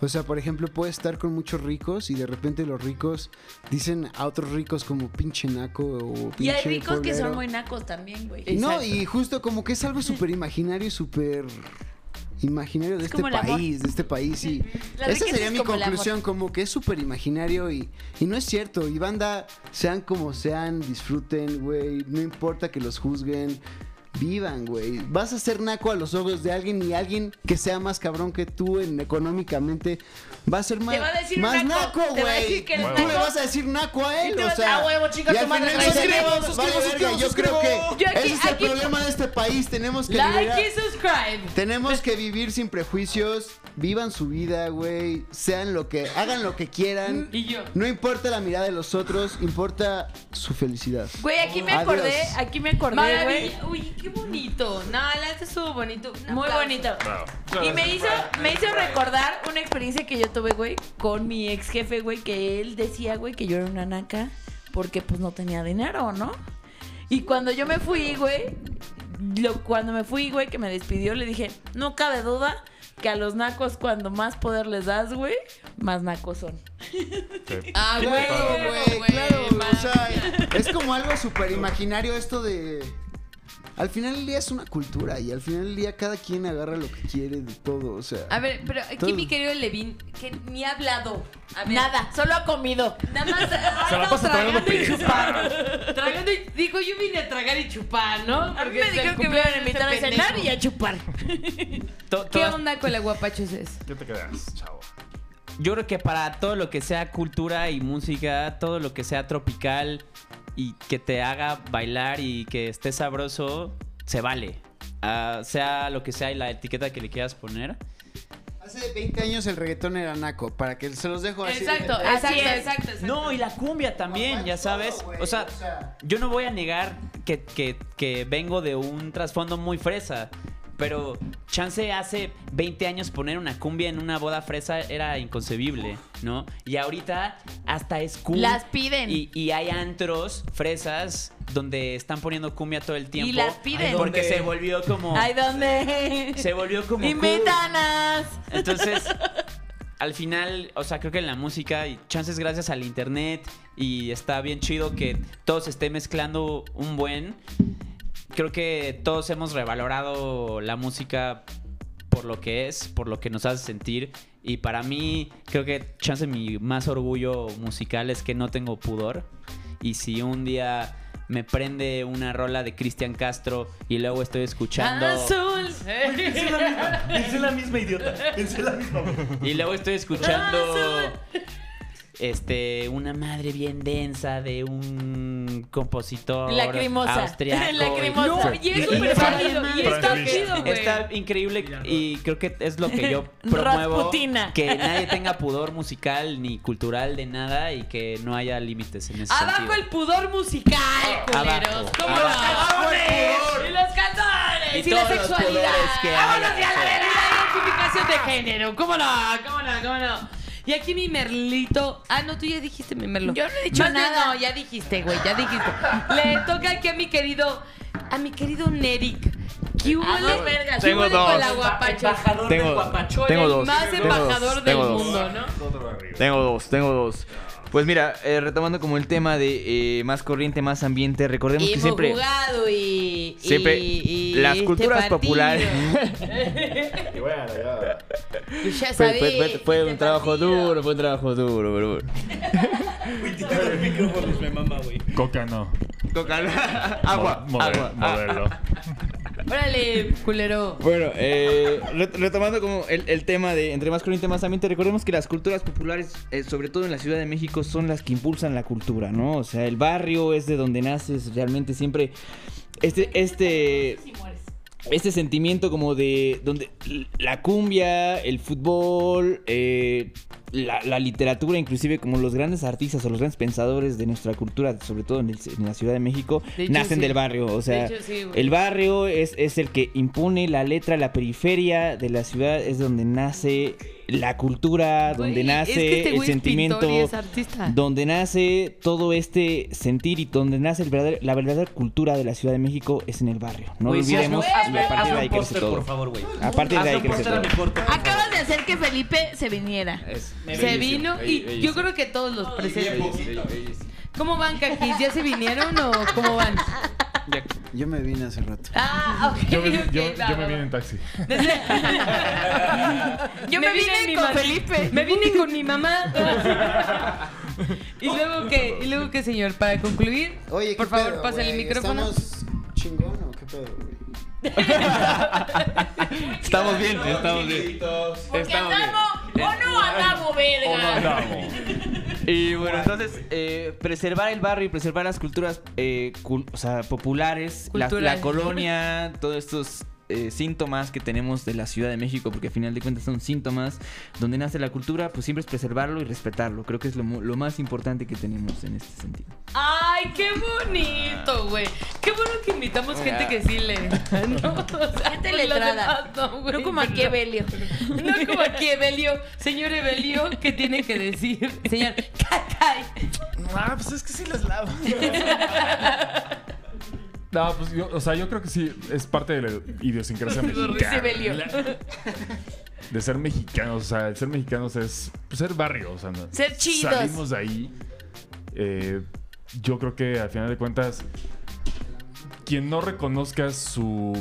Speaker 2: O sea, por ejemplo, puedes estar con muchos ricos y de repente los ricos dicen a otros ricos como pinche naco o pinche
Speaker 3: Y hay ricos que
Speaker 2: pueblero.
Speaker 3: son muy nacos también, güey.
Speaker 2: No, y justo como que es algo súper imaginario y súper imaginario de este
Speaker 3: como el amor.
Speaker 2: país, de este país. Y
Speaker 3: La
Speaker 2: esa
Speaker 3: riqueza
Speaker 2: sería
Speaker 3: es
Speaker 2: mi
Speaker 3: como el amor.
Speaker 2: conclusión, como que es súper imaginario y, y no es cierto. Y banda, sean como sean, disfruten, güey, no importa que los juzguen. Vivan, güey. Vas a ser naco a los ojos de alguien y alguien que sea más cabrón que tú en económicamente va a ser más,
Speaker 17: Te va a decir
Speaker 2: más
Speaker 17: naco,
Speaker 2: naco,
Speaker 17: te
Speaker 2: güey.
Speaker 17: va a decir que eres
Speaker 2: Tú le
Speaker 17: naco.
Speaker 2: vas a decir naco a
Speaker 17: Y
Speaker 2: él,
Speaker 17: te
Speaker 2: o
Speaker 17: vas-
Speaker 2: sea.
Speaker 17: "Ah, huevo, chinga
Speaker 2: y
Speaker 17: tu
Speaker 2: al
Speaker 17: madre".
Speaker 2: final
Speaker 17: Ahí
Speaker 2: vale
Speaker 17: suscribo,
Speaker 2: verga,
Speaker 17: suscribo,
Speaker 2: vale
Speaker 17: suscribo,
Speaker 2: verga. Yo
Speaker 17: suscribo.
Speaker 2: creo que
Speaker 17: Yo aquí-
Speaker 2: ese es el
Speaker 17: aquí-
Speaker 2: problema de este país. Tenemos que liberar-
Speaker 1: Like y subscribe.
Speaker 2: tenemos que vivir sin prejuicios, vivan su vida, güey, sean lo que, hagan lo que quieran.
Speaker 1: Y yo.
Speaker 2: No importa la mirada de los otros, importa su felicidad.
Speaker 3: Güey, aquí me
Speaker 2: Adiós.
Speaker 3: acordé, aquí me acordé, güey.
Speaker 1: Maravilla. Uy, qué bonito. No, la este estuvo bonito. Un
Speaker 3: Muy
Speaker 1: aplauso.
Speaker 3: bonito. Y me hizo, me hizo recordar una experiencia que yo tuve, güey, con mi ex jefe, güey, que él decía, güey, que yo era una naca porque pues no tenía dinero, ¿no? Y cuando yo me fui, güey, lo- cuando me fui, güey, que me despidió, le dije, no cabe duda que a los nacos cuando más poder les das, güey, más nacos son.
Speaker 2: Ah,
Speaker 3: Sí,
Speaker 2: güey,
Speaker 3: claro.
Speaker 2: güey, claro. O sea, es como algo súper imaginario esto de. Al final del día es una cultura y al final del día cada quien agarra lo que quiere de todo, o sea.
Speaker 1: A ver, pero aquí
Speaker 2: Todo.
Speaker 1: mi querido Levin, que ni ha hablado. A ver,
Speaker 3: Nada, solo ha comido.
Speaker 1: Nada más ha
Speaker 17: Se la
Speaker 1: estado
Speaker 17: pasa tragando
Speaker 1: tragando y
Speaker 17: pizza.
Speaker 1: chupando. Tragando y digo, yo vine a tragar y chupar, ¿no?
Speaker 3: A mí
Speaker 1: Porque
Speaker 3: me
Speaker 1: es el
Speaker 3: dijeron que me iban
Speaker 1: cumpleaños
Speaker 3: a
Speaker 1: de
Speaker 3: invitar a
Speaker 1: este
Speaker 3: cenar
Speaker 1: pendejo.
Speaker 3: y a chupar.
Speaker 1: ¿Qué onda con la guapachos es?
Speaker 5: Yo te quedas, chavo.
Speaker 8: Yo creo que para todo lo que sea cultura y música, todo lo que sea tropical y que te haga bailar y que esté sabroso, se vale. Ah, sea lo que sea y la etiqueta que le quieras poner.
Speaker 2: Hace 20 años el reggaetón era naco, para que se los dejo así.
Speaker 8: Exacto,
Speaker 2: Así
Speaker 8: exacto,
Speaker 2: es.
Speaker 8: exacto, No, y la cumbia también, ya sabes. O sea, yo no voy a negar que, que- que vengo de un trasfondo muy fresa. Pero chance hace 20 años poner una cumbia en una boda fresa era inconcebible, ¿no? Y ahorita hasta es cool.
Speaker 3: Las piden.
Speaker 8: Y, y hay antros fresas donde están poniendo cumbia todo el tiempo.
Speaker 3: las piden. Ay,
Speaker 8: Porque
Speaker 3: ¿dónde?
Speaker 8: se volvió como...
Speaker 3: Ay, ¿dónde? (laughs)
Speaker 8: Se volvió como cool.
Speaker 3: Invítanos.
Speaker 8: Entonces, al final, o sea, creo que en la música, y chances gracias al internet, y está bien chido que todos esté mezclando un buen. Creo que todos hemos revalorado la música por lo que es, por lo que nos hace sentir. Y para mí, creo que chance mi más orgullo musical es que no tengo pudor. Y si un día me prende una rola de Cristian Castro y luego estoy escuchando...
Speaker 3: Azul.
Speaker 17: Pensé la misma, pensé la misma idiota. Pensé la misma.
Speaker 8: Y luego estoy escuchando
Speaker 3: Ah,
Speaker 8: este una madre bien densa de un compositor
Speaker 3: Lacrimosa. (laughs)
Speaker 8: austriaco.
Speaker 3: Lacrimosa.
Speaker 8: Y-
Speaker 3: Y es
Speaker 8: y-
Speaker 3: súper
Speaker 8: está
Speaker 3: válido,
Speaker 8: bien
Speaker 3: y
Speaker 8: mal.
Speaker 3: está chido, güey.
Speaker 8: Está increíble y creo que es lo que yo
Speaker 3: (laughs)
Speaker 8: promuevo
Speaker 3: Rasputina.
Speaker 8: que nadie tenga pudor musical ni cultural de nada y que no haya límites en ese
Speaker 1: Abajo
Speaker 8: sentido.
Speaker 1: el pudor musical,
Speaker 8: Abajo,
Speaker 1: culeros. Como los
Speaker 8: abajo.
Speaker 1: calzones.
Speaker 8: Abajo el pudor.
Speaker 1: Y los calzones.
Speaker 8: Y
Speaker 1: Y, la
Speaker 8: todos los
Speaker 1: sexualidad.
Speaker 8: pudores que
Speaker 1: ¡Vámonos
Speaker 8: hay.
Speaker 1: ya a la verga! Y La identificación de género. ¿Cómo no? ¿Cómo no? ¿Cómo no? Y aquí mi merlito. Ah, no, tú ya dijiste mi merlo.
Speaker 3: Yo no he dicho
Speaker 1: Más bien,
Speaker 3: nada.
Speaker 1: no, ya dijiste, güey, ya dijiste. Le toca aquí a mi querido, a mi querido Neric. ¿Qué hubo?
Speaker 3: Ah, no,
Speaker 1: le-
Speaker 3: verga,
Speaker 1: ¿Qué
Speaker 3: Tengo
Speaker 1: hubo le con
Speaker 3: dos.
Speaker 1: la guapacho?
Speaker 3: Embajador
Speaker 18: Tengo- del guapacho. tengo
Speaker 1: El
Speaker 18: dos,
Speaker 1: más
Speaker 18: tengo
Speaker 1: embajador
Speaker 18: dos,
Speaker 1: del
Speaker 18: tengo dos.
Speaker 1: mundo, ¿no?
Speaker 18: Tengo dos, tengo dos.
Speaker 6: Pues mira, eh, retomando como el tema de eh, más corriente, más ambiente, recordemos que
Speaker 1: Hemos
Speaker 6: siempre...
Speaker 1: jugado y.
Speaker 6: Siempre
Speaker 1: y- y
Speaker 6: las
Speaker 1: este
Speaker 6: culturas
Speaker 1: partido.
Speaker 6: populares. (laughs)
Speaker 1: y bueno, ya. ya
Speaker 18: Fue,
Speaker 1: sabía.
Speaker 18: fue- fue- fue un trabajo duro, fue un trabajo duro, pero bueno.
Speaker 5: Coca no.
Speaker 18: Coca
Speaker 6: (laughs)
Speaker 18: Agua,
Speaker 5: Mo- mode-
Speaker 6: ah,
Speaker 18: agua.
Speaker 5: Modelo.
Speaker 1: Órale, culero.
Speaker 6: Bueno, eh, re- retomando como el, el tema de entre más corriente, más ambiente, recordemos que las culturas populares, eh, sobre todo en la Ciudad de México, son las que impulsan la cultura, ¿no? O sea, el barrio es de donde naces realmente siempre. Este, este, este sentimiento como de donde l- la cumbia, el fútbol, eh, la, la literatura, inclusive como los grandes artistas o los grandes pensadores de nuestra cultura, sobre todo en, el- en la Ciudad de México,
Speaker 18: De hecho,
Speaker 6: nacen
Speaker 18: sí.
Speaker 6: del barrio. O sea,
Speaker 18: De hecho, sí, güey.
Speaker 6: el barrio es, es el que impone la letra, la periferia de la ciudad es donde nace la cultura, donde
Speaker 1: Güey,
Speaker 6: nace
Speaker 1: es que este
Speaker 6: el
Speaker 1: güey es pintor
Speaker 6: sentimiento,
Speaker 1: y es
Speaker 3: Ah.
Speaker 1: artista.
Speaker 6: donde nace todo este sentir y donde nace el verdadero- la verdadera cultura de la Ciudad de México es en el barrio. No
Speaker 8: Güey,
Speaker 6: lo
Speaker 8: sí,
Speaker 6: olvidemos,
Speaker 8: hazme-
Speaker 6: y a
Speaker 8: hazme-
Speaker 6: partir
Speaker 8: hazme
Speaker 6: de
Speaker 8: un
Speaker 6: ahí crece
Speaker 8: póster,
Speaker 6: todo.
Speaker 8: por favor, güey.
Speaker 6: A partir
Speaker 8: Hazme
Speaker 6: de ahí
Speaker 8: un
Speaker 6: crece
Speaker 8: póster a
Speaker 6: todo.
Speaker 8: mi corte.
Speaker 3: Acabas de hacer que Felipe se viniera.
Speaker 1: Se vino y yo creo que todos los presentes. ¿Cómo van, Cajis? ¿Ya se vinieron o cómo van?
Speaker 2: Yo me vine hace rato.
Speaker 1: Ah, ok.
Speaker 5: Yo me, yo,
Speaker 1: ok, va,
Speaker 5: yo me
Speaker 1: va,
Speaker 5: vine en taxi.
Speaker 1: va. Yo me, vine,
Speaker 3: vine
Speaker 1: con
Speaker 3: con
Speaker 1: Felipe. Me vine con mi mamá. ¿Y luego qué? ¿Y luego qué, señor? Para concluir,
Speaker 2: Oye,
Speaker 1: por
Speaker 2: ¿qué
Speaker 1: favor,
Speaker 2: pedo,
Speaker 1: pasa el
Speaker 2: güey?
Speaker 1: micrófono.
Speaker 2: ¿Estamos chingón o qué qué pedo, güey.
Speaker 18: Estamos bien, estamos bien.
Speaker 3: Porque
Speaker 18: Estamos bien.
Speaker 3: andamos o no andamos, verga.
Speaker 18: O no andamos.
Speaker 6: Y bueno, entonces, eh, preservar el barrio y preservar las culturas eh, cul- o sea, populares, la,
Speaker 3: Culturales.
Speaker 6: la colonia, todos estos eh, síntomas que tenemos de la Ciudad de México, porque al final de cuentas son síntomas, donde nace la cultura, pues siempre es preservarlo y respetarlo. Creo que es lo, mu- lo más importante que tenemos en este sentido.
Speaker 1: Ay, qué bonito, güey. Qué bueno que invitamos gente que sí le. No, (laughs) o sea,
Speaker 3: Gente
Speaker 1: los
Speaker 3: letrada.
Speaker 1: demás no, güey,
Speaker 3: No como aquí
Speaker 1: pero-
Speaker 3: Evelio.
Speaker 1: No como aquí Evelio. Señor Evelio, ¿qué tiene que decir?
Speaker 3: (laughs)
Speaker 1: Señor, ¡cacay!
Speaker 5: Ah, pues es que sí los lavo. (laughs) No, pues yo, o sea, yo creo que sí es parte de la idiosincrasia mexicana. (laughs) De ser mexicanos, o sea, el ser mexicanos es pues, ser barrio, o sea, ¿no?
Speaker 3: Ser chidos.
Speaker 5: Salimos de ahí. eh, yo creo que al final de cuentas, quien no reconozca su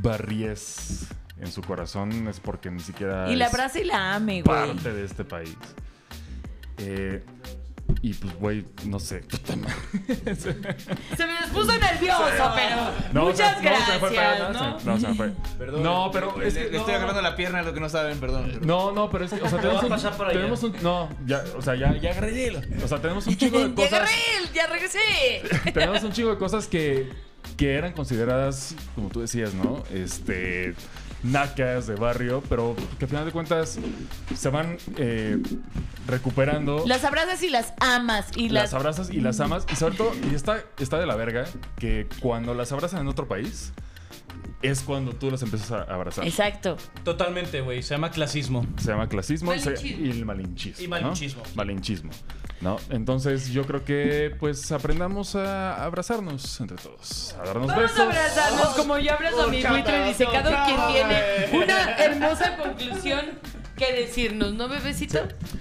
Speaker 5: barriez en su corazón es porque ni siquiera.
Speaker 3: Y la
Speaker 5: es
Speaker 3: abraza y la ame, güey.
Speaker 5: Parte de este país. Eh, y pues, güey, no sé. puta madre.
Speaker 1: Se me puso nervioso, pero.
Speaker 5: No, o sea,
Speaker 1: muchas
Speaker 5: no, se me
Speaker 1: gracias.
Speaker 5: fue, perdón,
Speaker 1: ¿no?
Speaker 5: se me- no, se me fue. No, pero
Speaker 18: Le-
Speaker 5: es que
Speaker 18: le estoy
Speaker 5: no.
Speaker 18: agarrando la pierna a lo que no saben,
Speaker 1: (laughs)
Speaker 18: perdón.
Speaker 5: No, no, pero es
Speaker 18: (laughs)
Speaker 5: que, o sea,
Speaker 18: Va
Speaker 5: tenemos
Speaker 18: a
Speaker 5: un,
Speaker 18: pasar por allá.
Speaker 5: tenemos un- no, ya, o sea, ya, ya agarré el hilo. O sea,
Speaker 1: (laughs)
Speaker 5: tenemos un chingo de
Speaker 3: Ya agarré,
Speaker 5: cosas,
Speaker 3: ya regresé.
Speaker 5: tenemos un chingo de cosas que, que eran consideradas, como tú decías, ¿no? Este, nacas de barrio, pero que al final de cuentas se van eh, recuperando.
Speaker 3: Las abrazas y las amas. Y
Speaker 5: las
Speaker 3: las,
Speaker 5: abrazas y las amas. Y sobre todo, y está, está de la verga que cuando las abrazan en otro país, es cuando tú las empiezas a abrazar.
Speaker 3: Exacto.
Speaker 4: Totalmente, güey. Se llama clasismo.
Speaker 5: Se llama clasismo y se-
Speaker 4: Malinchismo.
Speaker 5: y el malinchismo.
Speaker 4: Y
Speaker 5: ¿no?
Speaker 4: malinchismo.
Speaker 5: Malinchismo. ¿no? Entonces yo creo que pues aprendamos a abrazarnos entre todos, a darnos
Speaker 1: Vamos
Speaker 5: besos.
Speaker 1: a abrazarnos como yo abrazo a mi
Speaker 3: Muchas
Speaker 1: buitre y dice
Speaker 3: gracias.
Speaker 1: cada quien
Speaker 3: Ay.
Speaker 1: tiene una hermosa conclusión que decirnos, ¿no, bebecito?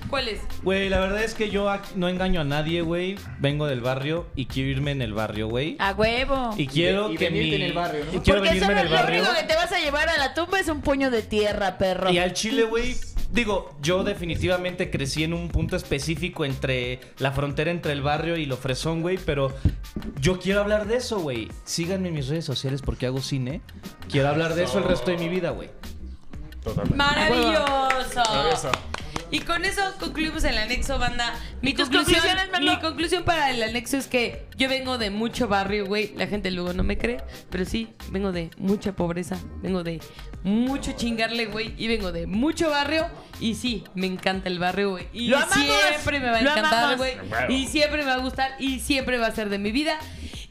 Speaker 1: ¿Cuál es?
Speaker 4: Güey, la verdad es que yo ac- no engaño a nadie, güey. Vengo del barrio y quiero irme en el barrio, güey.
Speaker 3: A huevo.
Speaker 4: Y quiero
Speaker 3: Ah, Y
Speaker 4: que
Speaker 3: venirte
Speaker 4: mi...
Speaker 3: en el barrio,
Speaker 4: Y quiero
Speaker 3: Porque
Speaker 4: venirme en
Speaker 3: solo
Speaker 4: el
Speaker 3: lo
Speaker 4: barrio.
Speaker 3: único que te vas a llevar a la tumba es un puño de tierra, perro.
Speaker 4: Y al chile, güey, digo, yo definitivamente crecí en un punto específico entre la frontera entre el barrio y lo fresón, güey, pero yo quiero hablar de eso, güey. Síganme en mis redes sociales porque hago cine. Quiero hablar de eso el resto de mi vida, güey.
Speaker 5: Totalmente.
Speaker 1: Maravilloso. Y con eso concluimos el anexo, banda. Mi
Speaker 3: Tus
Speaker 1: conclusión,
Speaker 3: conclusiones, Mando.
Speaker 1: mi conclusión para el anexo es que yo vengo de mucho barrio, güey. La gente luego no me cree, pero sí, vengo de mucha pobreza, vengo de mucho chingarle, güey, y vengo de mucho barrio. Y sí, me encanta el barrio, güey. Y
Speaker 3: ¡Lo amamos!
Speaker 1: siempre me va a
Speaker 3: ¡Lo
Speaker 1: encantar,
Speaker 3: amamos!
Speaker 1: güey.
Speaker 3: Claro.
Speaker 1: Y siempre me va a gustar y siempre va a ser de mi vida.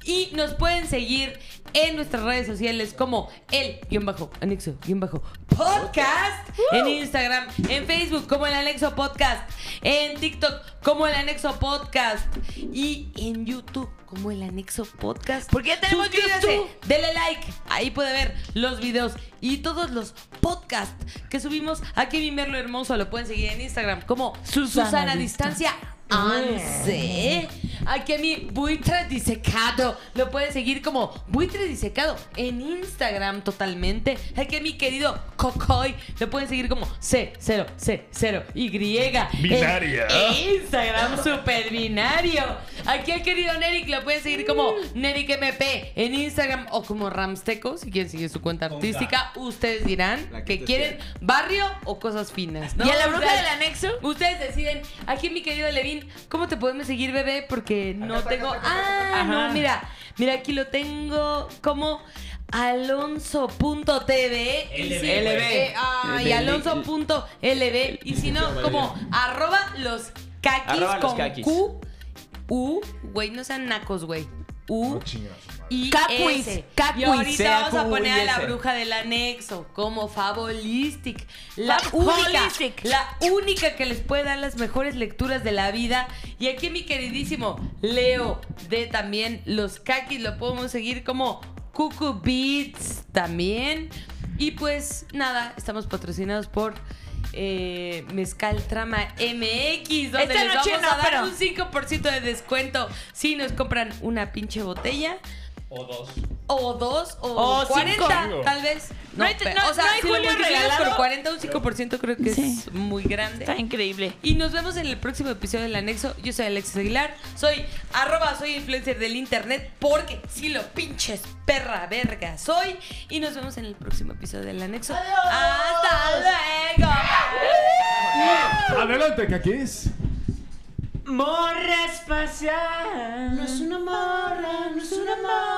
Speaker 1: Y nos pueden seguir en nuestras redes sociales como el guión bajo, anexo, guión bajo, podcast. En Instagram, en Facebook como el anexo podcast. En TikTok como el anexo podcast. Y en YouTube como el anexo podcast. Porque ya
Speaker 3: tenemos YouTube.
Speaker 1: Dele like. Ahí puede ver los videos y todos los podcasts que subimos. Aquí mi Merlo Hermoso lo pueden seguir en Instagram como Susana,
Speaker 3: Susana
Speaker 1: Distancia. Ah, Once. Aquí a mi buitre disecado. Lo pueden seguir como buitre disecado en Instagram totalmente. Aquí a mi querido Cocoy. Lo pueden seguir como C0C0Y.
Speaker 5: Binaria.
Speaker 1: En Instagram super binario. Aquí al querido Neric lo pueden seguir como
Speaker 3: Mm.
Speaker 1: NericMP en Instagram o como Ramsteco. Si quieren seguir su cuenta artística, ustedes dirán que quieren barrio o cosas finas. ¿no?
Speaker 3: ¿Y a la bruja
Speaker 1: O sea,
Speaker 3: del anexo?
Speaker 1: (laughs) Ustedes deciden. Aquí mi querido Levin, ¿cómo te podemos seguir, bebé? Porque no tengo. ah,
Speaker 3: Ajá.
Speaker 1: no, mira. Mira, aquí lo tengo como alonso.tv y
Speaker 3: LB,
Speaker 1: si-
Speaker 3: güey.
Speaker 1: eh, ay,
Speaker 3: LB.
Speaker 1: alonso.lb y si no como arroba los caquis
Speaker 8: Arroba los
Speaker 1: con
Speaker 8: caquis.
Speaker 1: Q U güey no sean nacos güey U y
Speaker 3: Cacuis,
Speaker 1: S.
Speaker 3: cacuis.
Speaker 1: Y ahorita vamos a poner a la
Speaker 3: C-A-Q-U-I-S.
Speaker 1: bruja del anexo como Fabolistic. La
Speaker 3: Fabolistic.
Speaker 1: única, la única que les puede dar las mejores lecturas de la vida. Y aquí mi queridísimo Leo de también Los Caquis lo podemos seguir como Cuckoo Beats también. Y pues nada, estamos patrocinados por eh, Mezcal Trama MX, donde
Speaker 3: Esta
Speaker 1: les
Speaker 3: noche
Speaker 1: vamos
Speaker 3: no,
Speaker 1: a dar
Speaker 3: pero-
Speaker 1: un 5% de descuento si nos compran una pinche botella.
Speaker 4: O dos.
Speaker 1: o 2 o,
Speaker 3: O
Speaker 1: 40,
Speaker 3: cinco.
Speaker 1: tal vez.
Speaker 3: No hay-
Speaker 1: pe-
Speaker 3: no-
Speaker 1: o sea,
Speaker 3: no hay
Speaker 1: si lo
Speaker 3: Julio
Speaker 1: multiplicas
Speaker 3: regalado.
Speaker 1: por 40, un 5% creo que es muy grande.
Speaker 3: Está increíble.
Speaker 1: Y nos vemos en el próximo episodio del anexo. Yo soy Alexis Aguilar, soy arroba, soy influencer del internet porque si lo pinches perra verga soy. Y nos vemos en el próximo episodio del anexo. ¡Hasta luego!
Speaker 5: Adelante, Kakis.
Speaker 17: Morra espacial. No es una morra, no es una morra.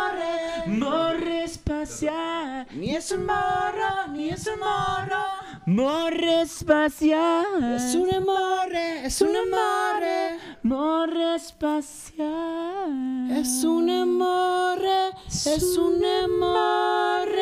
Speaker 17: Morra espacial. Ni es un morro, ni es un morro.
Speaker 16: Morre espacial.
Speaker 17: Es una morra, es una morra. Morra espacial. Es una morra, es una morra.